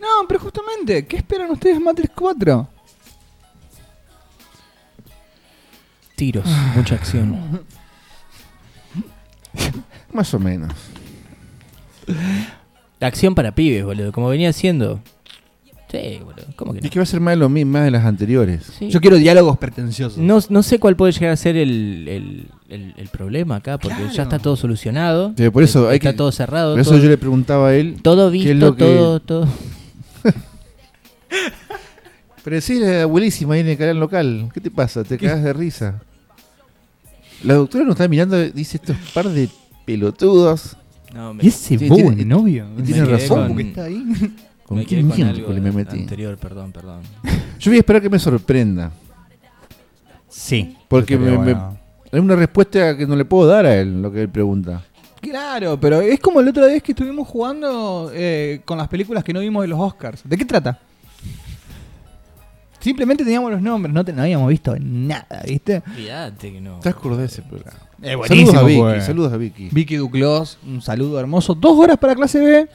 Speaker 2: No, pero justamente, ¿qué esperan ustedes de Matrix 4?
Speaker 3: Tiros,
Speaker 4: Ah.
Speaker 3: mucha
Speaker 4: [LAUGHS]
Speaker 3: acción.
Speaker 4: Más o menos.
Speaker 3: Acción para pibes, boludo, como venía haciendo. Sí, boludo, ¿cómo que
Speaker 4: Es
Speaker 3: no?
Speaker 4: que va a ser más de lo mismo, más de las anteriores.
Speaker 3: Sí.
Speaker 2: Yo quiero diálogos pretenciosos.
Speaker 3: No, no sé cuál puede llegar a ser el, el- el- el problema acá, porque ya está todo solucionado.
Speaker 4: Sí, por eso hay
Speaker 3: está
Speaker 4: que-
Speaker 3: todo cerrado.
Speaker 4: Por eso
Speaker 3: todo,
Speaker 4: yo le preguntaba a él.
Speaker 3: todo
Speaker 4: qué es
Speaker 3: visto,
Speaker 4: lo que-
Speaker 3: todo, todo.
Speaker 4: Pero sí, era buenísima ahí en el canal local. ¿Qué te pasa? Te cagas de risa. La doctora nos está mirando, dice estos par de pelotudos.
Speaker 3: No, me,
Speaker 12: Y ese
Speaker 4: Sí,
Speaker 12: bobo
Speaker 4: tiene-
Speaker 12: el novio.
Speaker 4: y tiene
Speaker 12: Me quedé
Speaker 4: razón,
Speaker 12: con-
Speaker 2: que está ahí.
Speaker 4: ¿Con
Speaker 3: me
Speaker 4: qué
Speaker 3: quedé con algo
Speaker 4: miércoles me metí?
Speaker 3: anterior, perdón, perdón.
Speaker 4: Yo voy a esperar que me sorprenda.
Speaker 12: Sí.
Speaker 4: Porque
Speaker 12: Pero
Speaker 4: me-
Speaker 12: bueno.
Speaker 4: Hay una respuesta que no le puedo dar a él, lo que él pregunta.
Speaker 2: Claro, pero es como la otra vez que estuvimos jugando eh, con las películas que no vimos de los Oscars. ¿De qué trata? Simplemente teníamos los nombres, no, te- no habíamos visto nada, ¿viste?
Speaker 3: Olvídate que no.
Speaker 4: ¿Estás acordás de ese programa?
Speaker 12: Es
Speaker 4: saludos
Speaker 12: buenísimo,
Speaker 4: a Vicky,
Speaker 12: pues.
Speaker 4: saludos a Vicky.
Speaker 2: Vicky Duclos, un saludo hermoso. Dos horas para clase B.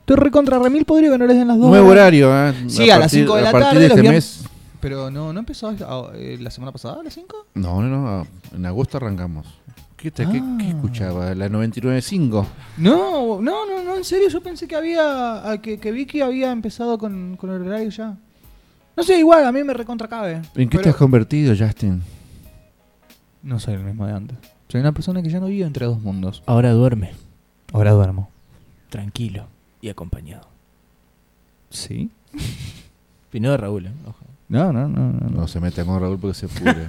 Speaker 2: Estoy recontra remil podrido que no les den las dos.
Speaker 4: Nuevo
Speaker 2: horas.
Speaker 4: horario, ¿eh?
Speaker 2: Sí, a las
Speaker 4: partir-
Speaker 2: cinco de la
Speaker 4: A partir
Speaker 2: tarde,
Speaker 4: de
Speaker 2: los
Speaker 4: este
Speaker 2: viernes.
Speaker 4: mes.
Speaker 2: Pero no, ¿no empezó a- eh, la semana pasada a las 5?
Speaker 4: No, no, no. a- En agosto arrancamos. ¿Qué, te- qué-
Speaker 2: Ah.
Speaker 4: qué escuchaba? La 99.5.
Speaker 2: No, no, no, no, en serio, yo pensé que había, a que, que Vicky había empezado con, con el horario ya. No sé, igual, a mí me recontracabe.
Speaker 4: ¿En qué
Speaker 2: Pero-
Speaker 4: te has convertido, Justin?
Speaker 2: No soy el mismo de antes. Soy una persona que ya no vive entre dos mundos.
Speaker 3: Ahora duerme,
Speaker 2: Ahora duermo.
Speaker 3: tranquilo y acompañado.
Speaker 2: ¿Sí?
Speaker 3: Y no de Raúl, ¿eh? Ojo.
Speaker 2: No, no, no, no.
Speaker 4: No se meta con Raúl porque
Speaker 2: [LAUGHS]
Speaker 4: se pudre.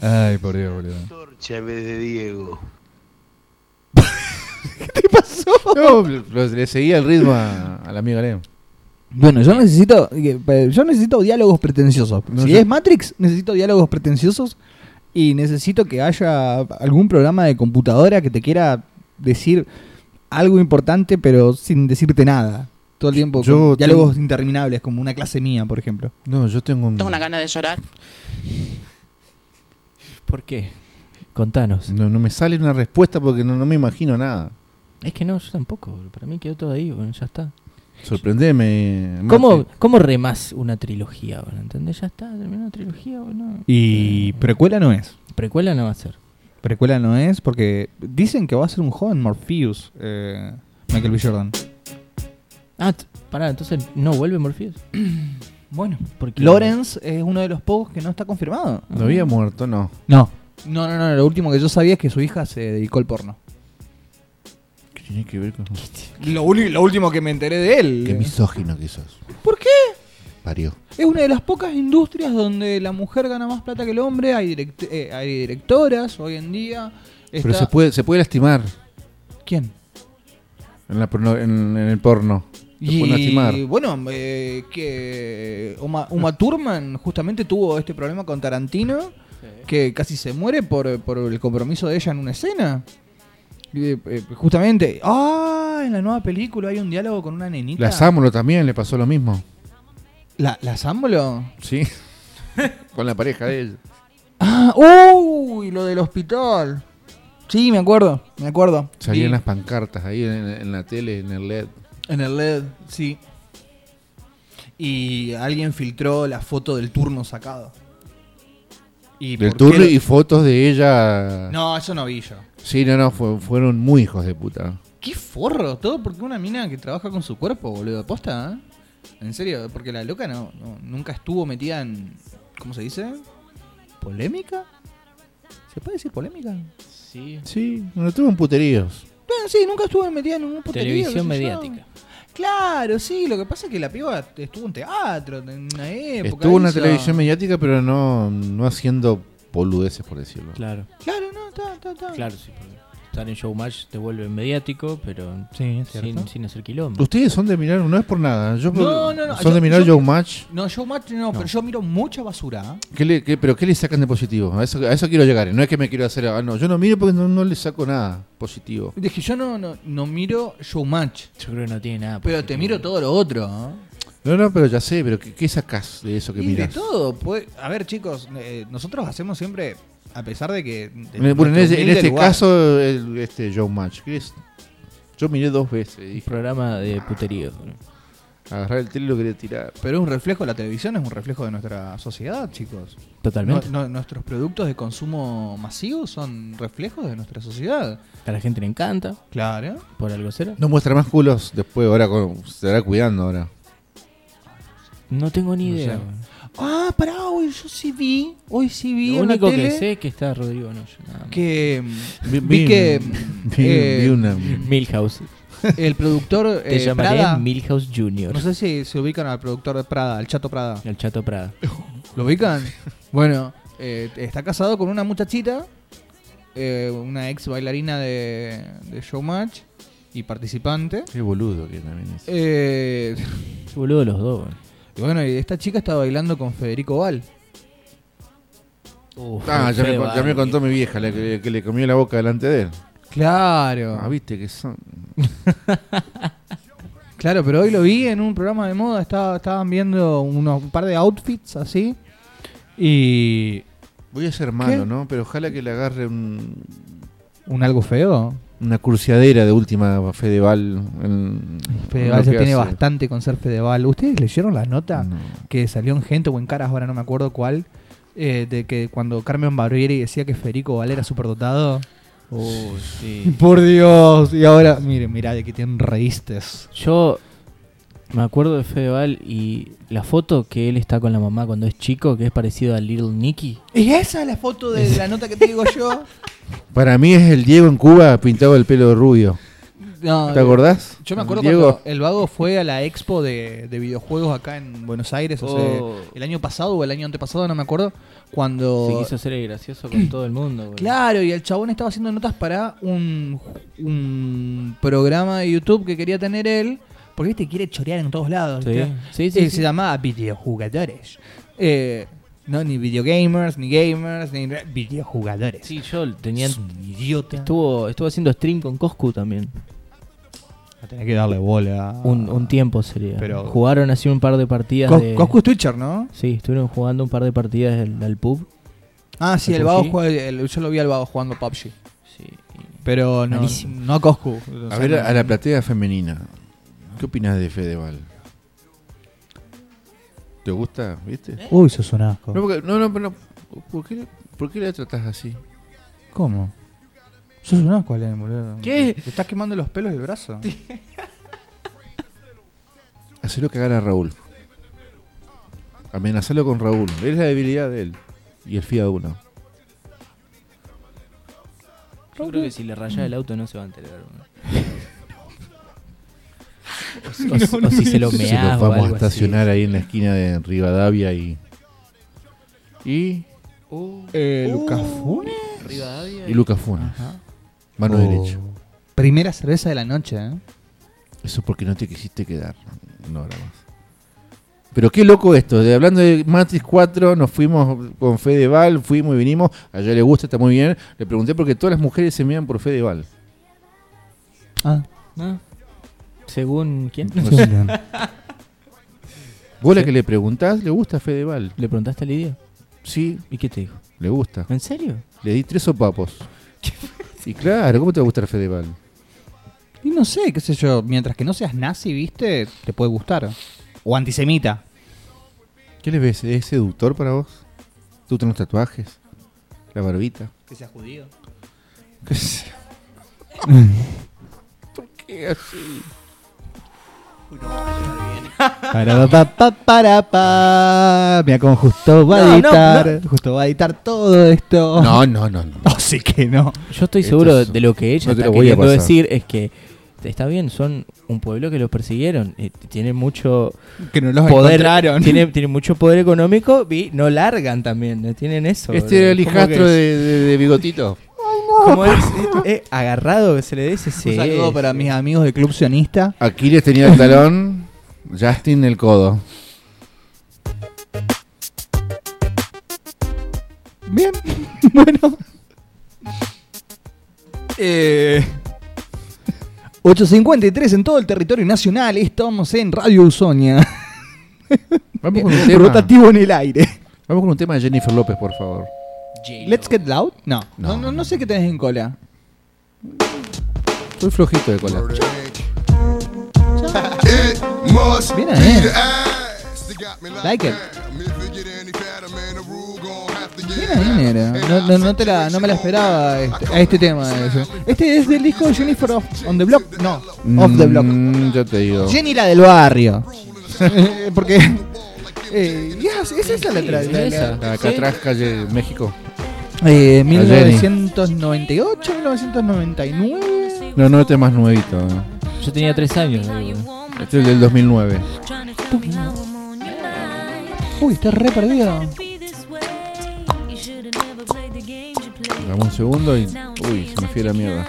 Speaker 12: Ay, por Dios, boludo.
Speaker 7: Torcha en vez de Diego.
Speaker 4: no, lo- le seguía el ritmo a, a la amiga Lem.
Speaker 2: Bueno, yo necesito, yo necesito diálogos pretenciosos.
Speaker 4: No,
Speaker 2: si
Speaker 4: yo-
Speaker 2: es Matrix, necesito diálogos pretenciosos y necesito que haya algún programa de computadora que te quiera decir algo importante pero sin decirte nada. Todo el tiempo
Speaker 4: Yo
Speaker 2: con
Speaker 4: tengo-
Speaker 2: diálogos interminables como una clase mía, por ejemplo.
Speaker 4: No, yo tengo un...
Speaker 1: Tengo una gana de llorar.
Speaker 3: ¿Por qué? Contanos.
Speaker 4: No, no me sale una respuesta porque no, no me imagino nada.
Speaker 3: Es que no, yo tampoco. boludo. Para mí quedó todo ahí, bueno, ya está.
Speaker 4: Sorprendeme. Mati.
Speaker 3: ¿Cómo, ¿Cómo remás una trilogía, boludo? ¿Entendés? Ya está, terminó la trilogía, boludo.
Speaker 12: Y precuela no es.
Speaker 3: Precuela no va a ser.
Speaker 2: Precuela no es porque dicen que va a ser un joven Morpheus, eh, Michael B. Jordan.
Speaker 3: Ah, t- pará, entonces no vuelve Morpheus. bueno, porque.
Speaker 2: Lawrence es uno de los pocos que no está confirmado.
Speaker 4: ¿No había muerto? No.
Speaker 2: No. No, no, no, lo último que yo sabía es que su hija se dedicó al porno.
Speaker 4: ¿Qué tiene que ver con...?
Speaker 2: Lo, uni- lo último que me enteré de él.
Speaker 4: Qué misógino que sos.
Speaker 2: ¿Por qué?
Speaker 4: Parió.
Speaker 2: Es una de las pocas industrias donde la mujer gana más plata que el hombre. Hay, direct- eh, hay directoras hoy en día.
Speaker 4: Pero
Speaker 2: Está-
Speaker 4: se puede, se puede lastimar
Speaker 2: ¿Quién?
Speaker 4: en, la porno- en- en el porno. Se puede lastimar.
Speaker 2: bueno, eh, que Uma, Uma Thurman justamente tuvo este problema con Tarantino, que casi se muere por, por el compromiso de ella en una escena. Y, eh, justamente, ah, en la nueva película hay un diálogo con una nenita.
Speaker 4: La Sámulo también le pasó lo mismo.
Speaker 2: ¿La, la Sámbolo? [LAUGHS]
Speaker 4: Sí. con la pareja de él.
Speaker 2: Ah, uy, lo del hospital. Sí, me acuerdo, me acuerdo.
Speaker 4: Salían
Speaker 2: Sí.
Speaker 4: las pancartas ahí en, en la tele, en el LED.
Speaker 2: En el LED, sí. Y alguien filtró la foto del turno sacado. ¿Y
Speaker 4: Del
Speaker 2: por qué
Speaker 4: turno
Speaker 2: lo-
Speaker 4: y fotos de ella.
Speaker 2: No, eso no vi yo.
Speaker 4: Sí, no, no, fue- fueron muy hijos de puta.
Speaker 2: Qué forro, todo porque una mina que trabaja con su cuerpo, boludo, posta, ¿eh? En serio, porque la loca no, no- nunca estuvo metida en. ¿Cómo se dice? ¿Polémica? ¿Se puede decir polémica?
Speaker 3: Sí.
Speaker 4: Sí, no tuvo en puteríos.
Speaker 2: Bueno, sí, nunca estuvo metida en ningún puterío,
Speaker 3: Televisión
Speaker 2: qué sé yo.
Speaker 3: mediática.
Speaker 2: Claro, sí, lo que pasa es que la piba estuvo en teatro en una época.
Speaker 4: Estuvo en la
Speaker 2: hizo-
Speaker 4: televisión mediática, pero no, no haciendo poludeces, por decirlo.
Speaker 3: Claro,
Speaker 2: Claro, no, está, está, está.
Speaker 3: claro, sí. porque Estar en Showmatch te vuelve mediático, pero
Speaker 2: Sí, es
Speaker 3: sin, sin hacer quilombo.
Speaker 4: Ustedes son de mirar, no es por nada. Yo,
Speaker 2: No, no, no,
Speaker 4: Son
Speaker 2: yo-
Speaker 4: de mirar
Speaker 2: yo-
Speaker 4: Showmatch.
Speaker 2: No, yo macho no, pero yo miro mucha basura. ¿eh?
Speaker 4: ¿Qué le- qué- ¿Pero qué le sacan de positivo? A eso, a eso quiero llegar. eh. No es que me quiero hacer. Ah, no, yo no miro porque no, no le saco nada positivo.
Speaker 2: Es que yo no, no, no miro showmatch,
Speaker 3: Yo creo que no tiene nada.
Speaker 2: pero te miro todo lo otro. ¿eh?
Speaker 4: No, no, pero ya sé, pero ¿qué, qué sacás de eso que
Speaker 2: Y
Speaker 4: miras?
Speaker 2: de todo. Pues, a ver, chicos, eh, nosotros hacemos siempre, a pesar de que. de
Speaker 4: En, el- bueno, en
Speaker 2: nuestro
Speaker 4: ese- en
Speaker 2: humilde
Speaker 4: este
Speaker 2: lugar-
Speaker 4: caso, el- este Showmatch. ¿qué es? Yo miré dos veces. y
Speaker 3: Un
Speaker 4: Dije,
Speaker 3: programa de puterío. boludo.
Speaker 4: agarrar el tele y lo quería tirar.
Speaker 2: Pero es un reflejo, la televisión es un reflejo de nuestra sociedad, chicos.
Speaker 3: Totalmente.
Speaker 2: No- no- nuestros productos de consumo masivo son reflejos de nuestra sociedad.
Speaker 3: A la gente le encanta,
Speaker 2: Claro.
Speaker 3: por algo será.
Speaker 4: No muestra más culos después, ahora con- se estará cuidando ahora.
Speaker 3: No tengo ni
Speaker 4: No
Speaker 3: idea.
Speaker 4: sé.
Speaker 3: boludo.
Speaker 2: Ah, pará, hoy yo sí vi, hoy sí vi
Speaker 3: Lo
Speaker 2: en la
Speaker 3: único que
Speaker 2: tele
Speaker 3: sé es que está Rodrigo Noyo. nada más.
Speaker 2: que mm, vi,
Speaker 4: vi-
Speaker 2: que
Speaker 4: [LAUGHS] Vi,
Speaker 2: eh,
Speaker 4: vi una.
Speaker 3: Milhouse.
Speaker 2: el productor
Speaker 3: Te
Speaker 2: eh,
Speaker 3: llamaré
Speaker 2: Prada,
Speaker 3: Milhouse Jr.
Speaker 2: no sé si se ubican al productor de Prada, al Chato Prada.
Speaker 3: El Chato Prada.
Speaker 2: ¿Lo ubican? Bueno, eh, está casado con una muchachita, eh, una ex bailarina de, de Showmatch y participante.
Speaker 4: Qué boludo que también es.
Speaker 2: Eh,
Speaker 3: Boludo los dos,
Speaker 2: y bueno, y esta chica está bailando con Federico Val.
Speaker 4: Ah, ya me, con-
Speaker 2: eh.
Speaker 4: ya me contó mi vieja, la que, que le comió la boca delante de él.
Speaker 2: Claro.
Speaker 4: Ah, viste que son.
Speaker 2: Claro, pero hoy lo vi en un programa de moda, estaba- estaban viendo unos un par de outfits así. Y.
Speaker 4: Voy a ser malo,
Speaker 2: ¿Qué?
Speaker 4: ¿no? Pero ojalá que le agarre un-
Speaker 2: ¿Un algo feo?
Speaker 4: una cursiadera de última a Fedeval. en- en
Speaker 2: Fedeval
Speaker 4: lo
Speaker 2: ya
Speaker 4: que
Speaker 2: tiene
Speaker 4: hace.
Speaker 2: bastante con ser Fedeval. ¿Ustedes leyeron la nota
Speaker 4: No.
Speaker 2: que salió en Gente o en Caras, ahora no me acuerdo cuál? eh, de que cuando Carmen Barbieri decía que Federico Val era superdotado.
Speaker 3: Oh, sí.
Speaker 2: Por Dios, y ahora, mire, mirá de que tienen reístes.
Speaker 3: Yo me acuerdo de Fedeval y la foto que él está con la mamá cuando es chico, que es parecido a Little Nicky.
Speaker 2: ¿Es esa la foto de la nota que te digo [LAUGHS] yo?
Speaker 4: Para mí es el Diego en Cuba pintado el pelo rubio.
Speaker 2: No,
Speaker 4: ¿Te acordás?
Speaker 2: Yo me acuerdo
Speaker 4: Diego.
Speaker 2: cuando el vago fue a la expo de, de videojuegos acá en Buenos Aires, hace-
Speaker 3: Oh.
Speaker 2: el año pasado o el año antepasado, no me acuerdo, cuando...
Speaker 3: Se quiso hacer el gracioso con todo el mundo. boludo.
Speaker 2: Oh. Claro, y el chabón estaba haciendo notas para un, un programa de YouTube que quería tener él, porque viste, quiere chorear en todos lados.
Speaker 3: Sí,
Speaker 2: ¿viste?
Speaker 3: sí, sí,
Speaker 2: Y
Speaker 3: sí.
Speaker 2: Se llamaba videojugadores. Eh, no, ni videogamers, ni gamers, ni re- videojugadores.
Speaker 3: Sí, yo tenía...
Speaker 2: Es un idiota.
Speaker 3: Estuvo, estuvo haciendo stream con Coscu también.
Speaker 2: Va a tener que darle bola.
Speaker 3: Un, un tiempo sería.
Speaker 2: Pero-
Speaker 3: Jugaron así un par de partidas.
Speaker 2: Ah. Cos-
Speaker 3: de-
Speaker 2: Coscu es Twitcher, ¿no?
Speaker 3: Sí, estuvieron jugando un par de partidas al, al pub.
Speaker 2: Ah, sí,
Speaker 3: ¿El
Speaker 2: el vago
Speaker 3: PUBG?
Speaker 2: juega- el- yo lo vi al vago jugando PUBG.
Speaker 3: Sí.
Speaker 2: Pero no,
Speaker 3: Malísimo.
Speaker 2: no a Coscu.
Speaker 4: A ver, a la platea femenina. ¿Qué opinas de Fedeval? ¿Te gusta? ¿Viste?
Speaker 2: Uy, sos un asco.
Speaker 4: No, porque- no, no, pero no. ¿Por qué, ¿Por qué la tratás así?
Speaker 2: ¿Cómo? Sos un asco, Alen, boludo.
Speaker 3: ¿Qué?
Speaker 2: ¿Te estás quemando los pelos del brazo?
Speaker 4: Hacelo cagar a Raúl. Amenazalo con Raúl. Es la debilidad de él. Y el FIA [LAUGHS] uno.
Speaker 3: Yo creo que si le rayas el auto no se va a enterar.
Speaker 2: [LAUGHS]
Speaker 3: boludo. O si- O, si- o si se lo
Speaker 4: Entonces
Speaker 3: meás
Speaker 4: nos
Speaker 3: o
Speaker 4: "Ah, vamos a
Speaker 3: algo así.
Speaker 4: estacionar ahí en la esquina de Rivadavia y. Y.
Speaker 2: Eh,
Speaker 4: Uh.
Speaker 2: Lucas Funes. Oh.
Speaker 4: Y Lucas Funes. Mano derecha.
Speaker 2: Primera cerveza de la noche, ¿eh?
Speaker 4: Eso porque no te quisiste quedar. No, hora más. Pero qué loco esto. De, hablando de Matrix 4, nos fuimos con Fedeval, fuimos y vinimos. A ella le gusta, está muy bien. Le pregunté porque todas las mujeres se miran por Fedeval.
Speaker 2: Ah,
Speaker 3: Ah. ¿Según quién?
Speaker 4: Vos la que le preguntás, le gusta Fedeval.
Speaker 3: ¿Le preguntaste a Lidia?
Speaker 4: Sí,
Speaker 3: ¿Y qué te dijo?
Speaker 4: le gusta.
Speaker 3: ¿En serio?
Speaker 4: Le di tres [LAUGHS] sopapos. Y claro, ¿cómo te va a gustar Fedeval?
Speaker 2: y no sé, qué sé yo. Mientras que no seas nazi, viste, te puede gustar. O antisemita.
Speaker 4: ¿Qué le ves? ¿Es seductor para vos? ¿Tú tenés tatuajes? ¿La barbita?
Speaker 2: Que seas judío.
Speaker 4: ¿Qué sé yo? ¿Por qué así?
Speaker 2: Para, pa, pa, para, pa. Mira cómo justo va
Speaker 3: No, no,
Speaker 2: a editar. Justo va a editar todo esto.
Speaker 4: No, no, no,
Speaker 2: [LAUGHS]
Speaker 4: no.
Speaker 2: Así que no.
Speaker 3: Yo estoy
Speaker 4: Esto
Speaker 3: seguro
Speaker 4: es-
Speaker 3: de lo que ella
Speaker 4: no te
Speaker 3: está
Speaker 4: lo voy a
Speaker 3: queriendo
Speaker 4: pasar.
Speaker 3: decir es que está bien, son un pueblo que los persiguieron, eh, tienen mucho
Speaker 2: Que no los
Speaker 3: poder,
Speaker 2: encontraron.
Speaker 3: tienen, tienen mucho poder económico y no largan también, eh, tienen eso.
Speaker 4: Este era el
Speaker 3: Como
Speaker 4: hijastro
Speaker 3: que-
Speaker 4: de, de- de Bigotito.
Speaker 3: como es, eh, agarrado que se le dice sí.
Speaker 2: Un saludo para mis amigos del Club Sionista.
Speaker 4: [LAUGHS] Aquiles tenía el talón, Justin el codo.
Speaker 2: Bien, [LAUGHS] bueno. Eh, 8.53 en todo el territorio nacional. Estamos en Radio Usonia.
Speaker 4: Vamos con un tema.
Speaker 2: Rotativo en el aire.
Speaker 4: Vamos con un tema de Jennifer López, por favor.
Speaker 2: Let's get loud. No, no,
Speaker 4: No.
Speaker 2: no, no sé qué tenés en cola.
Speaker 4: Estoy flojito de cola.
Speaker 2: Bien, eh. Like
Speaker 13: Like
Speaker 2: it.
Speaker 13: it.
Speaker 2: Bien ahí, negro. No, no, no te la, no me la esperaba a este, a este tema. ese. Este es del disco de Jennifer Off- on the Block. No, Off the Block.
Speaker 4: Mm, yo te digo.
Speaker 2: Jenny la del barrio. [LAUGHS] Eh, Porque. Eh, yes, es esa la letra. la- la-
Speaker 4: Acá atrás, calle México.
Speaker 2: Eh,
Speaker 4: La Jenny.
Speaker 2: 1998, 1999.
Speaker 4: No, no, este es más nuevito. ¿eh? ¿no?
Speaker 3: Yo tenía tres años.
Speaker 4: Este es del 2009.
Speaker 2: Uy, está re perdido.
Speaker 4: Dame un segundo y. Uy, se me fue la mierda.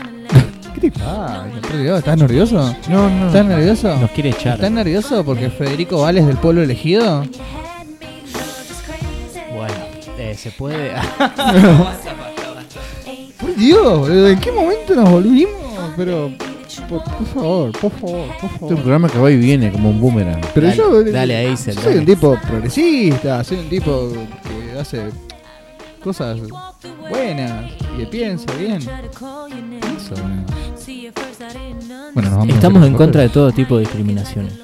Speaker 2: ¿Qué te pasa? Rodrigo? ¿Estás nervioso?
Speaker 4: No, no.
Speaker 2: ¿Estás nervioso?
Speaker 3: Nos quiere echar.
Speaker 2: ¿Estás nervioso porque Federico Vales del pueblo elegido?
Speaker 3: Bueno, eh, se puede. [LAUGHS]
Speaker 2: Por Dios, boludo, ¿en qué momento nos volvimos? Pero, por, por favor, por favor, por
Speaker 4: Este es un
Speaker 2: favor.
Speaker 4: programa que va y viene como un boomerang.
Speaker 2: Pero
Speaker 3: Dale,
Speaker 2: yo, eh,
Speaker 3: dale, ahí se
Speaker 2: yo
Speaker 3: lo
Speaker 2: soy
Speaker 3: dale.
Speaker 2: un tipo progresista, soy un tipo que hace cosas buenas y que piensa bien. Eso, eh. boludo. Bueno, nos vamos a
Speaker 3: Estamos
Speaker 2: hacer
Speaker 3: en
Speaker 2: los
Speaker 3: contra de todo tipo de discriminaciones. ¿eh?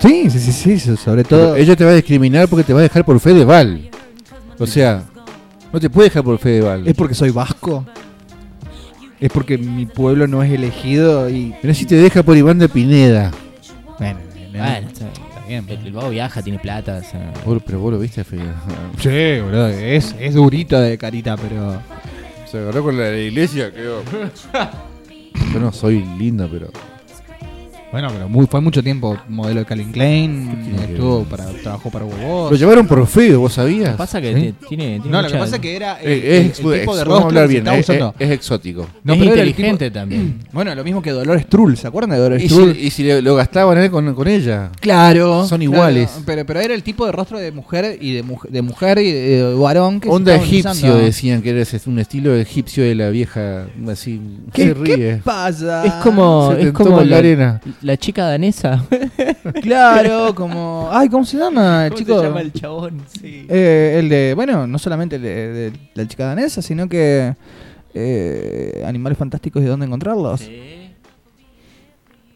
Speaker 2: papeles. Sí, sí, sí, sí, so- sobre todo.
Speaker 4: Ella te va a discriminar porque te va a dejar por Fedeval. O sea, no te puede dejar por Fedeval.
Speaker 2: ¿Es porque soy vasco? ¿Es porque mi pueblo no es elegido y.
Speaker 4: Pero si te deja por Iván de Pineda.
Speaker 2: Bueno,
Speaker 3: Bueno, está bien.
Speaker 2: está bien.
Speaker 3: el, el vago viaja, tiene plata. o sea,
Speaker 4: Vos- pero vos lo viste a Fedeval.
Speaker 2: Sí, boludo, es, es durito de carita, pero.
Speaker 4: [LAUGHS] Se agarró con la de la iglesia,
Speaker 2: [LAUGHS]
Speaker 4: creo. Yo no soy lindo, pero.
Speaker 2: Bueno, pero muy- fue mucho tiempo modelo de Calvin Klein,
Speaker 4: tiene que
Speaker 2: estuvo
Speaker 4: ver?
Speaker 2: para, trabajó para
Speaker 4: Lo
Speaker 2: Bobot.
Speaker 4: llevaron por feo, ¿vos sabías?
Speaker 3: Pasa que
Speaker 2: ¿Sí?
Speaker 3: te- tiene, tiene
Speaker 2: No, lo
Speaker 3: mucha-
Speaker 2: que pasa es que era
Speaker 4: Eh,
Speaker 2: el- el,
Speaker 4: es,
Speaker 2: el tipo de
Speaker 4: vamos a
Speaker 2: rostro que se
Speaker 4: hablar bien,
Speaker 2: estaba
Speaker 4: eh, es,
Speaker 2: usando.
Speaker 4: es- es exigente.
Speaker 2: No,
Speaker 3: es
Speaker 2: pero era el
Speaker 3: inteligente
Speaker 2: [CLEARS THROAT]
Speaker 3: también.
Speaker 2: tipo- bueno, lo mismo que Dolores Trull, ¿se acuerdan de Dolores
Speaker 4: Y
Speaker 2: Trull?
Speaker 4: si, y si le- lo gastaban a él con, con ella.
Speaker 2: Claro.
Speaker 4: Son iguales.
Speaker 2: Claro, pero, pero era el tipo de rostro de mujer y de, muj- de mujer y de, de varón que se
Speaker 4: Onda
Speaker 2: estaban
Speaker 4: egipcio
Speaker 2: usando.
Speaker 4: decían que era ese- un estilo egipcio de la vieja. Así.
Speaker 2: ¿Qué,
Speaker 4: se ríe.
Speaker 2: ¿Qué pasa?
Speaker 3: Es como,
Speaker 4: Se
Speaker 3: es
Speaker 4: tentó
Speaker 3: como
Speaker 4: con la
Speaker 3: la,
Speaker 4: arena.
Speaker 3: la chica [LAUGHS] danesa.
Speaker 2: Claro, como. Ay, ¿cómo se llama el chico?
Speaker 3: chabón? Sí.
Speaker 2: Eh, el de, bueno, no solamente el de, de la chica danesa, sino que eh, animales fantásticos y dónde encontrarlos.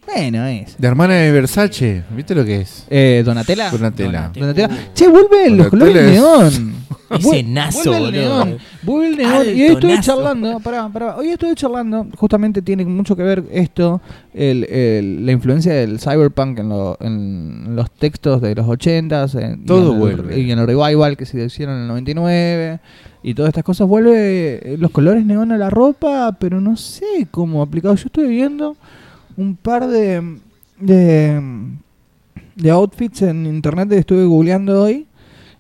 Speaker 2: Bueno, es.
Speaker 4: La hermana de Versace. ¿Viste lo que es?
Speaker 2: Eh, Donatella.
Speaker 4: Donatella.
Speaker 2: Donatella. Che, vuelven los
Speaker 4: Donatella
Speaker 2: colores
Speaker 4: es-
Speaker 2: neón.
Speaker 3: Uh. Ese
Speaker 2: Vuel-
Speaker 3: nazo,
Speaker 2: vuelve el
Speaker 3: boludo.
Speaker 2: neón, Vuelve el neón. Y hoy estuve
Speaker 3: Altonazo.
Speaker 2: charlando, pará, pará. Hoy estuve charlando, justamente tiene mucho que ver esto, el- el- la influencia del cyberpunk en, lo- en los textos de los 80s. en- y
Speaker 4: Todo
Speaker 2: en el-
Speaker 4: vuelve.
Speaker 2: y en el revival que se hicieron en el 99. Y todas estas cosas. Vuelve eh, los colores neón a la ropa, pero no sé cómo aplicado. Yo estuve viendo un par de... de de outfits en internet que estuve googleando hoy.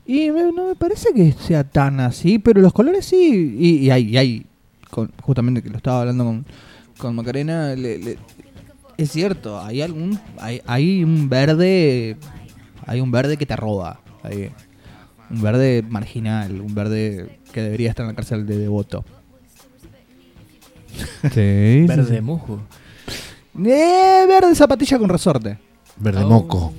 Speaker 2: Y me- no me parece que sea tan así, pero los colores sí. Y, y hay, y hay con- justamente que lo estaba hablando con, con Macarena, le- le- es cierto, hay algún hay, hay un verde, hay un verde que te roba. Hay un verde marginal, un verde que debería estar en la cárcel de devoto. Sí.
Speaker 3: Verde musgo.
Speaker 2: Eh, verde zapatilla con resorte.
Speaker 4: Verde moco.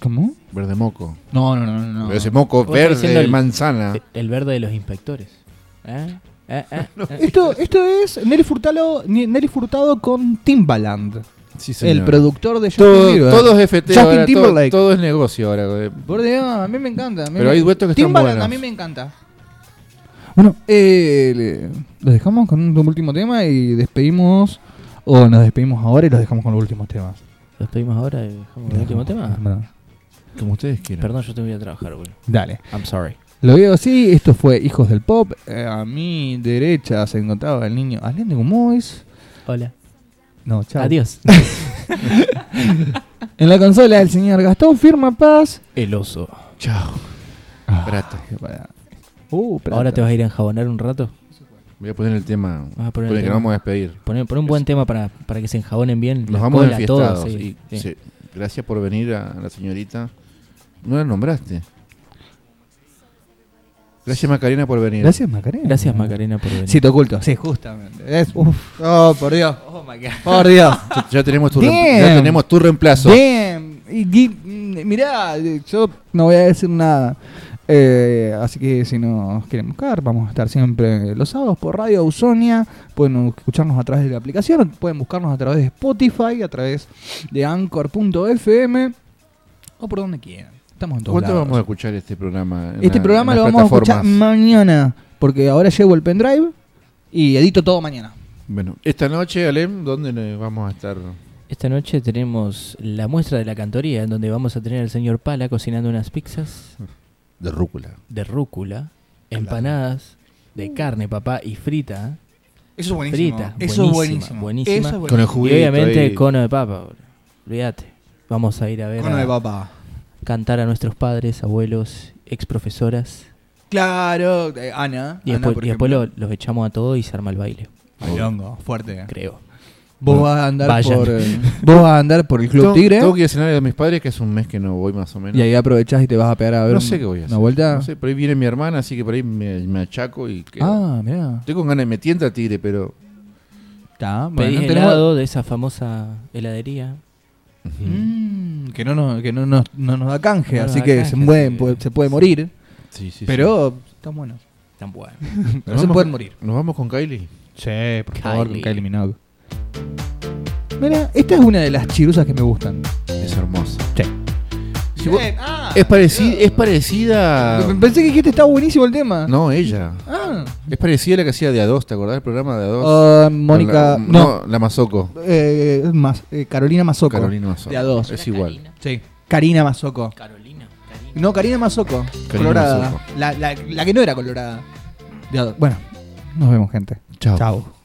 Speaker 2: ¿Cómo?
Speaker 4: Verde moco.
Speaker 2: No, no, no, no. no.
Speaker 4: Ese moco
Speaker 3: Vos estás
Speaker 4: verde,
Speaker 3: diciendo el-
Speaker 2: Ah.
Speaker 3: eh,
Speaker 4: manzana.
Speaker 3: El verde de los inspectores. ¿Eh? ¿Eh? ¿Eh?
Speaker 2: [LAUGHS] Esto, esto es Nelly Furtado, Nelly Furtado con Timbaland,
Speaker 4: Sí,
Speaker 2: el
Speaker 4: señor.
Speaker 2: productor de Justin
Speaker 4: Todo,
Speaker 2: Bieber.
Speaker 4: todo es FT
Speaker 2: Justin
Speaker 4: ahora, todo,
Speaker 2: Timberlake.
Speaker 4: todo es negocio ahora. eh.
Speaker 2: Por Dios, a mí me encanta. a mí
Speaker 4: Pero
Speaker 2: me-
Speaker 4: hay duetos que están
Speaker 2: Timbaland
Speaker 4: buenos.
Speaker 2: a mí me encanta. Bueno, eh, le- los dejamos con un último tema y despedimos, o nos despedimos ahora y los dejamos con los últimos temas.
Speaker 3: ¿Lo pedimos ahora y dejamos el último tema?
Speaker 2: Bueno,
Speaker 4: Como ustedes quieran.
Speaker 3: Perdón, yo te voy a trabajar, boludo.
Speaker 2: dale.
Speaker 3: I'm sorry.
Speaker 2: Lo veo así, esto fue Hijos del Pop. Eh, a mi derecha se encontraba el niño Allende Mois.
Speaker 3: Hola.
Speaker 2: No, chao.
Speaker 3: Adiós.
Speaker 2: En la consola el señor Gastón Firma Paz.
Speaker 3: El oso.
Speaker 4: Chao. Prato.
Speaker 2: Para- Uh, pero
Speaker 3: Ahora te vas a ir a enjabonar un rato.
Speaker 4: Voy a poner el tema
Speaker 3: Vas a
Speaker 4: con
Speaker 3: poner
Speaker 4: el
Speaker 3: el
Speaker 4: que
Speaker 3: tema.
Speaker 4: nos vamos a despedir.
Speaker 3: Poner, poner un buen tema para, para que se enjabonen bien. la
Speaker 4: Nos vamos
Speaker 3: cola,
Speaker 4: enfiestados.
Speaker 3: todo,
Speaker 4: y-
Speaker 3: sí, sí.
Speaker 4: sí. Gracias por venir a la señorita. No la nombraste. Gracias Macarena por venir.
Speaker 2: Gracias, Macarena.
Speaker 3: Gracias, Macarena, por venir.
Speaker 2: Sí, te oculto. Sí, justamente. Es, uf. Oh, por Dios. Oh, my God. Por Dios.
Speaker 4: Ya- Ya tenemos tu, reem-
Speaker 2: Damn.
Speaker 4: ya tenemos tu reemplazo.
Speaker 2: Damn. Y, di- mm, mirá, eh, yo no voy a decir nada. Eh, así que si nos quieren buscar, vamos a estar siempre los sábados por Radio Ausonia. Pueden escucharnos a través de la aplicación, pueden buscarnos a través de Spotify, a través de Anchor.fm o por donde quieran. Estamos en todos
Speaker 4: ¿Cuánto
Speaker 2: lados.
Speaker 4: vamos a escuchar este programa? en
Speaker 2: Este
Speaker 4: la-
Speaker 2: programa
Speaker 4: en
Speaker 2: lo
Speaker 4: las
Speaker 2: vamos a escuchar
Speaker 4: plataformas?
Speaker 2: mañana, porque ahora llevo el pendrive y edito todo mañana.
Speaker 4: Bueno, esta noche, Alem, ¿dónde eh, vamos a estar?
Speaker 3: Esta noche tenemos la muestra de la cantoría, en donde vamos a tener al señor Pala cocinando unas pizzas
Speaker 4: De rúcula.
Speaker 3: de rúcula, empanadas de carne, papá, y frita. ¿eh?
Speaker 2: Eso es
Speaker 3: Frita. buenísima, buenísima.
Speaker 4: Con el juguito.
Speaker 3: Y obviamente
Speaker 4: ahí.
Speaker 3: cono de papa, boludo. Olvídate. Vamos a ir a ver a
Speaker 2: papá.
Speaker 3: cantar a nuestros padres, abuelos, ex profesoras
Speaker 2: Claro, eh, Ana.
Speaker 3: Y
Speaker 2: Ana,
Speaker 3: después,
Speaker 2: por
Speaker 3: y después
Speaker 2: ejemplo.
Speaker 3: lo- los echamos a todos y se arma el baile,
Speaker 14: Bailongo, fuerte.
Speaker 4: Ah.
Speaker 3: creo.
Speaker 2: Vos vas a andar
Speaker 3: Vayan.
Speaker 2: por.
Speaker 4: [LAUGHS]
Speaker 2: eh, vos vas a andar por el Club
Speaker 4: Tengo-
Speaker 2: Tigre.
Speaker 4: Tengo que ir al escenario de mis padres, que es un mes que no voy más o menos.
Speaker 2: Y ahí aprovechás y te vas a pegar a ver.
Speaker 4: no
Speaker 2: un-
Speaker 4: sé qué voy a hacer.
Speaker 2: Una vuelta.
Speaker 4: No sé, por ahí viene mi hermana, así que por ahí me, me achaco y quedo.
Speaker 2: ah, mirá.
Speaker 4: Estoy con ganas, me tienta tigre, pero.
Speaker 2: Está,
Speaker 3: Pedís
Speaker 2: bueno, tenemos-
Speaker 3: helado de esa famosa heladería.
Speaker 2: Mm, que no nos, que no nos, no nos da canje,
Speaker 3: No nos
Speaker 2: así
Speaker 3: da
Speaker 2: que se,
Speaker 3: canje,
Speaker 2: mueven,
Speaker 3: sí.
Speaker 2: puede- se puede morir.
Speaker 4: Sí, sí, sí.
Speaker 2: pero están buenos.
Speaker 3: Tan bueno.
Speaker 2: Pero se pueden morir.
Speaker 4: Nos vamos con Kylie.
Speaker 14: Sí, por favor, con
Speaker 3: Kylie.
Speaker 14: Kylie Minogue.
Speaker 2: Mira, esta es una de las chirusas que me gustan.
Speaker 4: Es hermosa.
Speaker 14: Sí.
Speaker 4: Si vos- es, parecida, es parecida.
Speaker 2: Pe- [LAUGHS] Pensé que dijiste estaba buenísimo el tema.
Speaker 4: Ah. No, ella.
Speaker 2: Ah.
Speaker 4: Es parecida a la que hacía de A2, ¿te acordás del programa de A2?
Speaker 2: Ah, Mónica.
Speaker 4: La-
Speaker 2: No.
Speaker 4: Oh, no, la Mazoco.
Speaker 2: eh, es más, eh, Carolina Mazoco.
Speaker 4: Carolina Mazoco.
Speaker 2: De A2.
Speaker 4: Es igual.
Speaker 2: Sí. Karina Mazoco.
Speaker 3: Carolina.
Speaker 2: No, Karina Mazoco. colorada. La, la- la que no era colorada. De A2. Bueno, nos vemos, gente.
Speaker 4: Chao.
Speaker 14: Chao.